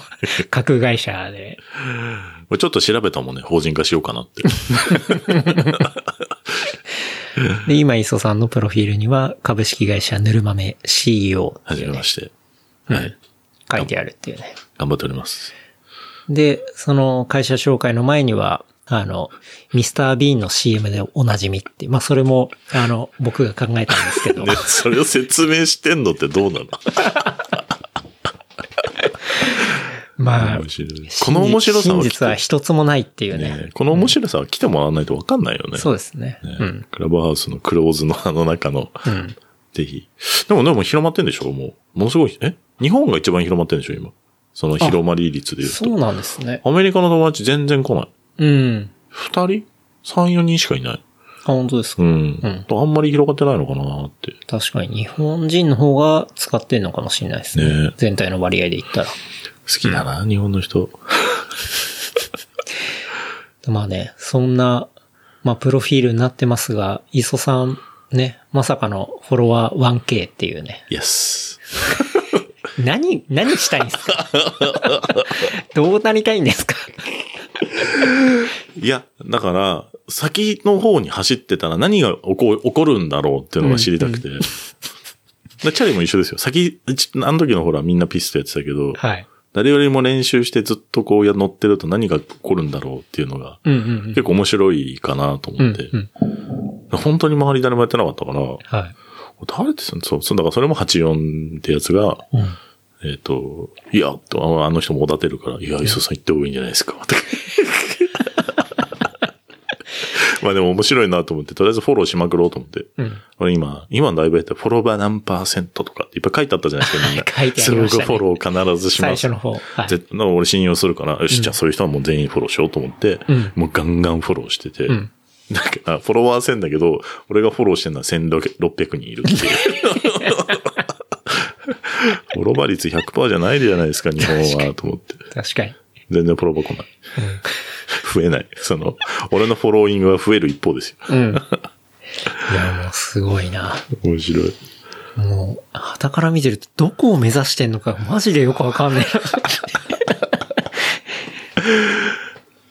Speaker 2: 核会社で、
Speaker 3: これちょっと調べたもんね、法人化しようかなって。
Speaker 2: で、今、磯さんのプロフィールには、株式会社ぬるまめ CEO
Speaker 3: はじめまして。はい。
Speaker 2: 書いてあるっていうね。
Speaker 3: 頑張っております。
Speaker 2: で、その会社紹介の前には、あの、ミスター・ビーンの CM でおなじみって、まあ、それも、あの、僕が考えたんですけど、
Speaker 3: ね、それを説明してんのってどうなの
Speaker 2: まあ、
Speaker 3: 面白い
Speaker 2: 真
Speaker 3: この面白さ
Speaker 2: 真
Speaker 3: は来
Speaker 2: 実は
Speaker 3: て、
Speaker 2: 一つもないっていうね。
Speaker 3: ね、この面白さは来てもらわないとわかんないよね。
Speaker 2: そうですね。
Speaker 3: ね
Speaker 2: うん。
Speaker 3: クラブハウスのクローズのあの中の、
Speaker 2: うん。
Speaker 3: ぜひ。でも、でも広まってんでしょもう。ものすごい、え日本が一番広まってんでしょ今。その広まり率で言う
Speaker 2: そう
Speaker 3: と。
Speaker 2: なんですね。
Speaker 3: アメリカの友達全然来ない。
Speaker 2: うん。
Speaker 3: 二人三、四人しかいない。
Speaker 2: あ、本当です
Speaker 3: う
Speaker 2: か。
Speaker 3: ん。
Speaker 2: うん
Speaker 3: とあんまり広がってないのかなって。
Speaker 2: 確かに日本人の方が使ってんのかもしれないですね。
Speaker 3: ね
Speaker 2: 全体の割合で言ったら。
Speaker 3: 好きだな、日本の人。
Speaker 2: まあね、そんな、まあ、プロフィールになってますが、磯さん、ね、まさかのフォロワー 1K っていうね。
Speaker 3: イエス。
Speaker 2: 何、何したいんです かどうなりたいんですか
Speaker 3: いや、だから、先の方に走ってたら何が起こ起こるんだろうっていうのが知りたくて。でチャリも一緒ですよ。先、ちあの時のほらみんなピストやってたけど、
Speaker 2: はい。
Speaker 3: 誰よりも練習してずっとこうや乗ってると何が起こるんだろうっていうのが、
Speaker 2: うんうん
Speaker 3: 結構面白いかなと
Speaker 2: うん。う
Speaker 3: 思っ
Speaker 2: ん
Speaker 3: て。
Speaker 2: うん。
Speaker 3: 本当に周り誰もやってなかったから、
Speaker 2: はい。
Speaker 3: 誰ってそそう、そうだからそれも84ってやつが、
Speaker 2: うん。
Speaker 3: えっ、と、いや、とああの人もおだてるから、いや、磯さん行った方がいいんじゃな いですか、とかまあでも面白いなと思って、とりあえずフォローしまくろうと思って。
Speaker 2: うん。
Speaker 3: 俺今、今のライブやったらフォロワー何パーセントとかっていっぱい書いてあったじゃないですか、みん な。
Speaker 2: 書いてありましたね
Speaker 3: すごくフォロー必ずし
Speaker 2: 最
Speaker 3: ます。
Speaker 2: 初の方。はい。
Speaker 3: 絶対俺信用するから、よし、じゃあそういう人はもう全員フォローしようと思って、
Speaker 2: うん
Speaker 3: もうガンガンフォローしてて、
Speaker 2: うん
Speaker 3: だから、フォロワー1000だけど、俺がフォローしてるのは1600人 いるっていう。フォロワー率100%じゃないじゃないですか、日本は、と思って。
Speaker 2: 確かに。
Speaker 3: 全然フォロワー来ない。増えない。その、俺のフォローイングは増える一方ですよ。
Speaker 2: うん。いや、もうすごいな。
Speaker 3: 面白い。
Speaker 2: もう、旗から見てるとどこを目指してんのかマジでよくわか んない。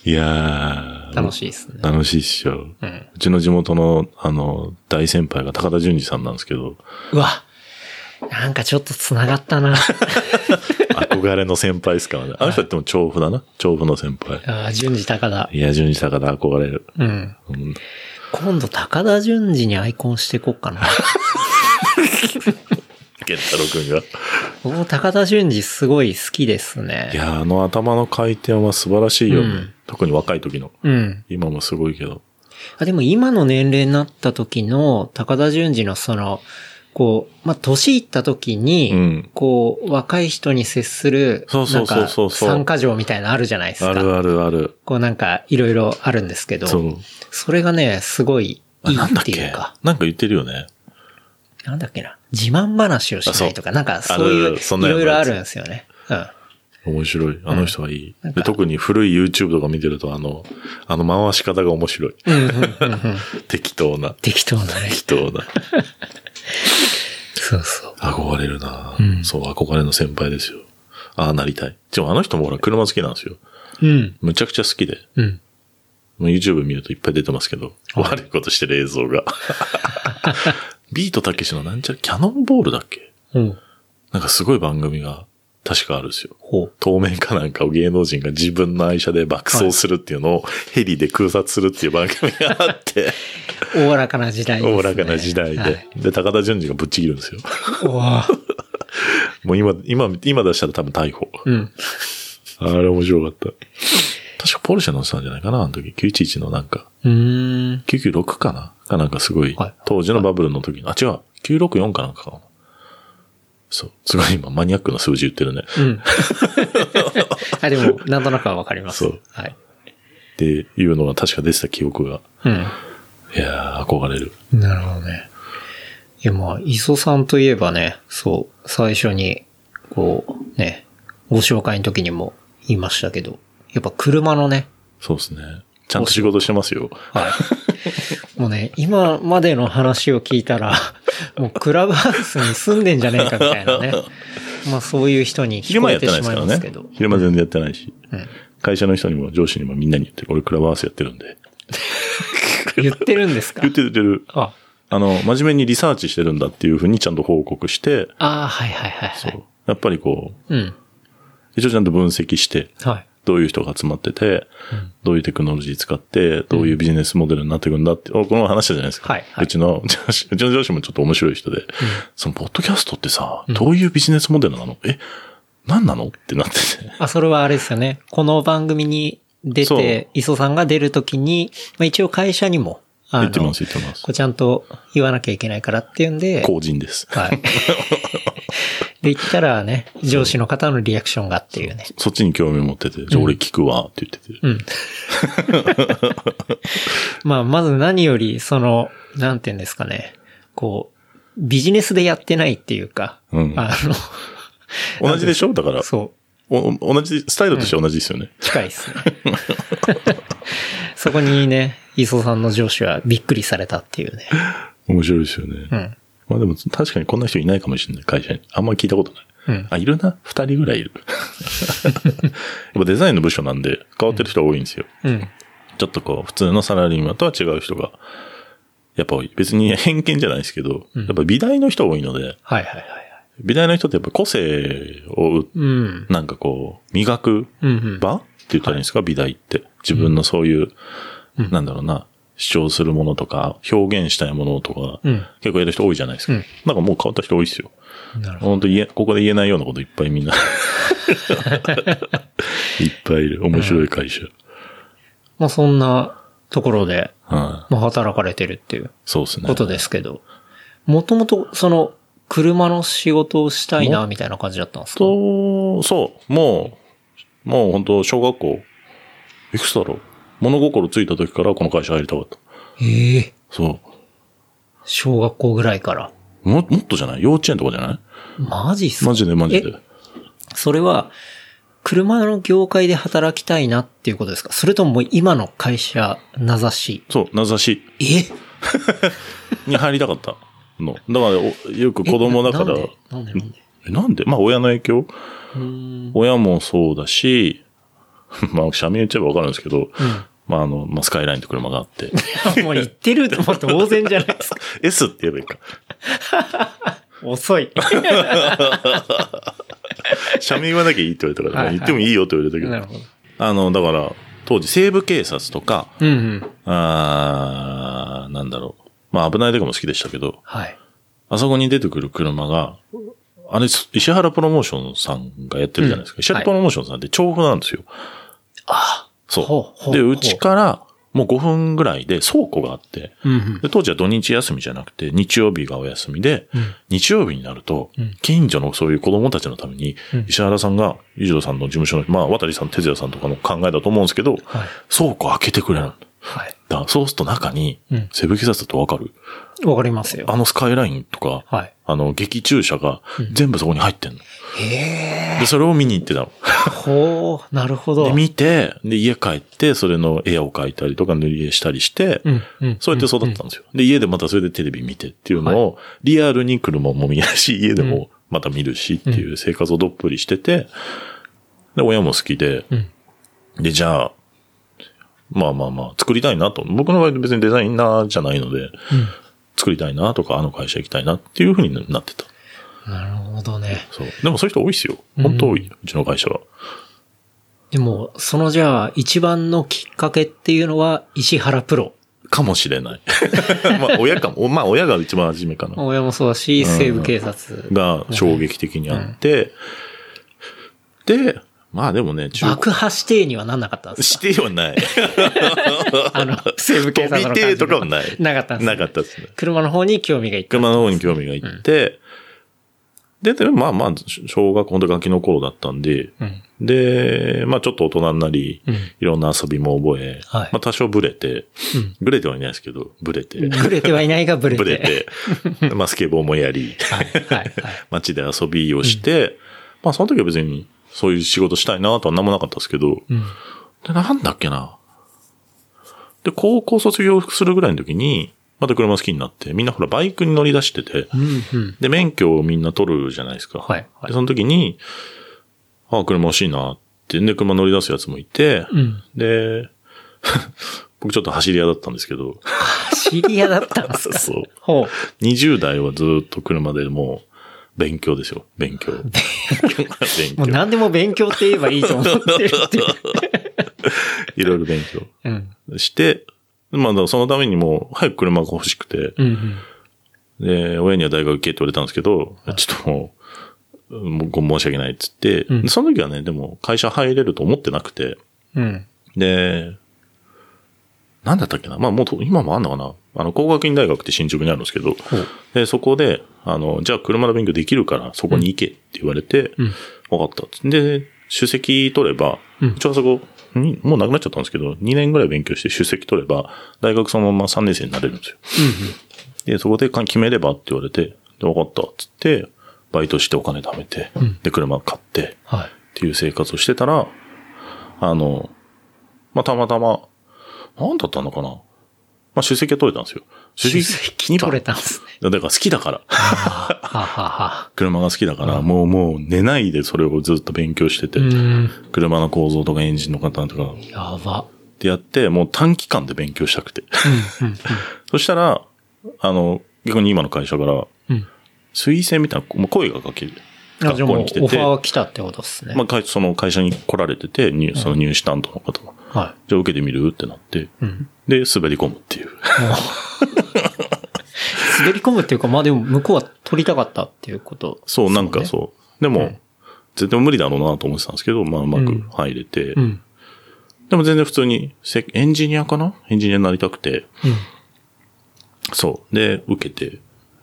Speaker 3: いやー。
Speaker 2: 楽しいですね。
Speaker 3: 楽しいっしょ。う
Speaker 2: うん。
Speaker 3: ちの地元の、あの、大先輩が高田純次さんなんですけど、
Speaker 2: うわ。なんかちょっと繋がった な。
Speaker 3: 憧れの先輩ですからね。あの人っても調布だな。調布の先輩。
Speaker 2: ああ、順次高田。
Speaker 3: いや、淳二高田憧れる。
Speaker 2: うん。
Speaker 3: うん
Speaker 2: 今度高田順次にアイコンしていこうかな。
Speaker 3: 健太郎くんが。
Speaker 2: 僕も高田順次すごい好きです
Speaker 3: い
Speaker 2: ね。
Speaker 3: や、あの頭の回転は素晴らしいよ、ね
Speaker 2: うん
Speaker 3: 特に若い時の。
Speaker 2: うん。
Speaker 3: 今もすごいけど。
Speaker 2: あでも今の年齢になった時の高田順次のその、こう、まあ、年いった時に、
Speaker 3: うん
Speaker 2: こう、若い人に接する、
Speaker 3: そうそうそうそうそう
Speaker 2: なんか、参加状みたいなのあるじゃないですか。
Speaker 3: あるあるある。
Speaker 2: こうなんか、いろいろあるんですけど、
Speaker 3: そ。
Speaker 2: そうれがね、すごい
Speaker 3: あ
Speaker 2: いい
Speaker 3: なんだ
Speaker 2: っ
Speaker 3: って
Speaker 2: い
Speaker 3: け
Speaker 2: うか、
Speaker 3: なんか言ってるよね。
Speaker 2: なんだっけな、自慢話をしないとか、なんかそう
Speaker 3: あ
Speaker 2: い
Speaker 3: るあ
Speaker 2: う、
Speaker 3: る
Speaker 2: い
Speaker 3: そんなの
Speaker 2: ろいろあ
Speaker 3: やつ
Speaker 2: るんですよね。うん。
Speaker 3: 面白い。あの人はいい。
Speaker 2: なんか
Speaker 3: で特に古い YouTube とか見てると、あの、あの回し方が面白い。適当な。
Speaker 2: 適当なね。
Speaker 3: 適当な。
Speaker 2: そうそう。
Speaker 3: 憧れるな、
Speaker 2: ん
Speaker 3: そう、憧れの先輩ですよ。ああ、なりたい。でもあの人もほら、車好きなんですよ。
Speaker 2: うん。
Speaker 3: むちゃくちゃ好きで。
Speaker 2: うん。
Speaker 3: もう YouTube 見るといっぱい出てますけど、悪いことしてる映像が。 ビートたけしのなんちゃら、キャノンボールだっけ
Speaker 2: うん。
Speaker 3: なんかすごい番組が確かあるんですよ。
Speaker 2: ほう。
Speaker 3: 当面かなんかを芸能人が自分の愛車で爆走するっていうのをヘリで空撮するっていう番組があ って、
Speaker 2: おおらかな時代ですね。
Speaker 3: おおらかな時代で。
Speaker 2: はい
Speaker 3: で、高田純次がぶっちぎるんですよ。
Speaker 2: おー
Speaker 3: もう今、今、今出したら多分逮捕。
Speaker 2: うん。
Speaker 3: あれ面白かった。確かポルシェ乗ってたんじゃないかな、あの時。911のなんか、
Speaker 2: うーん。
Speaker 3: 996かなかなんかすごい、
Speaker 2: はい
Speaker 3: 当時のバブルの時の、あ、違う、964かなんかかな。そう。すごい今、マニアックな数字言ってるね。
Speaker 2: うん。あ、でも、なんとなくはわかります。
Speaker 3: そう
Speaker 2: はい。
Speaker 3: っていうのが確か出てた記憶が。
Speaker 2: うん。
Speaker 3: いやー、憧れる。
Speaker 2: なるほどね。いや、まあ、磯さんといえばね、そう、最初に、こう、ね、ご紹介の時にも言いましたけど、やっぱ車のね、
Speaker 3: そうですね。ちゃんと仕事してますよ。
Speaker 2: はい。もうね、今までの話を聞いたら、 もうクラブハウスに住んでんじゃねえかみたいなね。まあそういう人に聞
Speaker 3: 昼
Speaker 2: こ
Speaker 3: 間や
Speaker 2: え
Speaker 3: って
Speaker 2: て
Speaker 3: ない
Speaker 2: し
Speaker 3: です
Speaker 2: ま
Speaker 3: か
Speaker 2: いま
Speaker 3: ら
Speaker 2: すけど
Speaker 3: ね。。昼間全然やってないし。
Speaker 2: ん
Speaker 3: 会社の人にも上司にもみんなに言ってる。俺クラブハウスやってるんで。
Speaker 2: 言ってるんですか
Speaker 3: 言ってる言ってる。
Speaker 2: あ、
Speaker 3: あの、真面目にリサーチしてるんだっていうふうにちゃんと報告して、
Speaker 2: ああ、はいはいはいは
Speaker 3: そう
Speaker 2: い。
Speaker 3: やっぱりこう、
Speaker 2: うん。
Speaker 3: 一応ちゃんと分析して、
Speaker 2: はい。
Speaker 3: どういう人が集まってて、どういうテクノロジー使って、どういうビジネスモデルになっていくんだって、おこの話したじゃないですか。
Speaker 2: はいはいう
Speaker 3: ちの 上司、うちの上司もちょっと面白い人で、その、ポッドキャストってさ、どういうビジネスモデルなの、え、何なのってなってて。
Speaker 2: あ、それはあれですよね。この番組に出
Speaker 3: そう
Speaker 2: て、磯さんが出るときに、まあ一応会社にも、あ
Speaker 3: 言
Speaker 2: の
Speaker 3: ってます、言ってます
Speaker 2: こう。ちゃんと言わなきゃいけないからっていうんで、
Speaker 3: 後人です。
Speaker 2: はい。 で、言ったらね、上司の方のリアクションがっていうね。
Speaker 3: そっちに興味を持ってて、じゃあ俺聞くわ、って言ってて。
Speaker 2: うん。まあ、まず何より、その、なんて言うんですかね。こう、ビジネスでやってないっていうか、
Speaker 3: うん
Speaker 2: あ
Speaker 3: 同じでしょだから
Speaker 2: の、、そう、
Speaker 3: お同じ、スタイルとしては同じですよね。
Speaker 2: 近いですね。そこにね、磯さんの上司はびっくりされたっていうね。
Speaker 3: 面白いですよね。
Speaker 2: うん。
Speaker 3: まあでも、確かにこんな人いないかもしれない、会社に。あんま聞いたことない。
Speaker 2: うん
Speaker 3: あ、いるな二人ぐらいいる。やっぱデザインの部署なんで、変わってる人が多いんですよ。
Speaker 2: うん。
Speaker 3: ちょっとこう、普通のサラリーマンとは違う人が、やっぱ多い。別に 偏見じゃないですけど、やっぱ美大の人多いので、
Speaker 2: はいはいはいはい。
Speaker 3: 美大の人ってやっぱ個性を、
Speaker 2: うん。
Speaker 3: なんかこう、磨く
Speaker 2: うんうん。
Speaker 3: 場って言ったらいいんですか、美大って。自分のそういう、なんだろうな、主張するものとか、表現したいものとか、
Speaker 2: うん
Speaker 3: 結構やる人多いじゃないですか。
Speaker 2: うん
Speaker 3: なんかもう変わった人多いですよ。
Speaker 2: なるほど。
Speaker 3: 本当言え、ここで言えないようなこといっぱい みんな。いっぱいいる。面白い会社。
Speaker 2: まあ、そんなところで、
Speaker 3: はい、
Speaker 2: まあ、働かれてるっていう
Speaker 3: そうですね。
Speaker 2: ことですけど、もともと、その、車の仕事をしたいな、みたいな感じだったんですか
Speaker 3: と、そう、もう、もう本当小学校、いくつだろう。物心ついた時からこの会社入りたかった。
Speaker 2: ええ
Speaker 3: そ
Speaker 2: 小学校ぐらいから。
Speaker 3: う。も、もっとじゃない幼稚園とかじゃない
Speaker 2: マジっすか
Speaker 3: マジでマジで
Speaker 2: え。それは、車の業界で働きたいなっていうことですかそれとももう今の会社、名指し。
Speaker 3: そう、名指し
Speaker 2: え
Speaker 3: に入りたかったの。だからお、よく子供だか
Speaker 2: な
Speaker 3: ら、
Speaker 2: なんでなんでなんで
Speaker 3: えなんでまあ親の影響
Speaker 2: うーん。
Speaker 3: 親もそうだし、 まあ、社名言っちゃえばわかるんですけど、まあ、あの、まあ、スカイラインって車があって、
Speaker 2: もう言ってると思って当然じゃないですか。
Speaker 3: S って言えばいいか。
Speaker 2: 遅い。
Speaker 3: 社名言わなきゃいいって言われたか
Speaker 2: は
Speaker 3: ら、
Speaker 2: いはい
Speaker 3: 言ってもいいよって言われたけど、
Speaker 2: なるほど。
Speaker 3: あの、だから、当時、西部警察とか、
Speaker 2: うんうん。
Speaker 3: あーなんだろう。まあ、危ないとかも好きでしたけど、
Speaker 2: はい。
Speaker 3: あそこに出てくる車が、あれ、石原プロモーションさんがやってるじゃないですか。
Speaker 2: うん
Speaker 3: 石原プロモーションさんって調布なんですよ。
Speaker 2: あほうほ
Speaker 3: そう。
Speaker 2: う
Speaker 3: で、
Speaker 2: ほう
Speaker 3: うちから、もう5分ぐらいで倉庫があって、
Speaker 2: うんうん。
Speaker 3: で、当時は土日休みじゃなくて、日曜日がお休みで、日曜日になると、近所のそういう子供たちのために、石原さんが、裕次郎さんの事務所の、まあ、渡さん、哲也さんとかの考えだと思うんですけど、
Speaker 2: はい
Speaker 3: 倉庫開けてくれる。
Speaker 2: はい。
Speaker 3: だからそうすると中に
Speaker 2: うん、
Speaker 3: セブ警察だとわかる、
Speaker 2: わかりますよ。
Speaker 3: あのスカイラインとか、
Speaker 2: はい
Speaker 3: あの、劇中車が全部そこに入ってんの。
Speaker 2: へえ。
Speaker 3: で、それを見に行ってたの。
Speaker 2: ほう、なるほど。
Speaker 3: で、見て、で、家帰って、それの絵を描いたりとか塗り絵したりして、
Speaker 2: うんうん
Speaker 3: そうやって育ったんですよ。で、家でまたそれでテレビ見てっていうのを、リアルに車も見るし、家でもまた見るしっていう生活をどっぷりしてて、で、親も好きで、
Speaker 2: うん
Speaker 3: で、じゃあ、まあまあまあ、作りたいなと。僕の場合別にデザイナーじゃないので、作りたいなとか、あの会社行きたいなっていうふうになってた。
Speaker 2: なるほどね。
Speaker 3: そう。でもそういう人多いっすよ。本当多い。うちの会社は。
Speaker 2: でも、そのじゃあ、一番のきっかけっていうのは、石原プロ。
Speaker 3: かもしれない。 まあ、親かも。まあ、親が一番初めかな。
Speaker 2: 親もそうだし、西部警察。
Speaker 3: が衝撃的にあって、で、まあでもね、中
Speaker 2: 爆破指定にはなんなかったんですか
Speaker 3: してはない。
Speaker 2: あ の、西部警
Speaker 3: 飛
Speaker 2: 察の
Speaker 3: び
Speaker 2: 感じ
Speaker 3: てとかはない。
Speaker 2: なかったんですね
Speaker 3: なかったですね。
Speaker 2: 車の方に興味がいった。
Speaker 3: 車の方に興味がいって、で、でまあまあ、小学校の楽器の頃だったんで、
Speaker 2: うん。
Speaker 3: で、まあちょっと大人になり、
Speaker 2: うん
Speaker 3: いろんな遊びも覚え、
Speaker 2: はい
Speaker 3: まあ多少ブレて、
Speaker 2: うん
Speaker 3: ブレてはいないですけど、ブレて、
Speaker 2: ブレてはいないがブレて。
Speaker 3: ブレて、まあスケボーもやり、
Speaker 2: はい。 はい。はい。
Speaker 3: 街で遊びをして、まあその時は別にそういう仕事したいなとは何もなかったですけど、
Speaker 2: うん。
Speaker 3: で、なんだっけな。で、高校卒業するぐらいの時に、また車好きになって、みんなほらバイクに乗り出してて、
Speaker 2: うん。うん。
Speaker 3: で、免許をみんな取るじゃないですか。
Speaker 2: はいはい
Speaker 3: で、その時に、ああ、車欲しいなって、で、車乗り出すやつもいて、
Speaker 2: うん。
Speaker 3: で、 僕ちょっと走り屋だったんですけど、
Speaker 2: 走り屋だったんですか
Speaker 3: そう。
Speaker 2: ほう。
Speaker 3: 20代はずっと車でもう、勉強ですよ。勉強。勉
Speaker 2: もう
Speaker 3: 強。
Speaker 2: 何でも勉強って言えばいいと思ってるっていう。
Speaker 3: いろいろ勉
Speaker 2: うん。
Speaker 3: 強して、まあ、だからそのためにもう、早く車が欲しくて、
Speaker 2: うんうん。
Speaker 3: で、親には大学行けって言われたんですけど、ちょっともう、もうご申し訳ないっつって、
Speaker 2: うん
Speaker 3: でその時はね、でも会社入れると思ってなくて、
Speaker 2: うん。
Speaker 3: で、なんだったっけなまあもうと今もあんのかなあの、工学院大学って新宿にあるんですけ
Speaker 2: ほ
Speaker 3: ど、
Speaker 2: う。
Speaker 3: で、そこで、あの、じゃあ車の勉強できるからそこに行けって言われて、
Speaker 2: うん。
Speaker 3: 分かったっつって。で、首席取れば、
Speaker 2: うん
Speaker 3: 一応あそこ、にもうなくなっちゃったんですけど、2年ぐらい勉強して首席取れば、大学そのまま3年生になれるんですよ。で、そこでか決めればって言われて、で、分かったっつって、バイトしてお金貯めて、
Speaker 2: ん
Speaker 3: で、車買って、
Speaker 2: はい。
Speaker 3: っていう生活をしてたら、あの、まあ、たまたま、なんだったのかなまあ、首席は取れたんですよ。
Speaker 2: 首席取れたんですね。
Speaker 3: だから好きだから。
Speaker 2: はあはあはあ。
Speaker 3: 車が好きだから、もうもう寝ないでそれをずっと勉強してて、
Speaker 2: うん。
Speaker 3: 車の構造とかエンジンの方とか
Speaker 2: やば。
Speaker 3: ってやって、もう短期間で勉強した くて。
Speaker 2: うん。うん
Speaker 3: そしたら、あの、逆に今の会社から、
Speaker 2: うん。うん。
Speaker 3: 推薦みたいなもう声がかける。
Speaker 2: あじ
Speaker 3: 学
Speaker 2: ゃあ
Speaker 3: 校
Speaker 2: もう
Speaker 3: に
Speaker 2: オ
Speaker 3: 来
Speaker 2: フ
Speaker 3: て
Speaker 2: ァ
Speaker 3: て、
Speaker 2: ーは来たってことですね。
Speaker 3: まあ会、その会社に来られてて、入その入試担当の方が、
Speaker 2: は
Speaker 3: じゃあ受けてみるってなって、
Speaker 2: い。うん。
Speaker 3: で、滑り込むっていう。
Speaker 2: 滑り込むっていうか、まあでも向こうは取りたかったっていうこと、
Speaker 3: そう、なんか
Speaker 2: う。
Speaker 3: そう。でも、
Speaker 2: うん
Speaker 3: 絶対無理だろうなと思ってたんですけど、まあ、うま
Speaker 2: う
Speaker 3: く
Speaker 2: ん
Speaker 3: 入れて、
Speaker 2: うん。
Speaker 3: でも全然普通に、せエンジニアかなエンジニアになりたくて、
Speaker 2: う
Speaker 3: そう。で、受けて、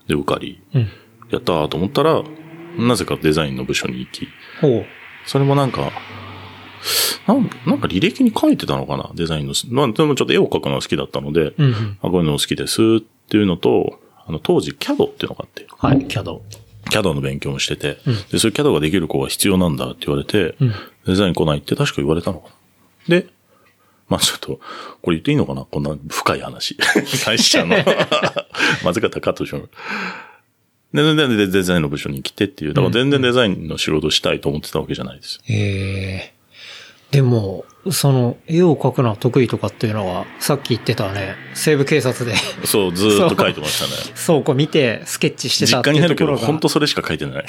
Speaker 3: で、受かり、
Speaker 2: ん。うん。
Speaker 3: やったーと思ったら、なぜかデザインの部署に行き、
Speaker 2: ほう。
Speaker 3: それもなんか、なんなんか履歴に書いてたのかなデザインの。まあ、でもちょっと絵を描くのが好きだったので、
Speaker 2: う
Speaker 3: あ、
Speaker 2: んうん。
Speaker 3: こういうの好きですっていうのと、あの、当時 CAD っていうのがあって、
Speaker 2: はい、キャド。
Speaker 3: CAD の勉強もしてて、
Speaker 2: うん
Speaker 3: で、そういう CAD ができる子が必要なんだって言われて、
Speaker 2: うん
Speaker 3: デザイン来ないって確か言われたのかな。で、まあちょっと、これ言っていいのかなこんな深い話。 会社の。 まずかったらカットしよう。で、全然でデザインの部署に来てっていう。だから全然デザインの仕事したいと思ってたわけじゃないです。
Speaker 2: ええでも、その、絵を描くのは得意とかっていうのは、さっき言ってたね、西部警察で
Speaker 3: そう、ずーっと書いてましたね。
Speaker 2: 倉庫見てスケッチ してた
Speaker 3: 実
Speaker 2: って
Speaker 3: 家に
Speaker 2: い
Speaker 3: あ
Speaker 2: う
Speaker 3: る
Speaker 2: と
Speaker 3: け
Speaker 2: こ
Speaker 3: ど、
Speaker 2: ろが。
Speaker 3: 本当それしか書いてない。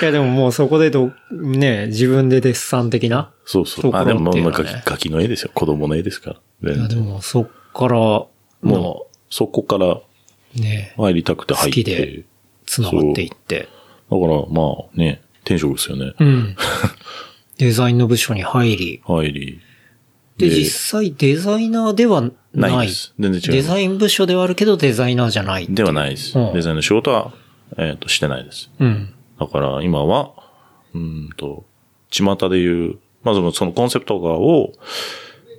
Speaker 2: いやでももうそこでど、ね、自分でデッサン的な。
Speaker 3: そう そ。
Speaker 2: そうう
Speaker 3: あ、でも、まあ
Speaker 2: これ
Speaker 3: ま
Speaker 2: 持
Speaker 3: あ
Speaker 2: ってる
Speaker 3: 書
Speaker 2: よ
Speaker 3: き
Speaker 2: ね
Speaker 3: 書きの絵ですよ。子供の絵ですから。
Speaker 2: いやでもそっから、
Speaker 3: も
Speaker 2: も
Speaker 3: う、そこから
Speaker 2: う、ね、
Speaker 3: 入りたくて入って。
Speaker 2: 好きで繋がっていって。
Speaker 3: だから、まあね、転職ですよね。
Speaker 2: うん。 デザインの部署に入り、
Speaker 3: 入り。
Speaker 2: で、
Speaker 3: で
Speaker 2: 実際デザイナーではない。
Speaker 3: ないです全然違う
Speaker 2: デザイン部署ではあるけど、デザイナーじゃない。
Speaker 3: ではないです。
Speaker 2: うん
Speaker 3: デザインの仕事は、えっ、と、してないです。
Speaker 2: うん。
Speaker 3: だから、今は、うーんと、巷でいう、まずはそのコンセプトカーを、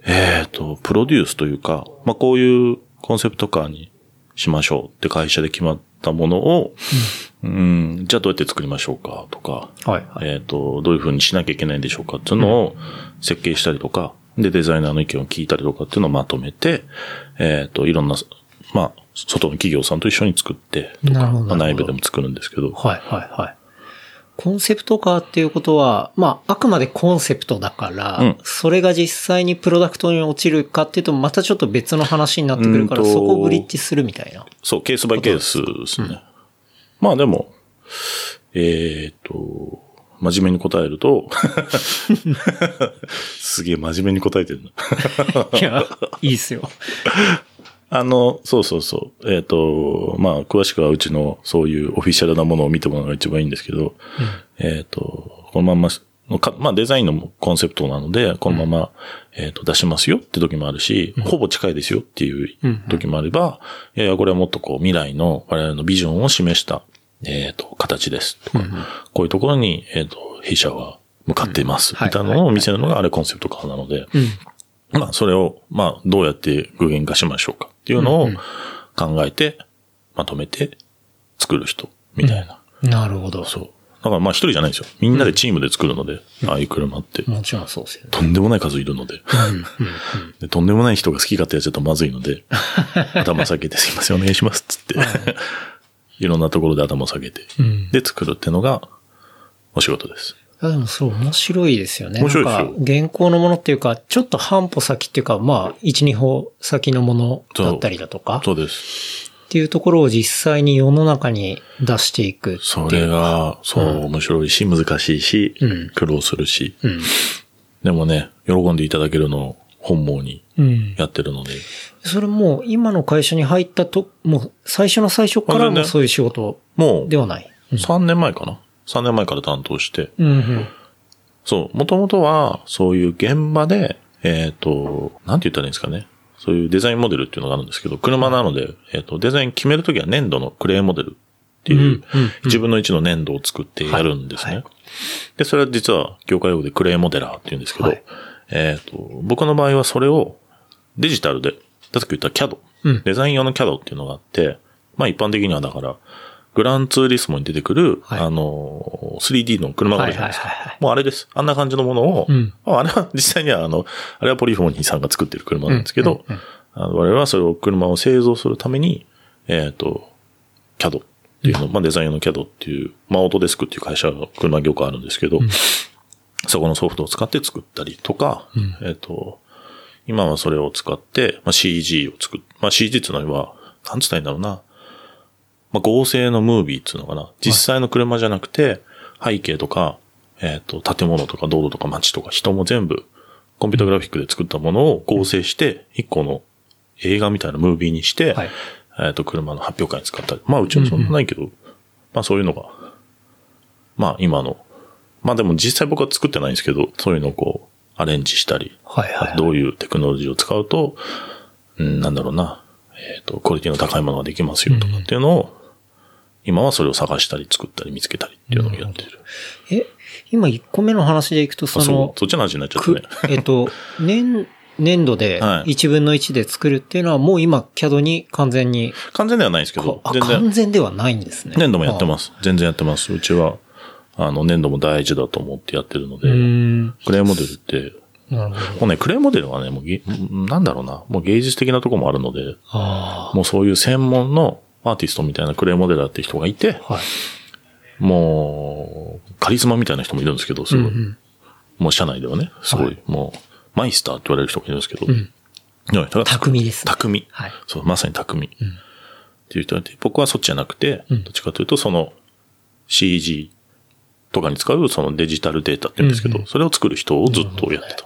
Speaker 3: えっ、と、プロデュースというか、まあ、こういうコンセプトカーにしましょうって会社で決まったものを、うん、じゃあどうやって作りましょうかとか、
Speaker 2: はい、はい。
Speaker 3: えっ、と、どういうふうにしなきゃいけないんでしょうかっていうのを設計したりとか、で、デザイナーの意見を聞いたりとかっていうのをまとめて、えっ、と、いろんな、まあ、外の企業さんと一緒に作ってと
Speaker 2: な
Speaker 3: か、
Speaker 2: るほど
Speaker 3: まあ
Speaker 2: な
Speaker 3: 内
Speaker 2: るほ
Speaker 3: 部
Speaker 2: ど
Speaker 3: でも作るんですけど、
Speaker 2: はい、はい、はい。コンセプトカーっていうことは、まあ、あくまでコンセプトだから、
Speaker 3: うん
Speaker 2: それが実際にプロダクトに落ちるかっていうと、またちょっと別の話になってくるから、
Speaker 3: うんと
Speaker 2: そこをブリッジするみたい な。
Speaker 3: そう、ケースバイケースですね。まあでも、えっ、と、真面目に答える と、すげえ真面目に答えてるな。
Speaker 2: いや、いいっすよ。
Speaker 3: あの、そうそうそう。えっ、と、まあ、詳しくはうちのそういうオフィシャルなものを見てもらうのが一番いいんですけど、えっ、と、このまんまのか、まあデザインのコンセプトなので、このまま、えっ、と、出しますよって時もあるし、ほぼ近いですよっていう時もあれば、いやいや、これはもっとこう、未来の我々のビジョンを示した、えっ、と、形ですとか、こういうところに、えっ、と、弊社は向かっています。
Speaker 2: はい
Speaker 3: みたいなのを見せるのがあれコンセプト化なので、まあ、それを、まあ、どうやって具現化しましょうかっていうのを考えて、まとめて作る人、みたいな。
Speaker 2: なるほど。
Speaker 3: そう。だからまあ一人じゃないんですよ。みんなでチームで作るので、ああいう車って。
Speaker 2: もちろんそうですよね。
Speaker 3: とんでもない数いるので。でとんでもない人が好き勝手やっちゃうとまずいの で、頭下げてすいません、お願いします、つって。 いろんなところで頭下げて。
Speaker 2: うん
Speaker 3: で、作るってのが、お仕事です。
Speaker 2: あでもそう、面白いですよね。
Speaker 3: 面白いですよ
Speaker 2: なんか、現行のものっていうか、ちょっと半歩先っていうか、まあ、一、二歩先のものだったりだとか、
Speaker 3: そうです。
Speaker 2: っていうところを実際に世の中に出していくっていう。
Speaker 3: それが、そう、
Speaker 2: うん
Speaker 3: 面白いし、難しいし、
Speaker 2: うん
Speaker 3: 苦労するし。
Speaker 2: うん。
Speaker 3: でもね、喜んでいただけるのを本望に
Speaker 2: うん。
Speaker 3: やってるので。
Speaker 2: それも、今の会社に入ったと、もう、最初の最初から
Speaker 3: あ全
Speaker 2: も
Speaker 3: 然
Speaker 2: そういう仕事
Speaker 3: もう
Speaker 2: で、はない。
Speaker 3: 3年前かな ?3 年前から担当して。
Speaker 2: うん。うん。
Speaker 3: そう、もともとは、そういう現場で、えっ、と、なんて言ったらいいんですかね。そういうデザインモデルっていうのがあるんですけど、車なので、えっ、と、デザイン決めるときは粘土のクレーモデルっていう、
Speaker 2: うんうんうん
Speaker 3: 自分の位置の粘土を作ってやるんですね。で、それは実は、業界用語でクレーモデラーっていうんですけど、
Speaker 2: はい
Speaker 3: えっ、と、僕の場合はそれをデジタルで、ださっき言った CAD、
Speaker 2: うん
Speaker 3: デザイン用の CAD っていうのがあって、まあ一般的にはだから、グランツーリスモに出てくる、
Speaker 2: はい
Speaker 3: あの、3D の車があるじゃないですか。
Speaker 2: はいはいはいはい
Speaker 3: もうあれです。あんな感じのものを、
Speaker 2: うん
Speaker 3: まあ、あれは 実際にはあの、あれはポリフォニーさんが作ってる車なんですけど、
Speaker 2: うんうんうん
Speaker 3: あの我々はそれを車を製造するために、えっ、と、CAD っていうの、まあデザインの CAD っていう、まあオートデスクっていう会社が車業界あるんですけど、そこのソフトを使って作ったりとか、えっ、と、今はそれを使って、まあ、CG を作っ、まあ、CG っていうのは、なんつったらいいんだろうな。まあ、合成のムービーっていうのかな。実際の車じゃなくて、背景とか、えっ、と、建物とか道路とか街とか人も全部、コンピュータグラフィックで作ったものを合成して、一個の映画みたいなムービーにして、
Speaker 2: はい
Speaker 3: えっ、と、車の発表会に使ったり。まあ、うちはそんなないけど、まあ、そういうのが、まあ、今の、まあ、でも実際僕は作ってないんですけど、そういうのをこう、アレンジしたり、
Speaker 2: はいはいはい。
Speaker 3: どういうテクノロジーを使うと、うん、なんだろうな、えっ、と、クオリティの高いものができますよとかっていうのを、今はそれを探したり作ったり見つけたりっていうのをやってる。
Speaker 2: え、今1個目の話でいくと、そ
Speaker 3: あそ
Speaker 2: の
Speaker 3: う、、そっちの話になっちゃった
Speaker 2: く
Speaker 3: ね。
Speaker 2: えっと、年、粘土で
Speaker 3: はい
Speaker 2: 1分の1で作るっていうのはもう今 CAD に完全に、
Speaker 3: 完全ではないんですけ
Speaker 2: か
Speaker 3: ど
Speaker 2: あ、
Speaker 3: 全
Speaker 2: 完
Speaker 3: 然、
Speaker 2: 全ではないんですね。
Speaker 3: 粘土もやって
Speaker 2: す。
Speaker 3: ます。全然やってます。うちは、あの、粘土も大事だと思ってやってるので
Speaker 2: うー、ん。
Speaker 3: クレーモデルって、
Speaker 2: なるほど。
Speaker 3: もうね、クレーモデルはね、もうげ、なんだろうな、もう芸術的なとこもあるので、
Speaker 2: あ
Speaker 3: もうそういう専門のアーティストみたいなクレーモデラーって人がいて、
Speaker 2: あ。はい。
Speaker 3: もう、カリスマみたいな人もいるんですけど、すごい。
Speaker 2: うんうん
Speaker 3: もう社内ではね、すごい、
Speaker 2: はい
Speaker 3: もう、マイスターって言われる人もいるんですけど、
Speaker 2: ん
Speaker 3: はいだから
Speaker 2: 匠ですね
Speaker 3: 匠。
Speaker 2: はい
Speaker 3: そう、まさに匠。っていう人がいて、僕はそっちじゃなくて、
Speaker 2: うん
Speaker 3: どっちかというと、その CG とかに使うそのデジタルデータって言うんですけど、
Speaker 2: うん
Speaker 3: それを作る人をずっとやってた。
Speaker 2: い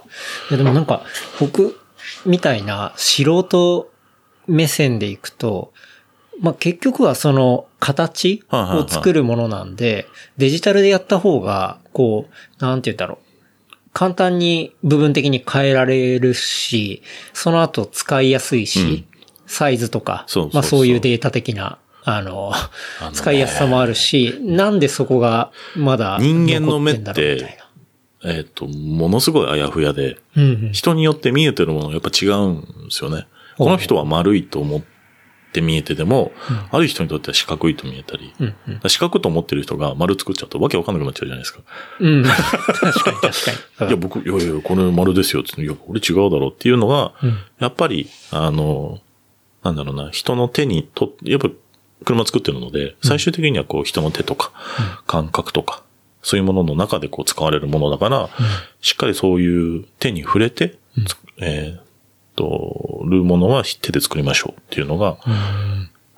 Speaker 2: やでもなんか、僕みたいな素人目線でいくと、まあ、結局はその形
Speaker 3: はいはいは
Speaker 2: を
Speaker 3: い
Speaker 2: 作るものなんで、デジタルでやった方が、こう、なんて言うんだろう。簡単に部分的に変えられるし、その後使いやすいし、サイズとか
Speaker 3: そうそう、そう
Speaker 2: まあそういうデータ的な、あの、
Speaker 3: のね
Speaker 2: 使いやすさもあるし、なんでそこがまだ
Speaker 3: 人間の目って
Speaker 2: 残んだろうみたいな
Speaker 3: えっ、と、ものすごいあやふやで、
Speaker 2: うんうん
Speaker 3: 人によって見えてるものがやっぱ違うんですよね。
Speaker 2: おう
Speaker 3: この人は丸いと思って見えてても、ある人にとっては四角いと見えたり、
Speaker 2: うんうん
Speaker 3: だから四角と思ってる人が丸作っちゃうとわけわかんなくなっちゃうじゃないですか。
Speaker 2: うん。確かに確か
Speaker 3: い
Speaker 2: に。
Speaker 3: や、僕、いやいや、これ丸ですよって言って、いや、これ違うだろうっていうのが、
Speaker 2: うん
Speaker 3: やっぱり、あの、なんだろうな、人の手にと、やっぱ車作ってるので、最終的にはこう人の手とか、感覚とか、そういうものの中でこう使われるものだから、しっかりそういう手に触れて、つえーっと、るものは手で作りましょうっていうのが、や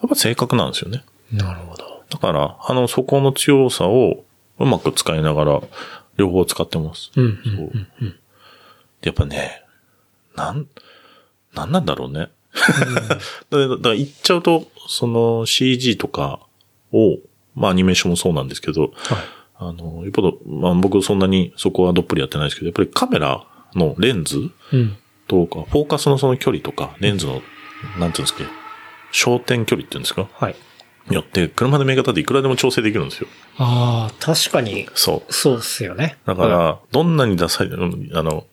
Speaker 3: っぱ正確なんですよね。
Speaker 2: なるほど。
Speaker 3: だから、あの、そこの強さをうまく使いながら、両方使ってます。
Speaker 2: うん
Speaker 3: そうやっぱね、なん、なんなんだろうね。 だだから言っちゃうと、その CG とかを、まあアニメーションもそうなんですけど、あの、やっぱり、まあ僕そんなにそこはどっぷりやってないですけど、やっぱりカメラのレンズ
Speaker 2: うん。
Speaker 3: とか、フォーカスのその距離とか、レンズの、なんていうんですか、焦点距離っていうんですか
Speaker 2: はい。
Speaker 3: によって、車の見え方っていくらでも調整できるんですよ。
Speaker 2: ああ、確かに、
Speaker 3: そう。
Speaker 2: そうっすよね。
Speaker 3: だから、
Speaker 2: うん、
Speaker 3: どんなにダサい、うんあの、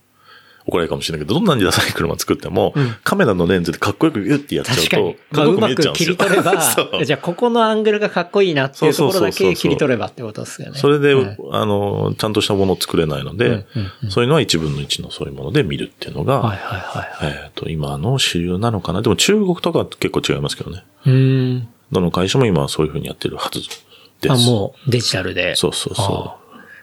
Speaker 3: 怒られるかもしれないけど、どんなにダサい車作っても、
Speaker 2: うん
Speaker 3: カメラのレンズでかっこよくギュッてやっちゃう
Speaker 2: 確か
Speaker 3: と
Speaker 2: に。、まあ、
Speaker 3: かっ
Speaker 2: う
Speaker 3: こ
Speaker 2: ま
Speaker 3: よく見えちゃう
Speaker 2: く
Speaker 3: んで
Speaker 2: 切
Speaker 3: すよ。
Speaker 2: り取れ
Speaker 3: そう
Speaker 2: ば、じゃあここのアングルがかっこいいなっていうところだ
Speaker 3: そうそうそう
Speaker 2: け
Speaker 3: そう
Speaker 2: 切り取ればってことですよね。
Speaker 3: それで、
Speaker 2: うん
Speaker 3: あの、ちゃんとしたものを作れないので、
Speaker 2: うんうんうん
Speaker 3: そういうのは1分の1のそういうもので見るっていうのが、
Speaker 2: はいはいは
Speaker 3: えっ、と、今の主流なのかな。でも中国とかは結構違いますけどね。
Speaker 2: い。うーん。
Speaker 3: どの会社も今はそういうふうにやってるはずです。
Speaker 2: あ、もうデジタルで。
Speaker 3: そうそうそう
Speaker 2: あ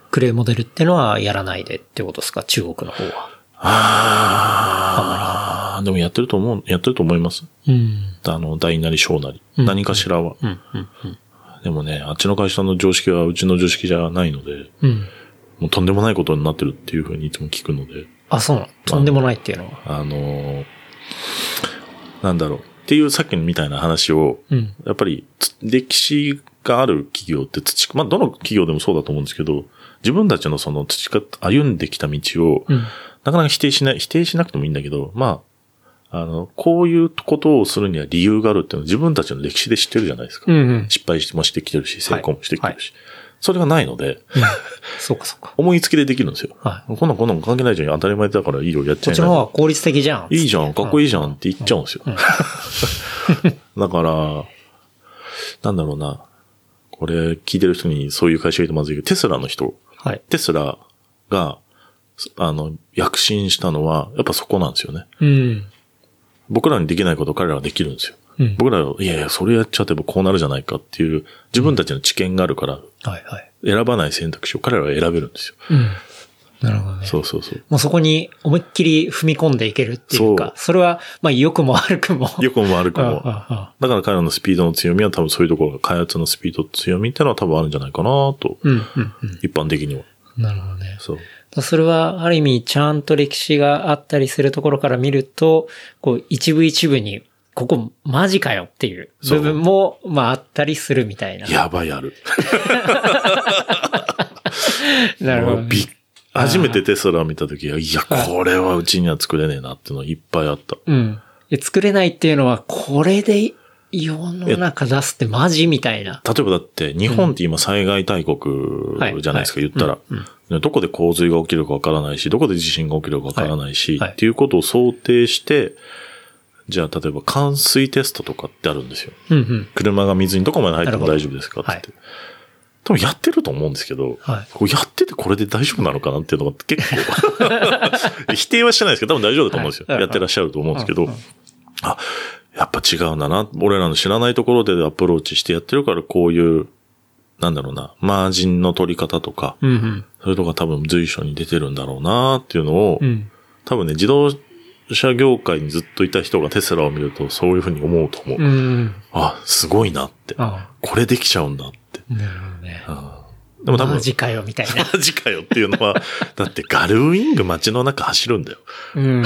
Speaker 2: ー。クレーモデルってのはやらないでってことですか中国の方は。
Speaker 3: ああ、でもやってると思う、やってると思います。
Speaker 2: うん。
Speaker 3: あの、大なり小なり。
Speaker 2: ん
Speaker 3: 何かしらは、
Speaker 2: うん、うん、うん。
Speaker 3: でもね、あっちの会社の常識はうちの常識じゃないので、
Speaker 2: うん。
Speaker 3: もうとんでもないことになってるっていうふうにいつも聞くので、
Speaker 2: あ、そうなのとんでもないっていうのは。
Speaker 3: あのーなんだろう。っていうさっきみたいな話を、
Speaker 2: うん。
Speaker 3: やっぱりつ歴史がある企業って土、まあ、どの企業でもそうだと思うんですけど、自分たちのその培っ歩んできた道を、
Speaker 2: うん。
Speaker 3: なかなか否定しない、否定しなくてもいいんだけど、まあ、あの、こういうことをするには理由があるっていうのは自分たちの歴史で知ってるじゃないですか。
Speaker 2: うん、 うん。
Speaker 3: 失敗もしてきてるし、成功もしてきてるし。それがないので、
Speaker 2: そうかそうか。
Speaker 3: 思いつきでできるんですよ。
Speaker 2: は
Speaker 3: こんなんこんなん関係ないじゃん。当たり前だからいいよ、やっち
Speaker 2: こっ
Speaker 3: ゃい
Speaker 2: ちの方
Speaker 3: な
Speaker 2: が効率的じゃん。
Speaker 3: い。いいじゃん、かっこ
Speaker 2: いい。
Speaker 3: いいじゃんって言っちゃうんですよ。 だから、なんだろうな。これ聞いてる人にそういう会社がいてまずいけど、テスラの人、
Speaker 2: はい。
Speaker 3: テスラが、あの、躍進したのは、やっぱそこなんですよね。
Speaker 2: うん。
Speaker 3: 僕らにできないことを彼らはできるんですよ。
Speaker 2: うん
Speaker 3: 僕らは、いやいや、それやっちゃってもこうなるじゃないかっていう、自分たちの知見があるから、
Speaker 2: はい、はい。
Speaker 3: 選ばない選択肢を彼らは選べるんですよ。
Speaker 2: うん。なるほどね。
Speaker 3: そうそうそう。
Speaker 2: もうそこに思いっきり踏み込んでいけるっていうか、
Speaker 3: そう
Speaker 2: それは、まあ、 良くも悪くも。
Speaker 3: 良くも悪く
Speaker 2: うんうんう
Speaker 3: も。
Speaker 2: ん
Speaker 3: だから彼らのスピードの強みは多分そういうところが開発のスピードの強みってのは多分あるんじゃないかなと。
Speaker 2: うん、うん、うん。
Speaker 3: 一般的には。
Speaker 2: なるほどね。
Speaker 3: そう。
Speaker 2: それは、ある意味、ちゃんと歴史があったりするところから見ると、こう、一部一部に、ここ、マジかよっていう部分も、まあ、あったりするみたいな。
Speaker 3: やばいある。
Speaker 2: なるほど
Speaker 3: もう
Speaker 2: ね、
Speaker 3: びっ初めてテスラを見たときは、いや、これはうちには作れねえなっていうのいっぱいあった。
Speaker 2: うん。で作れないっていうのは、これで世の中出すってマジみたいな。
Speaker 3: 例えばだって、日本って今災害大国じゃないですか、
Speaker 2: はい
Speaker 3: 言ったら、どこで洪水が起きるかわからないし、どこで地震が起きるかわからないし、
Speaker 2: はいはい
Speaker 3: っていうことを想定して、じゃあ例えば冠水テストとかってあるんですよ。
Speaker 2: うんうん。
Speaker 3: 車が水にどこまで入っても大丈夫ですかって
Speaker 2: なるほ
Speaker 3: 多分やってると思うんですけど、
Speaker 2: はい
Speaker 3: こうやっててこれで大丈夫なのかなっていうのが結 構、否定はしてないですけど、多分大丈夫だと思うんですよ。
Speaker 2: はい
Speaker 3: やってらっしゃると思うんですけど、
Speaker 2: うんうん
Speaker 3: あ、やっぱ違うんだな。俺らの知らないところでアプローチしてやってるから、こういう、なんだろうな、マージンの取り方とか、
Speaker 2: うんうん。
Speaker 3: そういうとこが多分随所に出てるんだろうなっていうのを、
Speaker 2: うん。
Speaker 3: 多分ね、自動車業界にずっといた人がテスラを見るとそういうふうに思うと思う。
Speaker 2: うん。
Speaker 3: あ、すごいなって。
Speaker 2: あ
Speaker 3: これできちゃうんだって。
Speaker 2: あ。なるほどね。
Speaker 3: うんでも多分、
Speaker 2: マジかよみたいな。
Speaker 3: マジかよっていうのは、 だってガルウィング街の中走るんだよ。
Speaker 2: うん。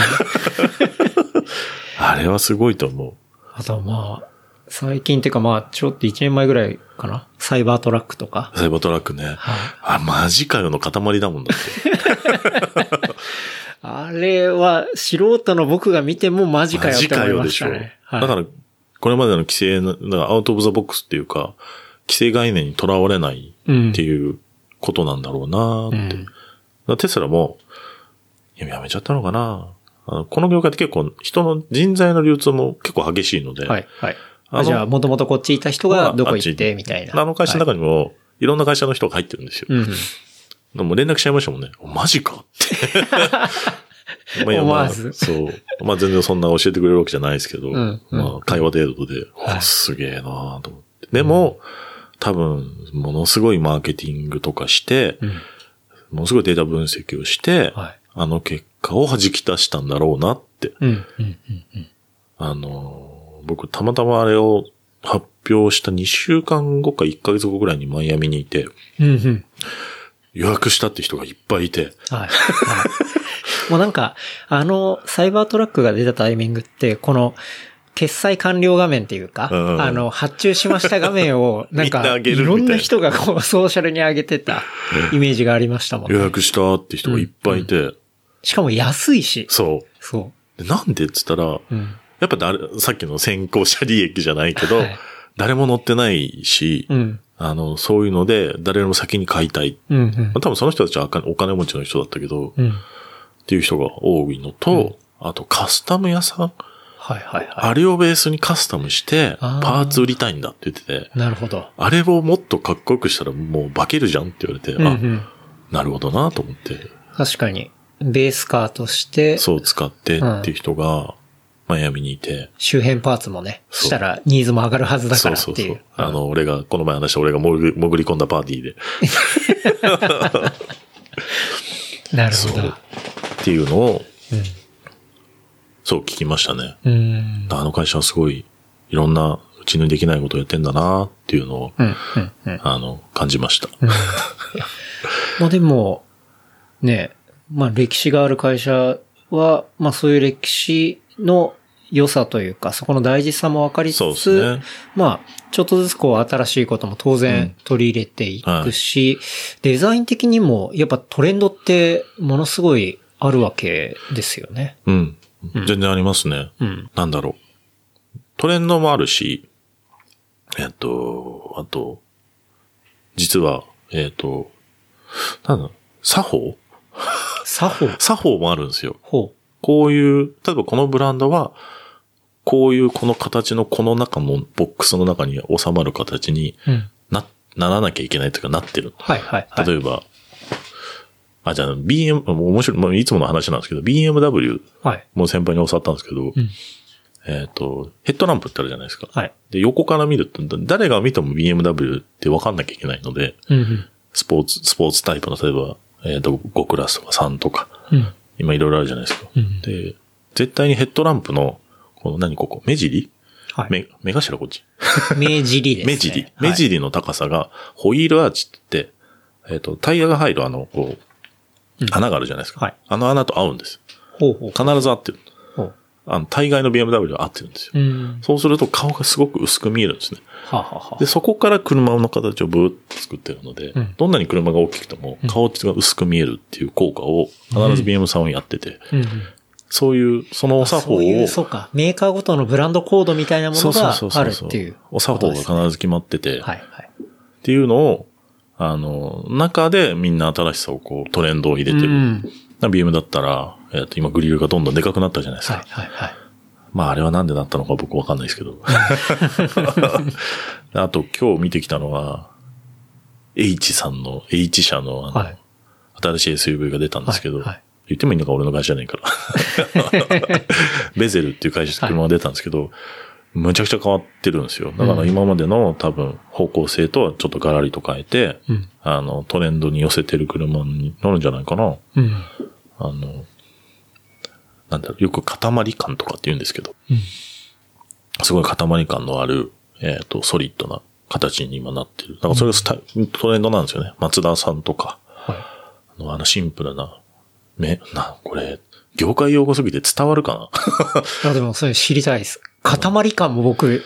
Speaker 3: あれはすごいと思
Speaker 2: あとまあ、最近っていうかまあ、ちょっと1年前ぐらいかな。サイバートラックとか
Speaker 3: う。。サイバートラックね。
Speaker 2: はい。
Speaker 3: あ、マジかよの塊だもんだって。
Speaker 2: あれは、素人の僕が見てもマジか
Speaker 3: マ
Speaker 2: よっ
Speaker 3: ジ
Speaker 2: て思
Speaker 3: か
Speaker 2: い
Speaker 3: よ
Speaker 2: ま
Speaker 3: で
Speaker 2: し
Speaker 3: したょ。
Speaker 2: ね。はい
Speaker 3: だから、これまでの規制の、だからアウトオブザボックスっていうか、規制概念にとらわれない
Speaker 2: うん
Speaker 3: っていうことなんだろうなって。
Speaker 2: うん
Speaker 3: だからテスラも、いややめちゃったのかなあのこの業界って結構人の人材の流通も結構激しいので、
Speaker 2: はい、はい。
Speaker 3: あの
Speaker 2: あじゃあ、もともとこっちいた人がどこ行ってみたいな。
Speaker 3: あの会社の
Speaker 2: はい
Speaker 3: 中にも、いろんな会社の人が入ってるんですよ。
Speaker 2: うんうん。
Speaker 3: でも連絡しちゃいましたもんね。おマジ かって。まあいや
Speaker 2: 思
Speaker 3: ま
Speaker 2: わ
Speaker 3: あ、
Speaker 2: ず
Speaker 3: そう。まあ全然そんな教えてくれるわけじゃないですけど、
Speaker 2: うんうん
Speaker 3: まあ会話程度で、
Speaker 2: はい
Speaker 3: おすげえなーと思って。でも、多分、ものすごいマーケティングとかして、
Speaker 2: うん。
Speaker 3: ものすごいデータ分析をして、
Speaker 2: はい
Speaker 3: あの結果を弾き出したんだろうなって。
Speaker 2: うん、うん、うん。
Speaker 3: あのー、僕たまたまあれを発表した2週間後か1ヶ月後ぐらいにマイアミにいて、
Speaker 2: うん、うん。
Speaker 3: 予約したって人がいっぱいいて、
Speaker 2: はい。はい、もう なんか、あの、サイバートラックが出たタイミングって、この、決済完了画面っていうか、
Speaker 3: うん
Speaker 2: あの、発注しました画面 を、なん
Speaker 3: みんな
Speaker 2: か、
Speaker 3: 上げ
Speaker 2: い
Speaker 3: るみたいな
Speaker 2: ろんな人がこう、ソーシャルに上げてたイメージがありましたもん、
Speaker 3: 予
Speaker 2: ね。
Speaker 3: 約したって人がいっぱいいて、
Speaker 2: しかも安いし。
Speaker 3: そ。
Speaker 2: そう
Speaker 3: でなんでって言ったら、
Speaker 2: う。うん。
Speaker 3: やっぱ誰、さっきの先行者利益じゃないけど、
Speaker 2: はい
Speaker 3: 誰も乗ってないし、
Speaker 2: うん。
Speaker 3: あの、そういうので、誰よりも先に買いたい。
Speaker 2: うん。
Speaker 3: まあ、多分その人たちはお金お金持ちの人だったけど、
Speaker 2: うん。うん。
Speaker 3: っていう人が多いのと、あとカスタム屋さん、
Speaker 2: はいはいは
Speaker 3: あれをベースにカスタムして、
Speaker 2: あー
Speaker 3: パーツ売りたいんだって言ってて、
Speaker 2: い。なるほど。
Speaker 3: あれをもっとかっこよくしたらもう化けるじゃんって言われて、
Speaker 2: うんう
Speaker 3: あ、
Speaker 2: ん。
Speaker 3: なるほどなと思って、
Speaker 2: 確かに。ベースカーとして、
Speaker 3: そう使ってっていう人が、マイアミにいて、
Speaker 2: 周辺パーツもね、
Speaker 3: そう
Speaker 2: したらニーズも上がるはずだか
Speaker 3: そ
Speaker 2: ら
Speaker 3: う
Speaker 2: っ
Speaker 3: そう
Speaker 2: てい
Speaker 3: そうう。。あの、俺が、この前話した俺が潜り潜り込んだパーティーで、
Speaker 2: なる
Speaker 3: そ
Speaker 2: ほ
Speaker 3: う。
Speaker 2: ど。
Speaker 3: っていうのを、そう聞きましたね。
Speaker 2: うん。
Speaker 3: あの会社はすごい、いろんなうちにできないことをやってんだなっていうのを、
Speaker 2: うん。うん。うん。
Speaker 3: あの、感じました。
Speaker 2: まあでも、ね、まあ歴史がある会社は、まあそういう歴史の良さというか、そこの大事さも分かり
Speaker 3: そう
Speaker 2: つ
Speaker 3: で
Speaker 2: つ、
Speaker 3: すね
Speaker 2: まあ、ちょっとずつこう新しいことも当然取り入れていくし、デザイン的にもやっぱトレンドってものすごいあるわけですよね。
Speaker 3: うん。全然ありますね。
Speaker 2: うん。
Speaker 3: なんだろう。トレンドもあるし、えっと、あと、実は、えっと、なんだ、作法
Speaker 2: 作法。
Speaker 3: 作法もあるんですよ。
Speaker 2: ほ
Speaker 3: こういう、例えばこのブランドは、こういうこの形のこの中のボックスの中に収まる形に
Speaker 2: う。うん。
Speaker 3: な、ならなきゃいけないというかなってる。
Speaker 2: はいはいはい。
Speaker 3: 例えば、あ、じゃあ BM、もう面白い、もういつもの話なんですけど、BMW
Speaker 2: はい。
Speaker 3: もう先輩に教わったんですけど、
Speaker 2: ん
Speaker 3: えっ、と、ヘッドランプってあるじゃないですか。
Speaker 2: はい。
Speaker 3: で、横から見ると、だ誰が見ても BMW って分かんなきゃいけないので、
Speaker 2: うんうん。
Speaker 3: スポーツ、スポーツタイプの、例えば、えっ、と、5クラスとか3とか、
Speaker 2: うん。
Speaker 3: 今いろいろあるじゃないですか。
Speaker 2: うん
Speaker 3: で、絶対にヘッドランプの、この何ここ、目尻
Speaker 2: はい。
Speaker 3: 目、目頭こっち。
Speaker 2: 目尻ですね。
Speaker 3: 目尻。
Speaker 2: はい
Speaker 3: 目尻の高さが、ホイールアーチって言って、えっ、と、タイヤが入るあの、こう、穴があるじゃないですか。
Speaker 2: はい
Speaker 3: あの穴と合うんです。
Speaker 2: ほうほう
Speaker 3: 必ず合ってる。
Speaker 2: ほう。
Speaker 3: あの、大概の BMW は合ってるんですよ。
Speaker 2: うん。
Speaker 3: そうすると顔がすごく薄く見えるんですね。
Speaker 2: はあはあはあ
Speaker 3: で、そこから車の形をブーッと作ってるので、
Speaker 2: ん
Speaker 3: どんなに車が大きくても顔が薄く見えるっていう効果を必ず BM さんはやってて、
Speaker 2: うんうん
Speaker 3: そういう、そのお作法
Speaker 2: そうい
Speaker 3: を
Speaker 2: う、、そうか。メーカーごとのブランドコードみたいなものがあるっていう。
Speaker 3: お作法が必ず決まってて、
Speaker 2: はいはい。
Speaker 3: っていうのを、あの、中でみんな新しさをこうトレンドを入れてる。
Speaker 2: うん。
Speaker 3: な BM だったら、えっ、と、今グリルがどんどんでかくなったじゃないです
Speaker 2: はい
Speaker 3: か。
Speaker 2: はいはい。
Speaker 3: まああれはなんでなったのか僕わかんないです けど。あと今日見てきたのは、H さんの、H 社のあの、
Speaker 2: はい
Speaker 3: 新しい SUV が出たんですけど、
Speaker 2: はいはい
Speaker 3: 言ってもいいのか俺の会社じゃな いから。ベゼルっていう会社で車が出たんですけど、むちゃくちゃ変わってるんですよ。だから今までの多分方向性とはちょっとガラリと変えて、
Speaker 2: うん
Speaker 3: あのトレンドに寄せてる車になるんじゃないかな。
Speaker 2: うん。
Speaker 3: あの、なんだろう、よく塊感とかって言うんですけど、
Speaker 2: うん
Speaker 3: すごい塊感のある、えっ、と、ソリッドな形に今なってる。だからそれがスタイトレンドなんですよね。松田さんとか、
Speaker 2: は
Speaker 3: あのあのシンプルな、目、な、これ、業界用語すぎて伝わるか
Speaker 2: い。あでもそれ知りたいです。塊感も僕、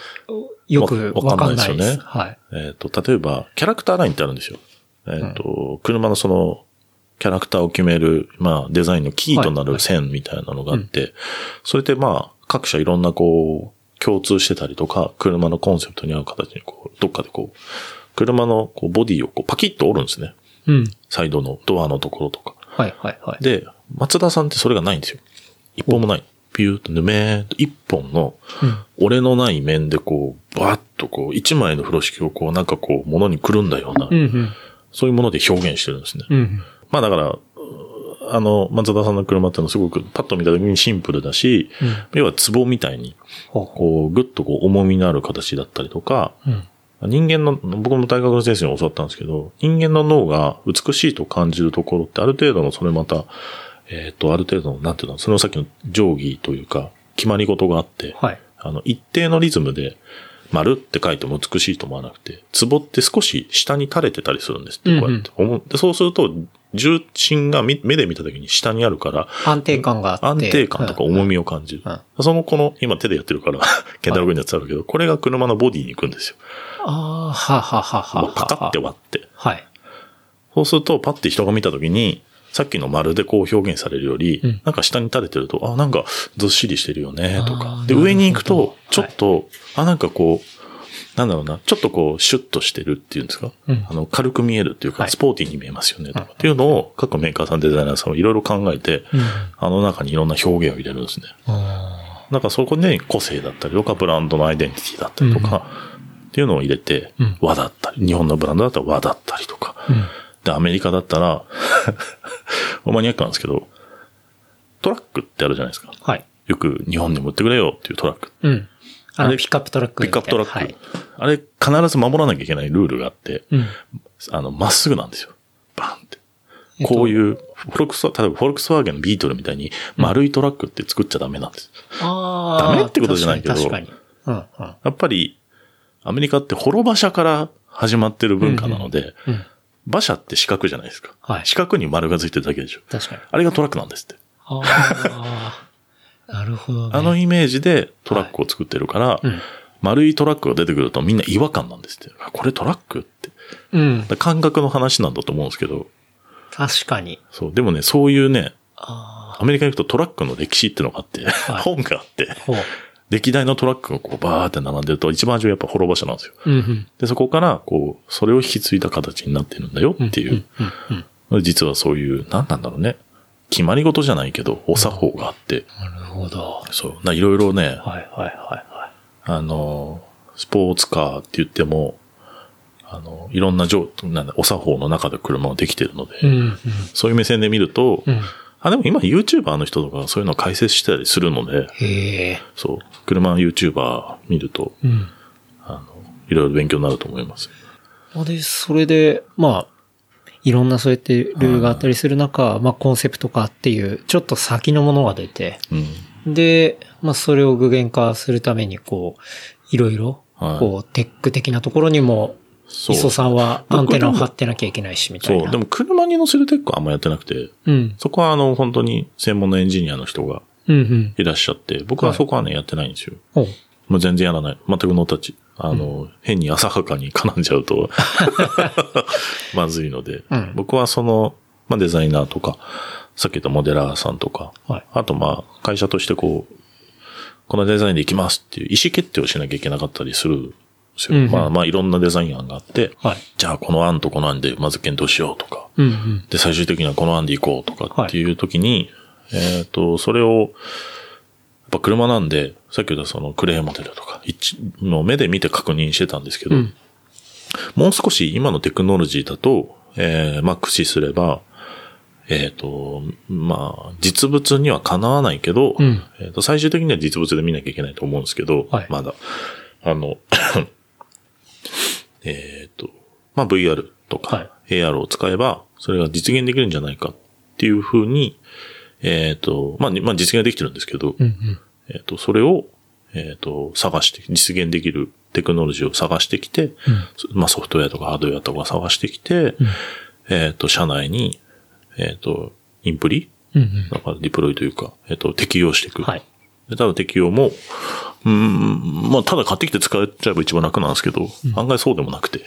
Speaker 2: よく
Speaker 3: わ
Speaker 2: わかんない
Speaker 3: わかんないで
Speaker 2: ですす。
Speaker 3: よね
Speaker 2: はい。
Speaker 3: なえっと、例えば、キャラクターラインってあるんですよ。えっ、と、車のその、キャラクターを決める、まあ、デザインのキーと
Speaker 2: は
Speaker 3: な
Speaker 2: いは
Speaker 3: る
Speaker 2: い
Speaker 3: 線みたいなのがあって、それでまあ、各社いろんなこう、共通してたりとか、車のコンセプトに合う形にこう、どっかでこう、車のこうボディをこうパキッと折るんですね。
Speaker 2: うん。
Speaker 3: サイドのドアのところとか。
Speaker 2: はいはいはい。
Speaker 3: で、松田さんってそれがないんですよ。一本もない。ピューッとぬめーっと一本の、俺のない面でこう、バーッとこう、一枚の風呂敷をこう、なんかこう、ものにくるんだような、
Speaker 2: うんうん。
Speaker 3: そういうもので表現してるんですね。
Speaker 2: うん
Speaker 3: まあだから、うーあの、松田さんの車ってのはすごくパッと見た時にシンプルだし、要は壺みたいに、
Speaker 2: ほうほ
Speaker 3: こう、ぐっとこう、重みのある形だったりとか、
Speaker 2: う。うん。
Speaker 3: 人間の、僕も大学の先生に教わったんですけど、人間の脳が美しいと感じるところってある程度のそれまた、えっ、と、ある程度の、なんていうの、そのさっきの定規というか、決まり事があって、
Speaker 2: はい。
Speaker 3: あの、一定のリズムで、丸って書いても美しいと思わなくて、壺って少し下に垂れてたりするんですって、こうやって。思うでそうすると、重心がみ目で見た時に下にあるから、
Speaker 2: 安定感があっ
Speaker 3: 安
Speaker 2: て。
Speaker 3: 定感とか
Speaker 2: うん
Speaker 3: 重みを感じる。
Speaker 2: うん
Speaker 3: そのこの、今手でやってるから、 ケンタロウ君にやってあるけど、これが車のボディに行くんですよ。
Speaker 2: ああ、はははは。
Speaker 3: パカって割って。
Speaker 2: はい。
Speaker 3: そうすると、パッて人が見たときに、さっきの丸でこう表現されるより、
Speaker 2: うん
Speaker 3: なんか下に垂れてると、あ、なんかずっしりしてるよね、
Speaker 2: あ
Speaker 3: とか。
Speaker 2: ー
Speaker 3: で、
Speaker 2: なるほど
Speaker 3: 上に行くと、ちょ
Speaker 2: はい
Speaker 3: っと、あ、なんかこう、なんだろうな、ちょっとこう、シュッとしてるっていうんですか、
Speaker 2: うん
Speaker 3: あの、軽く見えるっていう
Speaker 2: は
Speaker 3: か、
Speaker 2: い
Speaker 3: スポーティーに見えますよね、とかっていうのを、各メーカーさん、デザイナーさんはいろいろ考えて、
Speaker 2: うん
Speaker 3: あの中にいろんな表現を入れるんですね。
Speaker 2: あ
Speaker 3: なんかそこで個性だったりとか、ブランドのアイデンティティだったりとか、っていうのを入れて、
Speaker 2: うん
Speaker 3: 和だったり、日本のブランドだったら和だったりとか、
Speaker 2: ーうん
Speaker 3: で、アメリカだったら、 マニアックなんですけど、トラックってあるじゃないですか。
Speaker 2: はい。
Speaker 3: よく日本にも売ってくれよっていうトラック。
Speaker 2: うん。あ
Speaker 3: あ
Speaker 2: の、
Speaker 3: れ
Speaker 2: ピックアップトラック
Speaker 3: ピ
Speaker 2: み
Speaker 3: ッ
Speaker 2: た
Speaker 3: ク
Speaker 2: い
Speaker 3: ア
Speaker 2: な。
Speaker 3: ップトラック。
Speaker 2: はい。
Speaker 3: あれ、必ず守らなきゃいけないルールがあって、
Speaker 2: うん。
Speaker 3: あの、まっすぐなんですよ。バーンって。
Speaker 2: えっと
Speaker 3: こういう、フォルクス、例えばフォルクスワーゲンのビートルみたいに丸いトラックって作っちゃダメなんです。
Speaker 2: ああ。
Speaker 3: ダメってことじゃないけど
Speaker 2: 確かに。確かに
Speaker 3: やっぱり、アメリカって滅馬車から始まってる文化なので、
Speaker 2: うんうん。うん。
Speaker 3: 馬車って四角じゃないですか。
Speaker 2: はい
Speaker 3: 四角に丸がついてるだけでしょ。
Speaker 2: 確かに。
Speaker 3: あれがトラックなんですって。
Speaker 2: ああ。 なるほど、ね。
Speaker 3: あのイメージでトラックを作ってるから、
Speaker 2: うん。
Speaker 3: 丸いトラックが出てくるとみんな違和感なんですって。あこれトラックって。
Speaker 2: うん。
Speaker 3: だから感覚の話なんだと思うんですけど、
Speaker 2: 確かに。
Speaker 3: そう。でもね、そういうね、
Speaker 2: あ
Speaker 3: アメリカに行くとトラックの歴史ってのがあって、
Speaker 2: い
Speaker 3: 本があって、
Speaker 2: あ。ほう。
Speaker 3: 歴代のトラックがこうバーって並んでると、一番初めやっぱ滅ぼしなんですよ。
Speaker 2: うんうん。
Speaker 3: で、そこから、こう、それを引き継いだ形になってるんだよっていう。
Speaker 2: うんうん。
Speaker 3: 実はそういう、なんなんだろうね。決まり事じゃないけど、お作法があって、
Speaker 2: なるほど。
Speaker 3: そう。ないろいろね、
Speaker 2: はいはいはいは
Speaker 3: あの、スポーツカーって言っても、あの、いろんな上、なんだ、お作法の中で車ができてるので、
Speaker 2: い。うんうん。
Speaker 3: そういう目線で見ると、
Speaker 2: うん。
Speaker 3: あ、でも今 YouTuber の人とかがそういうのを解説してたりするので、
Speaker 2: へえ。
Speaker 3: そう、車の YouTuber 見ると、
Speaker 2: うん。
Speaker 3: あの、いろいろ勉強になると思います。
Speaker 2: で、それで、まあ、いろんなそうやってルールがあったりする中、まあコンセプト化っていう、ちょっと先のものが出て、
Speaker 3: うん。
Speaker 2: で、まあそれを具現化するために、こう、いろいろ、
Speaker 3: はい
Speaker 2: こう、テック的なところにも、
Speaker 3: そう。
Speaker 2: 磯さんはアンテナを張ってなきゃいけないし、みたい
Speaker 3: そう。
Speaker 2: な。
Speaker 3: でも車に乗せるテックはあんまやってなくて、
Speaker 2: うん。
Speaker 3: そこはあの、本当に専門のエンジニアの人が
Speaker 2: うんうん。
Speaker 3: いらっしゃって、僕はそこはね、やってないんですよ。
Speaker 2: おう
Speaker 3: もう全然やらない。全くノータッチ。あの、変に浅はかに絡んじゃ うと、まずいので、
Speaker 2: うん
Speaker 3: 僕はその、まあ、デザイナーとか、さっき言ったモデラーさんとか、
Speaker 2: はい
Speaker 3: あとまあ、会社としてこう、このデザインでいきますっていう意思決定をしなきゃいけなかったりするんですよ。
Speaker 2: うんうん
Speaker 3: まあまあ、いろんなデザイン案があって、
Speaker 2: はい
Speaker 3: じゃあこの案とこの案でまず検討しようとか、
Speaker 2: うんうん。
Speaker 3: で、最終的にはこの案で行こうとかっていう時に、えっ、と、それを、やっぱ車なんで、さっき言ったそのクレーモデルとか、一の目で見て確認してたんですけど、
Speaker 2: うん
Speaker 3: もう少し今のテクノロジーだと、えー、まあ駆使すれば、えっ、と、まあ、実物にはかなわないけど、
Speaker 2: うん
Speaker 3: えーと最終的には実物で見なきゃいけないと思うんですけど、
Speaker 2: はい
Speaker 3: まだ、あの、 えっと、まあ、VR と
Speaker 2: は
Speaker 3: か AR を使えば、それが実現できるんじゃないかっていうふうに、えっ、と、まあ、にまあ、実現はできてるんですけど、
Speaker 2: うんうん。
Speaker 3: えっ、と、それを、えっ、と、探して、実現できるテクノロジーを探してきて、そまあ、ソフトウェアとかハードウェアとか探してきて、えっ、と、社内に、えっ、と、インプリ
Speaker 2: うんうん。
Speaker 3: だからディプロイというか、えっ、と、適用していく。
Speaker 2: はい。
Speaker 3: で、ただ適用も、うーん、まあ、ただ買ってきて使っちゃえば一番楽なんですけど、案外そうでもなくて。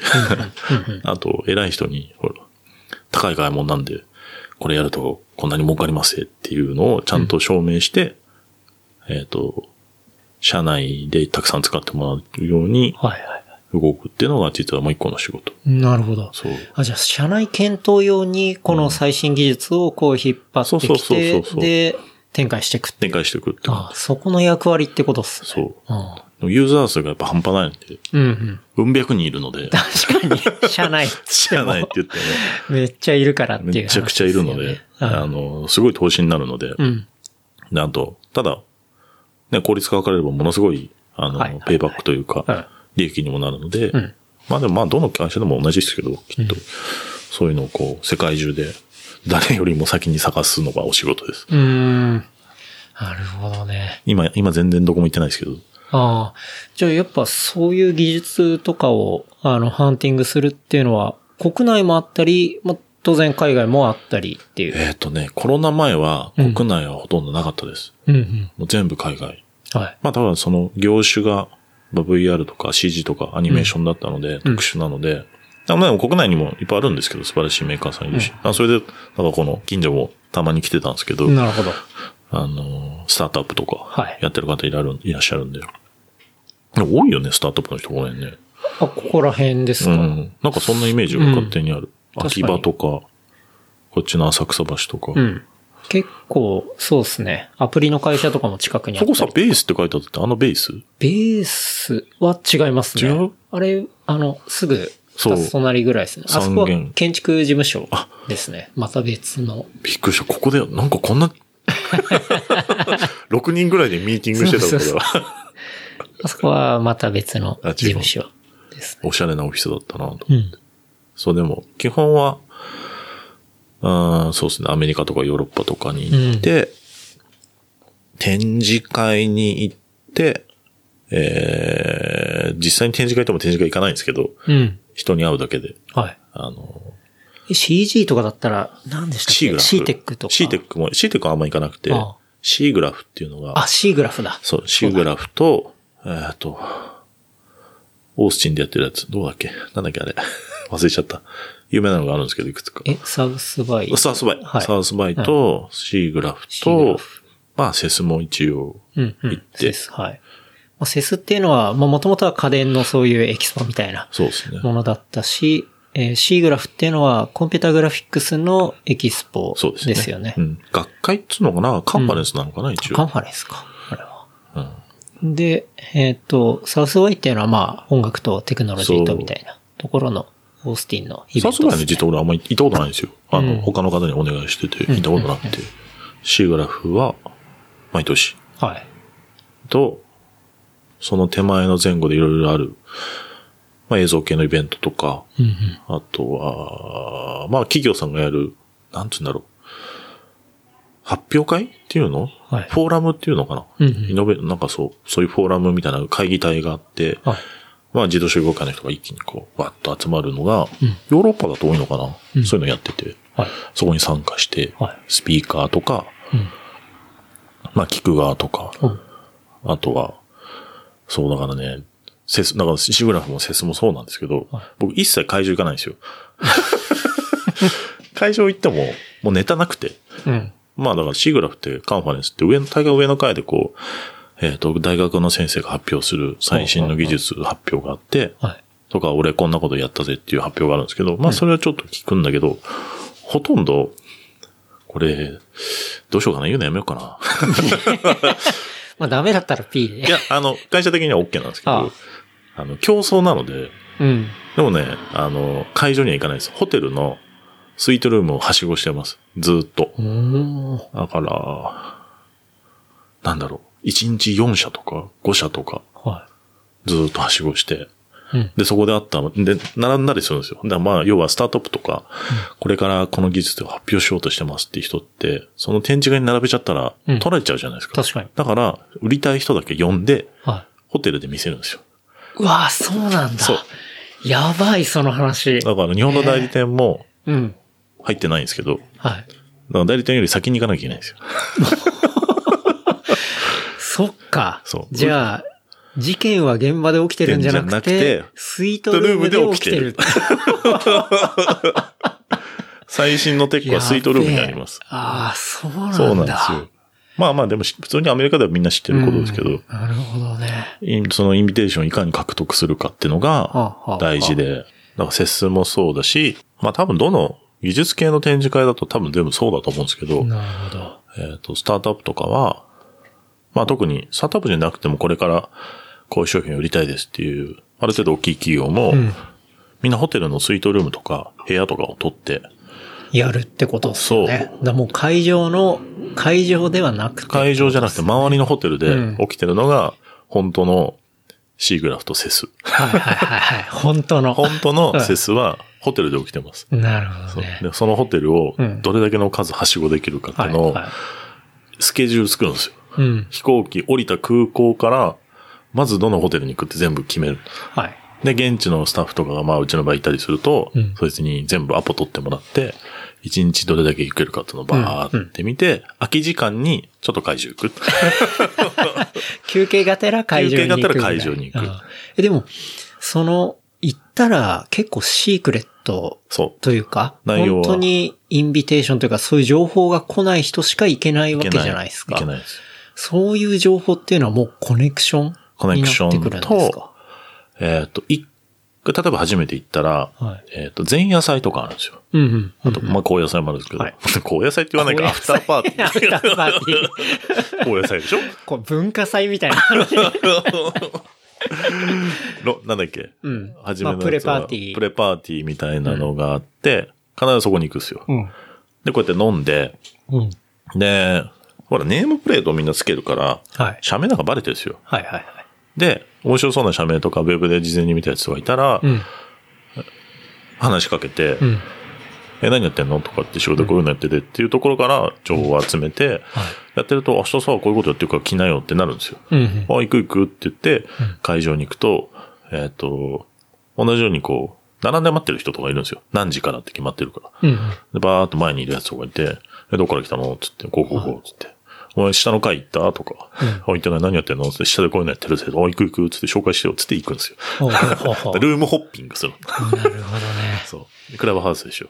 Speaker 3: あと、偉い人に、ほら、高い買い物なんで、これやるとこんなに儲かりますよっていうのをちゃんと証明して、えっ、と、社内でたくさん使ってもらうように
Speaker 2: はいはい。
Speaker 3: 動くっていうのが実はもう一個の仕事。
Speaker 2: なるほど。
Speaker 3: そう。
Speaker 2: あ、じゃあ、社内検討用に、この最新技術をこう引っ張って
Speaker 3: そう
Speaker 2: き
Speaker 3: そうそうそうそ
Speaker 2: て、
Speaker 3: う
Speaker 2: で、展開していくって。
Speaker 3: 展開していくっていう
Speaker 2: あそこの役割ってことっすね。
Speaker 3: そう。
Speaker 2: ああ
Speaker 3: でもユーザー数がやっぱ半端ないんで、
Speaker 2: うんうん。、
Speaker 3: うん百人いるので
Speaker 2: 確か に、社内、
Speaker 3: 社内って言ってね。
Speaker 2: めっちゃいるからっていう、
Speaker 3: めちゃくちゃいるので、あ
Speaker 2: あ
Speaker 3: の、すごい投資になるので、
Speaker 2: うん。
Speaker 3: であと、ただ、ね、効率化が分かれればものすごい、あの、
Speaker 2: はいはいはい
Speaker 3: ペイバックというか、
Speaker 2: うん
Speaker 3: 利益にもなるので、
Speaker 2: うん
Speaker 3: まあでもまあどの会社でも同じですけど、きっと、そういうのをこう、世界中で誰よりも先に探すのがお仕事です。
Speaker 2: うーん。なるほどね。
Speaker 3: 今、今全然どこも行ってないですけど、
Speaker 2: ああ。じゃあ、やっぱそういう技術とかを、あの、ハンティングするっていうのは、国内もあったり、まあ、当然海外もあったりっていう。
Speaker 3: えっ、とね、コロナ前は国内はほとんどなかったです。
Speaker 2: うんうん。
Speaker 3: もう全部海外。
Speaker 2: はい。
Speaker 3: まあ多分その業種が、まあ VR とか CG とかアニメーションだったので、特殊なので、あまあでも国内にもいっぱいあるんですけど、素晴らしいメーカーさんいるし、あそれで、なんかこの近所もたまに来てたんですけど、
Speaker 2: なるほど。
Speaker 3: あのー、スタートアップと
Speaker 2: は
Speaker 3: か
Speaker 2: い、
Speaker 3: やってる方いらる、いらっしゃるんで。でも多いよね、スタートアップの人この辺ね。
Speaker 2: あ、ここら辺です
Speaker 3: う
Speaker 2: か。
Speaker 3: ん。なんかそんなイメージが勝手にある。
Speaker 2: うん
Speaker 3: 秋葉とか、こっちの浅草橋とか。
Speaker 2: うん。結構、そうですね。アプリの会社とかも近くにあ
Speaker 3: そ
Speaker 2: った
Speaker 3: こ
Speaker 2: り
Speaker 3: さ、ベースって書いてあったって、あのベース
Speaker 2: ベースは違いますね。
Speaker 3: 違う
Speaker 2: あれ、あの、すぐ、
Speaker 3: そう
Speaker 2: 二つ隣ぐらいですね。あそこは
Speaker 3: 三軒
Speaker 2: 建築事務所ですね。また別の。
Speaker 3: びっくりした。ここで、なんかこんな、6人ぐらいでミーティングしてた
Speaker 2: そうそう
Speaker 3: から、
Speaker 2: あそこはまた別の
Speaker 3: あ
Speaker 2: 事務所ですね。
Speaker 3: おしゃれなオフィスだったなと。
Speaker 2: うん。
Speaker 3: そう、でも、基本は、あーそうですね、アメリカとかヨーロッパとかに行って、展示会に行って、えー、実際に展示会とも展示会行かないんですけど、
Speaker 2: うん。
Speaker 3: 人に会うだけで、
Speaker 2: はい
Speaker 3: あの、
Speaker 2: え。CG とかだったら、何でしたっけ
Speaker 3: C グラフ。
Speaker 2: シーテックとか。
Speaker 3: シーテックも、シーテックはあんま行かなくて
Speaker 2: ああ、
Speaker 3: シーグラフっていうのが
Speaker 2: あ、、C グラフだ。
Speaker 3: そう、シーグラフと、えーっと、オースチンでやってるやつ、どうだっけなんだっけあれ。 忘れちゃった。有名なのがあるんですけど、いくつか。
Speaker 2: え、サウスバイ。
Speaker 3: サウスバイ。
Speaker 2: はい
Speaker 3: サウスバイと、シーグラフ
Speaker 2: シーグラ
Speaker 3: と
Speaker 2: フ、
Speaker 3: まあ、セスも一応。
Speaker 2: うん、う
Speaker 3: 行
Speaker 2: ん
Speaker 3: っ。て
Speaker 2: セス、はい。まあ、セスっていうのは、まあ、もともとは家電のそういうエキスポみたいな
Speaker 3: そうですね。
Speaker 2: ものだったし、えー、C グラフっていうのは、コンピュータグラフィックスのエキスポ
Speaker 3: そうですね。
Speaker 2: ですよね。
Speaker 3: うん。学会っつうのかなカンファレンスなのかな、一
Speaker 2: カン
Speaker 3: 応。
Speaker 2: ファレンスか、あれは。
Speaker 3: うん。
Speaker 2: で、えっ、と、サウスワイっていうのはまあ、音楽とテクノロジーとみたいなところの、オースティンのイベ
Speaker 3: サ
Speaker 2: ン
Speaker 3: ウス
Speaker 2: ト
Speaker 3: バ
Speaker 2: です、ね。
Speaker 3: イの実は俺あんま行ったことないんですよ。あの、
Speaker 2: うん
Speaker 3: 他の方にお願いしてて、行ったことなくて。シーグラフは、毎年。
Speaker 2: はい。
Speaker 3: と、その手前の前後でいろいろある、まあ映像系のイベントとか、
Speaker 2: うんうん。
Speaker 3: あとは、まあ企業さんがやる、なんつうんだろう。発表会っていうの、
Speaker 2: はい
Speaker 3: フォーラムっていうのかな、
Speaker 2: うんうん
Speaker 3: イノベなんかそう、そういうフォーラムみたいな会議体があって、
Speaker 2: はい。
Speaker 3: まあ自動車業界の人が一気にこう、わっと集まるのが、
Speaker 2: うん
Speaker 3: ヨーロッパだと多いのかな、
Speaker 2: うん
Speaker 3: そういうのやってて、
Speaker 2: はい。
Speaker 3: そこに参加して、
Speaker 2: はい
Speaker 3: スピーカーとか、
Speaker 2: うん。
Speaker 3: まあ聞く側とか、
Speaker 2: うん
Speaker 3: あとは、そうだからね、セス、だからシグラフもセスもそうなんですけど、
Speaker 2: はい
Speaker 3: 僕一切会場行かないんですよ。 会場行っても、もうネタなくて。
Speaker 2: うん。
Speaker 3: まあだからシグラフってカンファレンスって上の、大概上の階でこう、えっ、と、大学の先生が発表する最新の技術発表があって、
Speaker 2: はい。
Speaker 3: とか、俺こんなことやったぜっていう発表があるんですけど、まあそれはちょっと聞くんだけど、ほとんど、これ、どうしようかな言うのやめようか な。
Speaker 2: まあ、ダメだったら P で。
Speaker 3: いや、あの、会社的には OK なんですけど、
Speaker 2: ああ
Speaker 3: あの、競争なので、
Speaker 2: うん。
Speaker 3: でもね、あの、会場には行かないです。ホテルのスイートルームをはしごしてます。ずーっと。
Speaker 2: うーん。
Speaker 3: だから、なんだろう。1日4社とか5社とか、
Speaker 2: は
Speaker 3: ずーっとはしごして、
Speaker 2: い。うん。
Speaker 3: で、そこであった、で、並んだりするんですよ。だからまあ、要はスタートアップとか、これからこの技術を発表しようとしてますっていう人って、その展示会に並べちゃったら
Speaker 2: うん、
Speaker 3: 取られちゃうじゃないですか。
Speaker 2: 確かに
Speaker 3: だから、売りたい人だけ呼んで、
Speaker 2: は
Speaker 3: ホテルで見せるんですよ。
Speaker 2: い。うわぁ、そうなんだ。
Speaker 3: そう
Speaker 2: やばい、その話。
Speaker 3: だから日本の代理店も
Speaker 2: うん。
Speaker 3: 入ってないんですけど、だか
Speaker 2: はい。
Speaker 3: ら代理店より先に行かなきゃいけないんですよ。
Speaker 2: そっか。
Speaker 3: そう
Speaker 2: じゃあ、事件は現場で起きてるんじゃなくて、
Speaker 3: じゃなくて
Speaker 2: スイートルームで起きてる。
Speaker 3: 最新のテックはスイートルームにあります。
Speaker 2: ああ、そうなんだ。
Speaker 3: そうなんですよ。まあまあでもし普通にアメリカではみんな知ってることですけど、
Speaker 2: うんなるほどね。
Speaker 3: インそのインビテーションをいかに獲得するかっていうのが
Speaker 2: はあはあ
Speaker 3: 大事で、だから節数もそうだし、まあ多分どの技術系の展示会だと多分全部そうだと思うんですけど、
Speaker 2: なるほど。
Speaker 3: えっ、と、スタートアップとかは、まあ特にスタートアップじゃなくてもこれからこういう商品を売りたいですっていう、ある程度大きい企業も、
Speaker 2: うん。
Speaker 3: みんなホテルのスイートルームとか部屋とかを取って、
Speaker 2: やるってことですよね。だからもう会場の、会場ではな くて。
Speaker 3: 会場じゃなくて周りのホテル
Speaker 2: う
Speaker 3: で
Speaker 2: ん
Speaker 3: 起きてるのが、本当のシーグラフとセス。
Speaker 2: はいはいはいはい。本当の。
Speaker 3: 本当のセスはホテルで起きてます。
Speaker 2: なるほ
Speaker 3: そ
Speaker 2: ど
Speaker 3: う
Speaker 2: ね。
Speaker 3: でそのホテルを
Speaker 2: うん
Speaker 3: どれだけの数はしごできるかっていうのを
Speaker 2: はいは
Speaker 3: スケジュール作るんですよ。
Speaker 2: い。うん。
Speaker 3: 飛行機降りた空港から、まずどのホテルに行くって全部決める。
Speaker 2: はい。
Speaker 3: で、現地のスタッフとかが、まあ、うちの場合いたりすると、
Speaker 2: うん
Speaker 3: そいつに全部アポ取ってもらって、1日どれだけ行けるかっていうのをバーって見て、空き時間にちょっと会場 行く。
Speaker 2: 休憩がてら会場に行く。
Speaker 3: 休憩がてら会場に行く
Speaker 2: ああ。え、でも、その、行ったら結構シークレット
Speaker 3: そう。
Speaker 2: というか、
Speaker 3: 内容
Speaker 2: 本
Speaker 3: は
Speaker 2: 当にインビテーションというかそういう情報が来ない人しか行けないわけじゃないですか
Speaker 3: いけ。ないです。
Speaker 2: そういう情報っていうのはもうコネクション
Speaker 3: コネクション
Speaker 2: になってくるんですか
Speaker 3: えっ、と、一例えば初めて行ったら、
Speaker 2: はい
Speaker 3: えっ、と、前夜祭とかあるんですよ。
Speaker 2: うんうん。
Speaker 3: あと、まあ、高野菜もあるんですけど、
Speaker 2: はい
Speaker 3: 高野菜って言わないから、アフターパーティ
Speaker 2: アフターパーティー。
Speaker 3: ー。高野菜でしょ
Speaker 2: こう文化祭みたいな。
Speaker 3: ろなんだっけ
Speaker 2: うん。
Speaker 3: 初め
Speaker 2: ま
Speaker 3: のやつは
Speaker 2: あプレパーティー
Speaker 3: プレパーティーみたいなのがあって、必ずそこに行くんですよ。
Speaker 2: うん。
Speaker 3: で、こうやって飲んで、
Speaker 2: うん。
Speaker 3: で、ほら、ネームプレートをみんなつけるから、
Speaker 2: はい。
Speaker 3: 社名なんかバレてるんですよ。
Speaker 2: はいはいはい。
Speaker 3: で、面白そうな社名とか、ウェブで事前に見たやつがいたら、
Speaker 2: うん。
Speaker 3: 話しかけて、
Speaker 2: うん。
Speaker 3: え、何やってんのとかって仕事こういうのやっててっていうところから情報を集めて、やってると明日さ、こういうことやってるから来なよってなるんですよ。
Speaker 2: うんうん。
Speaker 3: あ、行く行くって言って、会場に行くと、えっ、と、同じようにこう、並んで待ってる人とかいるんですよ。何時からって決まってるから。
Speaker 2: うんうん。
Speaker 3: で、バーっと前にいるやつとかいて、え、どっから来たのつって、こうこうこう、つって。お前下の階行ったとか、あ、行ってない、何やってんのつって、下でこういうのやってるぜ。あ、行く行く、つって紹介してよ、つって行くんですよ。
Speaker 2: ほうほうほうほう
Speaker 3: ルームホッピングする の。
Speaker 2: なるほどね。
Speaker 3: そう。クラブハウスでしょ。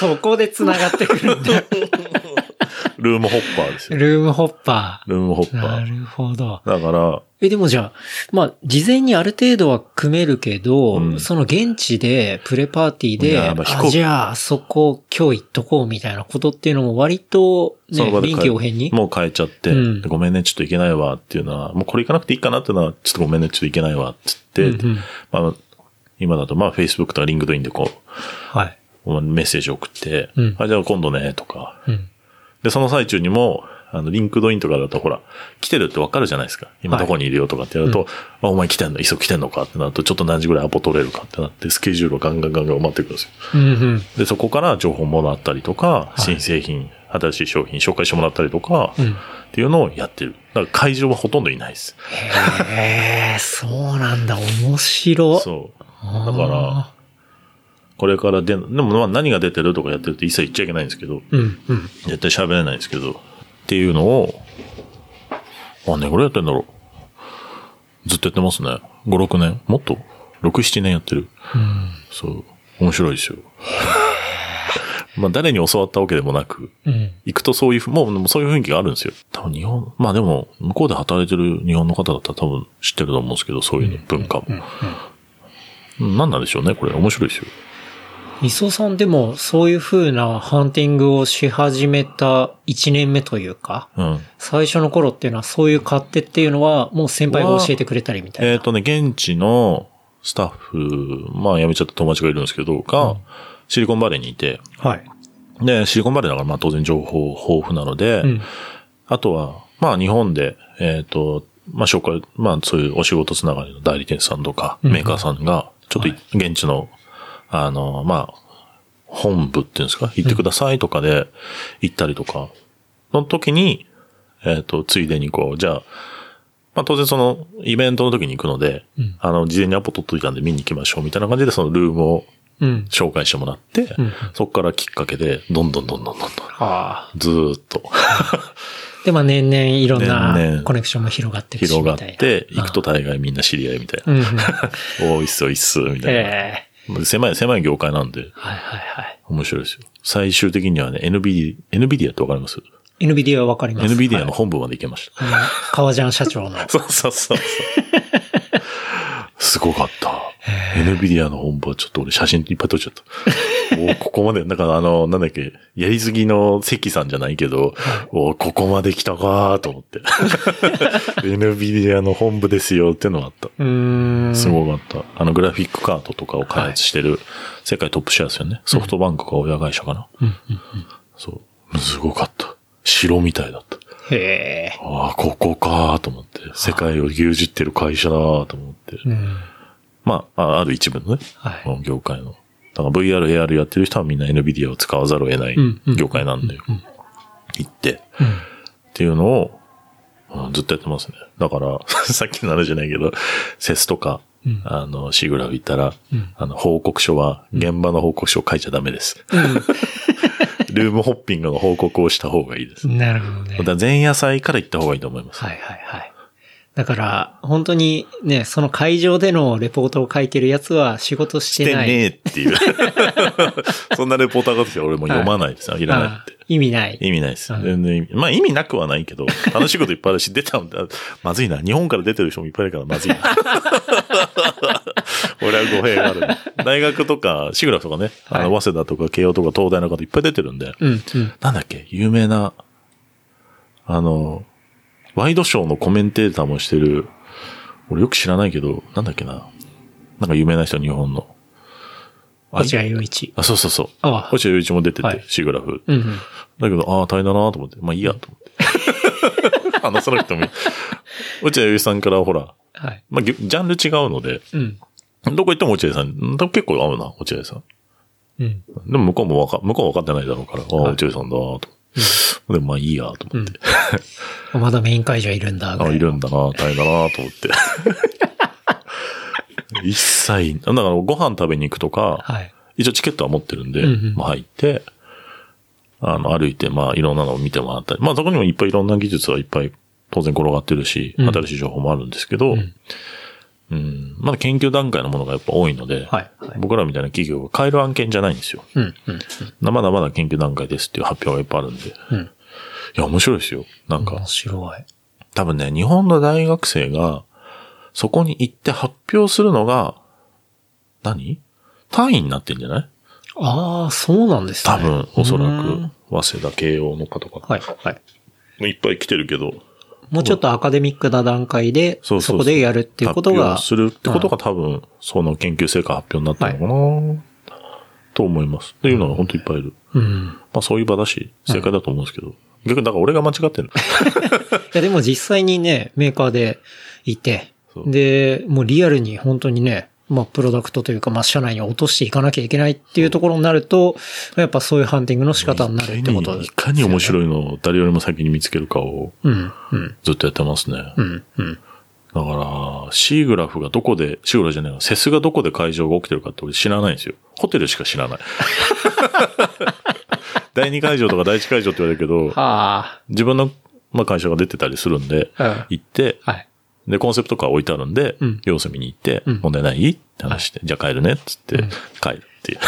Speaker 2: そこで繋がってくるん だ。
Speaker 3: ルームホッパーですよ。
Speaker 2: ルームホッパ
Speaker 3: ルームホッ
Speaker 2: ー。な
Speaker 3: パー。
Speaker 2: るほど。
Speaker 3: だから、
Speaker 2: え、でもじゃあ、まあ、事前にある程度は組めるけど、
Speaker 3: うん
Speaker 2: その現地で、プレパーティー
Speaker 3: い
Speaker 2: で、
Speaker 3: ややっぱ飛行機
Speaker 2: あじゃあ、あそこ、今日行っとこうみたいなことっていうのも割と、
Speaker 3: その
Speaker 2: ね、
Speaker 3: 場で
Speaker 2: 臨機応変に。
Speaker 3: もう変えちゃって、
Speaker 2: うん
Speaker 3: ごめんね、ちょっと行けないわっていうのは、もうこれ行かなくていいかなっていうのは、ちょっとごめんね、ちょっと行けないわって言って、
Speaker 2: うんうん
Speaker 3: まあ、今だとまあ Facebook とか LinkedIn でこ
Speaker 2: はい。
Speaker 3: う、メッセージ送って、
Speaker 2: うん
Speaker 3: あ、じゃあ今度ね、とか。
Speaker 2: うん。
Speaker 3: で、その最中にも、あの、リンクドインとかだとほら、来てるってわかるじゃないですか。今
Speaker 2: はい
Speaker 3: どこにいるよとかってやると、あ、お前来てんの急ぎ来てんのかってなると、ちょっと何時ぐらいアポ取れるかってなって、スケジュールをガンガンガンガン埋まってくるんですよ。
Speaker 2: うんうん。
Speaker 3: で、そこから情報もらったりとか、
Speaker 2: い
Speaker 3: 新製品、新しい商品紹介してもらったりとか、
Speaker 2: うん
Speaker 3: っていうのをやってる。だから会場はほとんどいないです。
Speaker 2: へえ、そうなんだ。面白。
Speaker 3: そう。
Speaker 2: あー
Speaker 3: だから、これから出、でもまあ何が出てるとかやってるって一切言っちゃいけないんですけど、
Speaker 2: うん、うん。
Speaker 3: 絶対喋れないんですけど、っていうのを、あ、ね、これやってんだろう。ずっとやってますね。5、6年もっと ?6、7年やってる。そう。面白いですよ。 まあ誰に教わったわけでもなく、
Speaker 2: うん。
Speaker 3: 行くとそういうふ、もうもうそういう雰囲気があるんですよ。多分日本、まあでも、向こうで働いてる日本の方だったら多分知ってると思うんですけど、そういう文化も。うん何なんでしょうね、これ。面白いですよ。
Speaker 2: 磯さんでもそういう風なハンティングをし始めた1年目というか、
Speaker 3: うん。
Speaker 2: 最初の頃っていうのはそういう勝手っていうのはもう先輩が教えてくれたりみたいな。
Speaker 3: えっ、とね、現地のスタッフ、まあ辞めちゃった友達がいるんですけど、が、シリコンバレーにいて、
Speaker 2: はい。
Speaker 3: で、シリコンバレーだからまあ当然情報豊富なので、
Speaker 2: うん。
Speaker 3: あとは、まあ日本で、えっ、と、まあ紹介、まあそういうお仕事つながりの代理店さんとか、メーカーさんが、ちょっとい現地の、あの、まあ、本部っていうんですか、行ってくださいとかで行ったりとか、の時に、えっ、と、ついでにこう、じゃあ、まあ当然そのイベントの時に行くので、
Speaker 2: ん
Speaker 3: あの、事前にアポ取っといたんで見に行きましょうみたいな感じでそのルームを
Speaker 2: うん。
Speaker 3: 紹介してもらって、
Speaker 2: うん
Speaker 3: そこからきっかけで、どんどんどんどんどんどん、
Speaker 2: ああ。
Speaker 3: ずー っと。
Speaker 2: で、まあ年々いろん
Speaker 3: 年
Speaker 2: な
Speaker 3: 々
Speaker 2: コネクションも広がってるし
Speaker 3: 広が
Speaker 2: み
Speaker 3: った
Speaker 2: いな。
Speaker 3: て、行くと大概みんな知り合いみたい
Speaker 2: うん。うん。
Speaker 3: な。おいっすおいっす、みたいな。
Speaker 2: ええ
Speaker 3: 狭い、狭い業界なんで、
Speaker 2: はいはいはい。
Speaker 3: 面白いですよ。最終的にはね、NB、NVIDIA ってわかります
Speaker 2: NBD はわかります。
Speaker 3: ?NVIDIA
Speaker 2: はい
Speaker 3: の本部まで行けました。
Speaker 2: あの革ジャン社 長の。
Speaker 3: そうそうそうそう。すごかった。NVIDIA の本部はちょっと俺写真いっぱい撮っちゃった。おーここまで、なんかあの、なんだっけ、やりすぎの関さんじゃないけど、おーここまで来たかーと思って。NVIDIA の本部ですよってのがあった。
Speaker 2: うーん。
Speaker 3: すごかった。あの、グラフィックカードとかを開発してる、世界トップシェアですよね。ソフトバンクか親会社かな。そう。すごかった。城みたいだった。
Speaker 2: へえ。
Speaker 3: ああ、ここかーと思って。世界を牛耳ってる会社だーと思って。
Speaker 2: うん。
Speaker 3: まあ、あある一部のね、
Speaker 2: はい
Speaker 3: この業界の。だから VR、AR やってる人はみんな NVIDIA を使わざるを得ない
Speaker 2: うんうん
Speaker 3: 業界なんで、行って、
Speaker 2: うん
Speaker 3: っていうのを、うんずっとやってますね。だから、 さっきの話じゃないけど、セスとか、あの、シグラフ行ったら、あの、報告書は、現場の報告書を書いちゃダメです。 ルームホッピングの報告をした方がいいです。
Speaker 2: なるほどね。
Speaker 3: だから前夜祭から行った方がいいと思います。
Speaker 2: はいはいはい。だから、本当にね、その会場でのレポートを書いてるやつは仕事し
Speaker 3: してて
Speaker 2: ない。
Speaker 3: ねえっていう。 そんなレポーターが来て俺もう読まないですよ。いらない
Speaker 2: あ
Speaker 3: って。
Speaker 2: 意味ない。
Speaker 3: 意味ないです。
Speaker 2: うん
Speaker 3: 全然意味。まあ意味なくはな いけど、楽しいこといっぱいあるし、出たんだ。まずいな。日本から出てる人もいっぱいいるからま ずいな。俺は語弊があるね。大学とか、シグラフとかね、あ
Speaker 2: は
Speaker 3: の、早稲田とか慶応とか東大の方いっぱい出てるんで、
Speaker 2: うん、うん。
Speaker 3: なんだっけ、有名な、あの、ワイドショーのコメンテーターもしてる、俺よく知らないけど、なんだっけな。なんか有名な人、日本の。あ
Speaker 2: 落合陽一。
Speaker 3: あ、そうそうそう。
Speaker 2: ああ
Speaker 3: 落合陽一も出てて、
Speaker 2: はい
Speaker 3: シグラフ。
Speaker 2: うん、うん。
Speaker 3: だけど、ああ、大変だなと思って、まあいいやと 思って。話さなくてもいい。落合陽一さんからほら、
Speaker 2: はい。
Speaker 3: まあ、ぎゅジャンル違うので、
Speaker 2: うん。
Speaker 3: どこ行っても落合さん、ん結構合うな、落合さん。
Speaker 2: うん。
Speaker 3: でも向こうもわか、向こうは分かってないだろうから、ああ、
Speaker 2: はい
Speaker 3: 落合さんだなと。でもまあいいやと思って。
Speaker 2: まだメイン会場いるんだ。
Speaker 3: あ、いるんだな、大変だなと思って。 一切、だからご飯食べに行くとか、
Speaker 2: はい。
Speaker 3: 一応チケットは持ってるんで、
Speaker 2: うんうん
Speaker 3: まあ入って、あの、歩いて、まあいろんなのを見てもらったり、まあそこにもいっぱいいろんな技術はいっぱい当然転がってるし、
Speaker 2: うん
Speaker 3: 新しい情報もあるんですけど、うん、まだ研究段階のものがやっぱ多いので、
Speaker 2: はいはい
Speaker 3: 僕らみたいな企業が買える案件じゃないんですよ。
Speaker 2: うん、うん。
Speaker 3: まだまだ研究段階ですっていう発表がいっぱいあるんで、
Speaker 2: うん
Speaker 3: いや、面白いですよ。なんか
Speaker 2: 面、白い。
Speaker 3: 多分ね、日本の大学生が、そこに行って発表するのが、何単位になってんじゃない
Speaker 2: ああ、そうなんですね。
Speaker 3: 多分、おそら
Speaker 2: うん
Speaker 3: く、早稲田慶応の方とか、
Speaker 2: はい、はい。
Speaker 3: いっぱい来てるけど、
Speaker 2: もうちょっとアカデミックな段階で、
Speaker 3: そ
Speaker 2: そう
Speaker 3: そうそう
Speaker 2: こでやるっていうことが。
Speaker 3: 発表するってことが多分、その研究成果発表になったのかな、と思います。っていうのが本当いっぱいいる。
Speaker 2: うん。うん
Speaker 3: まあそういう場だし、正解だと思うんですけど、逆にだから俺が間違ってる。
Speaker 2: いや、でも実際にね、メーカーでいて
Speaker 3: そ、う
Speaker 2: で、もうリアルに本当にね、まあ、プロダクトというか、まあ、社内に落としていかなきゃいけないっていうところになると、やっぱそういうハンティング の仕方になるってこと
Speaker 3: い
Speaker 2: です。
Speaker 3: かにいかに面白いのを誰よりも先に見つけるかを
Speaker 2: うん、うん、
Speaker 3: ずっとやってますね。
Speaker 2: うん、うん。
Speaker 3: だから、シーグラフがどこで、シーグラフじゃないの、セスがどこで会場が起きてるかって俺知らないんですよ。ホテルしか知ら ない。第2会場とか第1会場って言われるけど、
Speaker 2: は
Speaker 3: 自分の、まあ、会社が出てたりするんで、
Speaker 2: あ。うん。
Speaker 3: 行って、
Speaker 2: はい。
Speaker 3: で、コンセプトカー置いてあるんで、
Speaker 2: うん
Speaker 3: 様子見に行って、
Speaker 2: うん
Speaker 3: 問題ないって話して、じゃあ帰るねっつって、帰るっていう。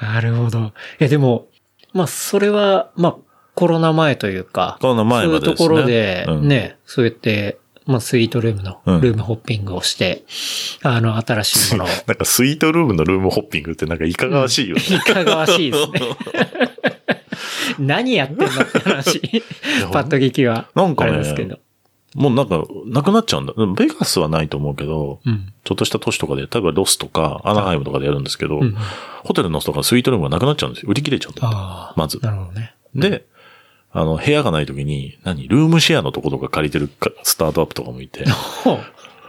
Speaker 2: なるほど。いや、でも、まあ、それは、まあ、コロナ前というか、
Speaker 3: コロナ前まで
Speaker 2: そういう
Speaker 3: です
Speaker 2: と
Speaker 3: ね
Speaker 2: ころで、
Speaker 3: うん
Speaker 2: ね、そうやって、まあ、スイートルームの、
Speaker 3: うん
Speaker 2: ルームホッピングをして、あの、新しいものを、
Speaker 3: なんかスイートルームのルームホッピングってなんかいかがわしいよね。
Speaker 2: いかがわしい ですね。何やってんだって話
Speaker 3: や。
Speaker 2: パッと聞きは。
Speaker 3: なんかね
Speaker 2: あれですけど。
Speaker 3: もうなんか、なくなっちゃうんだ。でもベガスはないと思うけど、
Speaker 2: うん。
Speaker 3: ちょっとした都市とかで、例えばロスとか、アナハイムとかでやるんですけど、
Speaker 2: うん
Speaker 3: ホテルのとかスイートルームがなくなっちゃうんですよ。売り切れちゃったんだ。
Speaker 2: ああ。
Speaker 3: まず
Speaker 2: なるほどね。
Speaker 3: で、あの、部屋がない時に、何ルームシェアのとことか借りてるかスタートアップとかもいて、
Speaker 2: ほう。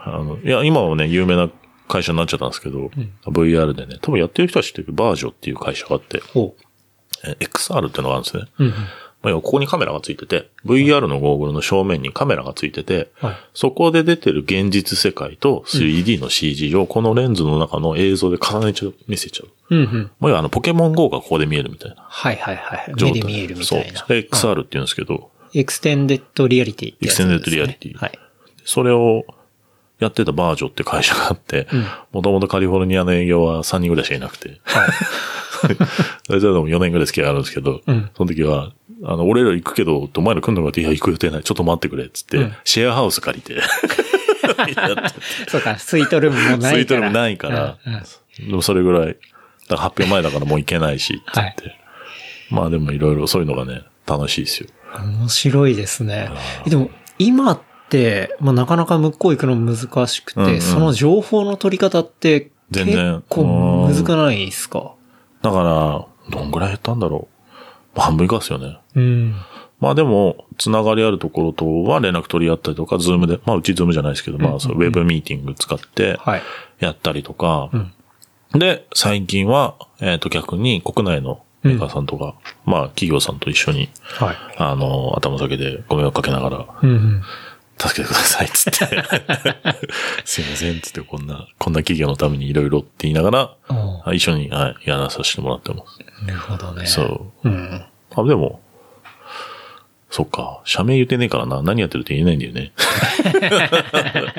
Speaker 3: あの、いや、今はね、有名な会社になっちゃったんですけど、VR でね、多分やってる人は知ってるけどバージョっていう会社があって、
Speaker 2: ほ
Speaker 3: え XR っていうのがあるんですね。
Speaker 2: う。うんうん。
Speaker 3: まあ、要はここにカメラがついてて、VR のゴーグルの正面にカメラがついてて、
Speaker 2: はい
Speaker 3: そこで出てる現実世界と 3D の CG をこのレンズの中の映像で重ねちゃう、見せちゃ
Speaker 2: う
Speaker 3: う。
Speaker 2: んうん。
Speaker 3: まあ、要はあの、ポケモン GO がここで見えるみたいな
Speaker 2: はいはいはい。
Speaker 3: 状
Speaker 2: 目
Speaker 3: 態。
Speaker 2: で見えるみたいな
Speaker 3: そう。。XR って言うんですけど、
Speaker 2: エクステンデッドリアリティってやつですね。
Speaker 3: エクステンデッドリアリティ
Speaker 2: はい。
Speaker 3: それをやってたバージョって会社があって
Speaker 2: うん、
Speaker 3: もともとカリフォルニアの営業は3人ぐらいしかいなくて、
Speaker 2: はい。
Speaker 3: 大体でも4年ぐらい付き合いがあるんですけど、
Speaker 2: うん
Speaker 3: その時は、あの、俺ら行くけど、お前ら来んのかって、いや、行く予定ない。ちょっと待ってくれ、っつって、
Speaker 2: うん
Speaker 3: シェアハウス借 りて。やって
Speaker 2: そうか、スイートルームもないから。
Speaker 3: スイートルームないから
Speaker 2: うんうん
Speaker 3: でもそれぐらい、だから発表前だからもう行けないし、つって。まあでもいろいろそういうのがね、楽しいですよ。
Speaker 2: 面白いですね。でも、今って、まあ、なかなか向こう行くの難しくて、
Speaker 3: うんうん
Speaker 2: その情報の取り方って、
Speaker 3: 全然
Speaker 2: 結構難くないですか
Speaker 3: だから、どんぐらい減ったんだろう。半分以下ですよね。
Speaker 2: うん。
Speaker 3: まあでも、つながりあるところとは連絡取り合ったりとか、ズームで、まあうちズームじゃないですけど、まあそうウェブミーティング使って、
Speaker 2: はい。
Speaker 3: やったりとか、
Speaker 2: うん
Speaker 3: で、最近は、えっ、と逆に国内のメーカーさんとか、まあ企業さんと一緒に、
Speaker 2: はい。
Speaker 3: あの、頭下げでご迷惑かけながら、
Speaker 2: うんうん。
Speaker 3: 助けてください、っ つって。すいません、つって、こんな、こんな企業のためにいろいろって言いながら、
Speaker 2: お
Speaker 3: はい一緒に、はい、やらさせてもらってます。
Speaker 2: ーなるほどね。
Speaker 3: そう。
Speaker 2: う。うん。
Speaker 3: あ、でも、そっか。社名言ってねえからな。何やってるって言えないんだよ ね。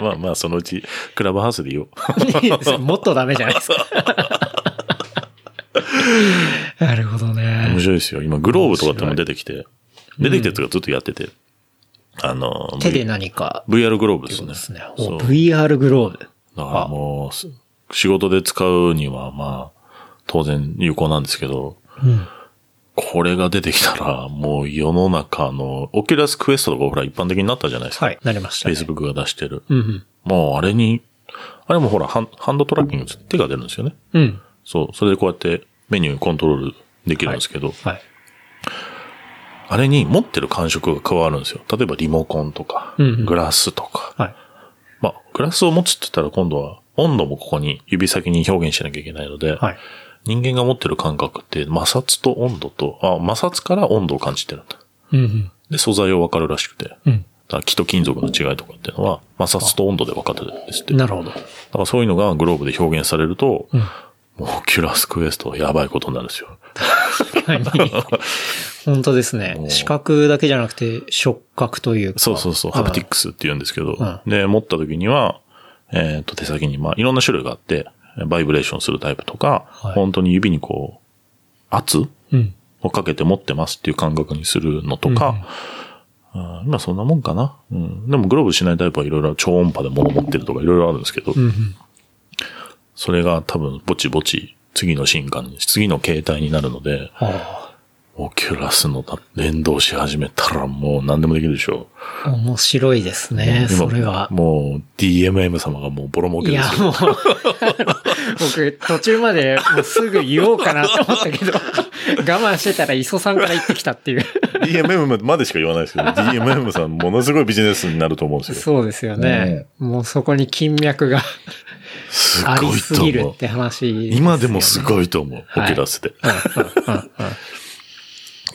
Speaker 3: まあまあ、そのうち、クラブハウスで言おう。
Speaker 2: もっとダメじゃないです か。なるほどね
Speaker 3: 面。白いですよ。今、グローブとかっても出てきて、出てきてとかずっとやってて。あの、
Speaker 2: 手で
Speaker 3: V-
Speaker 2: 何か。
Speaker 3: VR グローブです
Speaker 2: そう
Speaker 3: ね。
Speaker 2: ですね。
Speaker 3: そう
Speaker 2: お VR グローブ。
Speaker 3: だからもうす、仕事で使うには、まあ、当然有効なんですけど、
Speaker 2: うん。
Speaker 3: これが出てきたら、もう世の中の、オキュラスクエストとかほら一般的になったじゃないですか。
Speaker 2: はい。なりましたね。
Speaker 3: Facebook が出してる。
Speaker 2: うんうん。
Speaker 3: もうあれに、あれもほらハン、ハンドトラッキング、手が出るんですよね。
Speaker 2: うん。
Speaker 3: そう、それでこうやってメニューコントロールできるんですけど、
Speaker 2: はい。
Speaker 3: あれに持ってる感触が変わるんですよ。例えばリモコンとか、
Speaker 2: うんうん
Speaker 3: グラスとか。
Speaker 2: はい。
Speaker 3: まあ、グラスを持つって言ったら今度は温度もここに指先に表現しなきゃいけないので、
Speaker 2: はい。
Speaker 3: 人間が持ってる感覚って摩擦と温度と、あ、摩擦から温度を感じてるんだ。
Speaker 2: うんうん。
Speaker 3: で、素材を分かるらしくて。
Speaker 2: う
Speaker 3: だ
Speaker 2: ん。
Speaker 3: から木と金属の違いとかっていうのは摩擦と温度で分かってるんですって。だ
Speaker 2: なるほど。
Speaker 3: からそういうのがグローブで表現されると、
Speaker 2: うん
Speaker 3: もうキュラスクエストはやばいことになるん ですよ。
Speaker 2: 本当ですね
Speaker 3: う。ん
Speaker 2: 視覚だけじゃなくて、触覚というか。
Speaker 3: そうそうそう、ハプティッ
Speaker 2: ク。
Speaker 3: クスって言うんですけど、
Speaker 2: う
Speaker 3: で、持った時には、えっ、と、手先に、まあ、いろんな種類があって、バイブレーションするタイプとか、
Speaker 2: はい
Speaker 3: 本当に指にこう、圧
Speaker 2: うん。
Speaker 3: をかけて持ってますっていう感覚にするのとか、あー今そんなもんかな。うん。でもグローブしないタイプはいろいろ超音波で物持ってるとかいろいろあるんですけど、
Speaker 2: うんうん。
Speaker 3: それが多分ぼちぼち次の進化に、次の形態になるので、
Speaker 2: あ
Speaker 3: オキュラスの連動し始めたらもう何でもできるでしょう。
Speaker 2: あ。面白いですね。
Speaker 3: 今
Speaker 2: それは。
Speaker 3: もう DMM 様がもうボロ儲け
Speaker 2: い
Speaker 3: で
Speaker 2: や
Speaker 3: す、よ。
Speaker 2: もう、 僕、途中までもうすぐ言おうかなと思ったけど、 我慢してたら磯さんから言ってきた っていう。
Speaker 3: DMM までしか言わないですけど、DMM さんものすごいビジネスになると思うんですよ。
Speaker 2: そうですよね。もうそこに金脈が
Speaker 3: す
Speaker 2: あ
Speaker 3: ご
Speaker 2: り
Speaker 3: い
Speaker 2: す
Speaker 3: と
Speaker 2: ぎ
Speaker 3: 思
Speaker 2: る
Speaker 3: う
Speaker 2: っ。て話、
Speaker 3: 今でもす
Speaker 2: い。
Speaker 3: ごいと思う。オキ
Speaker 2: はい
Speaker 3: ュラスで。
Speaker 2: うんうんうん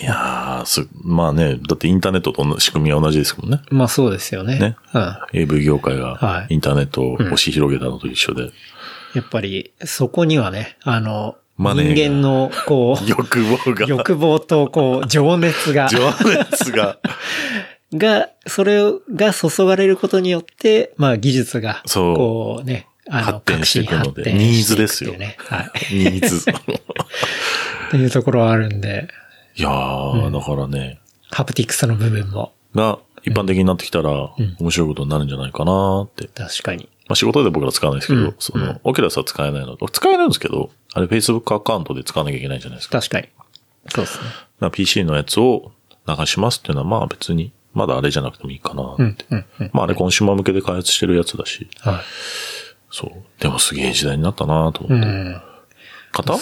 Speaker 3: いやーす、まあね、だってインターネットと同じ仕組みは同じですもんね。
Speaker 2: まあそうですよね。
Speaker 3: ね
Speaker 2: うん。
Speaker 3: AV 業界
Speaker 2: は
Speaker 3: が
Speaker 2: い
Speaker 3: インターネットを押し広げたのと一緒で。
Speaker 2: やっぱり、そこにはね、あの、
Speaker 3: マネーが
Speaker 2: 人間の、こう、
Speaker 3: 欲望が、
Speaker 2: 欲望と、こう、情熱が、
Speaker 3: 情熱が、
Speaker 2: が、それが注がれることによって、まあ技術が、
Speaker 3: そう
Speaker 2: こうね、あの、
Speaker 3: 発展していくの
Speaker 2: 革新発
Speaker 3: で
Speaker 2: 展
Speaker 3: ニーズですよ
Speaker 2: していくっていうね。はい。
Speaker 3: ニー ズ。
Speaker 2: っていうところはあるんで、
Speaker 3: いやー、だからね、
Speaker 2: ハプティクスの部分も、
Speaker 3: が一般的になってきたら
Speaker 2: うん
Speaker 3: 面白いことになるんじゃないかなーって。
Speaker 2: 確かに。
Speaker 3: まあ、仕事で僕ら使わないですけど、
Speaker 2: うん
Speaker 3: そうの
Speaker 2: ん、
Speaker 3: オキュラスは使えないの。使えないんですけど、あれ Facebook アカウントで使わなきゃいけないじゃないですか。
Speaker 2: 確かに。そうですね。
Speaker 3: まあ PC のやつを流しますっていうのは、まあ別に、まだあれじゃなくてもいいかなって。
Speaker 2: うん、うん、うん。
Speaker 3: まああれコンシューマー向けで開発してるやつだし、
Speaker 2: は
Speaker 3: そう。でもすげえ時代になったなと
Speaker 2: い。う
Speaker 3: 思って。
Speaker 2: ん。
Speaker 3: 型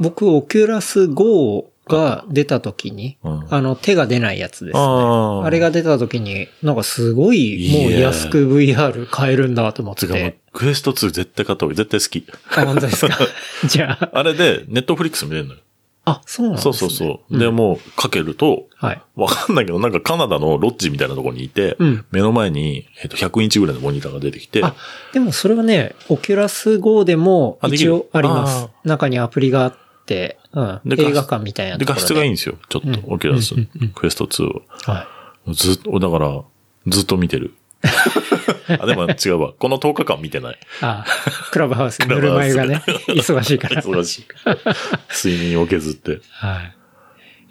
Speaker 2: 僕、オキュラス GO が出た時に、
Speaker 3: うん
Speaker 2: あの、手が出ないやつですね。
Speaker 3: あー
Speaker 2: あれが出た時に、なんかすごい、もう安く VR 買えるんだと思って
Speaker 3: かもう
Speaker 2: て。
Speaker 3: クエスト2絶対買った方がいい。絶対好き。
Speaker 2: あ、本当です か。じゃあ、
Speaker 3: あれで、ネットフリックス見れるのよ。
Speaker 2: あ、そうなんです
Speaker 3: そ
Speaker 2: ね。
Speaker 3: うそうそう。で、もう、かけると、
Speaker 2: はい。
Speaker 3: わかんないけど、なんかカナダのロッジみたいなところにいて、
Speaker 2: うん
Speaker 3: 目の前に、えっと、100インチぐらいのモニターが出てきて、
Speaker 2: あ、でもそれはね、オキュラス GO でも
Speaker 3: あでき
Speaker 2: 一
Speaker 3: る
Speaker 2: 応あります
Speaker 3: あ。
Speaker 2: 中にアプリがあって、うん。
Speaker 3: で
Speaker 2: 映画館みたいな
Speaker 3: で、
Speaker 2: ところ
Speaker 3: 画
Speaker 2: で。
Speaker 3: 質がいいんですよ。ちょっと、
Speaker 2: うん
Speaker 3: オキュラス
Speaker 2: うんうん、
Speaker 3: クエスト2を。
Speaker 2: は
Speaker 3: ずっと、だから、ずっと見てる。あ、でも違うわ。この10日間見てない。
Speaker 2: い。あ、クラブハ ウス、
Speaker 3: ラ
Speaker 2: ぬ
Speaker 3: ブ
Speaker 2: る
Speaker 3: ハ
Speaker 2: ま
Speaker 3: ウ
Speaker 2: 湯
Speaker 3: ス
Speaker 2: がね、 忙しいから。
Speaker 3: 忙しいから。睡眠を削って。
Speaker 2: はい。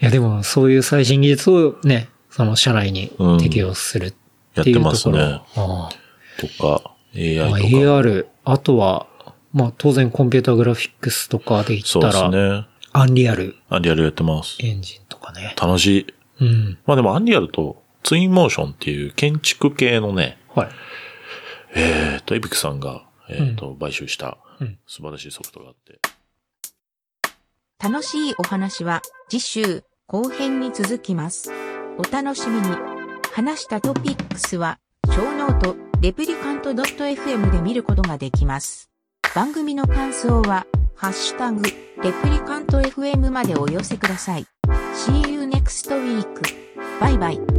Speaker 2: いや、でも、そういう最新技術をね、その社内に
Speaker 3: うん
Speaker 2: 適用するっ
Speaker 3: やって
Speaker 2: い
Speaker 3: て
Speaker 2: うところ。
Speaker 3: ますね。
Speaker 2: ああ
Speaker 3: とか、
Speaker 2: まあ
Speaker 3: AI とか。
Speaker 2: AR、あとは、まあ、当然コンピュータグラフィックスとかで言
Speaker 3: そう
Speaker 2: っ
Speaker 3: で
Speaker 2: た
Speaker 3: す
Speaker 2: ら、
Speaker 3: ね。
Speaker 2: アンリアル
Speaker 3: アンリアルやってます。
Speaker 2: エンジンとかね。
Speaker 3: 楽しい。
Speaker 2: うん。
Speaker 3: まあでもアンリアルと、ツインモーションっていう建築系のね、
Speaker 2: はい。
Speaker 3: えっと、エビクさんが、えっと、買収した
Speaker 2: うん、
Speaker 3: 素晴らしいソフトがあって。
Speaker 4: 楽しいお話は次週後編に続きます。お楽しみに。話したトピックスは、小ノート、レプリカント .fm で見ることができます。番組の感想は、ハッシュタグ、レプリカント fm までお寄せください。See you next week. バイバイ。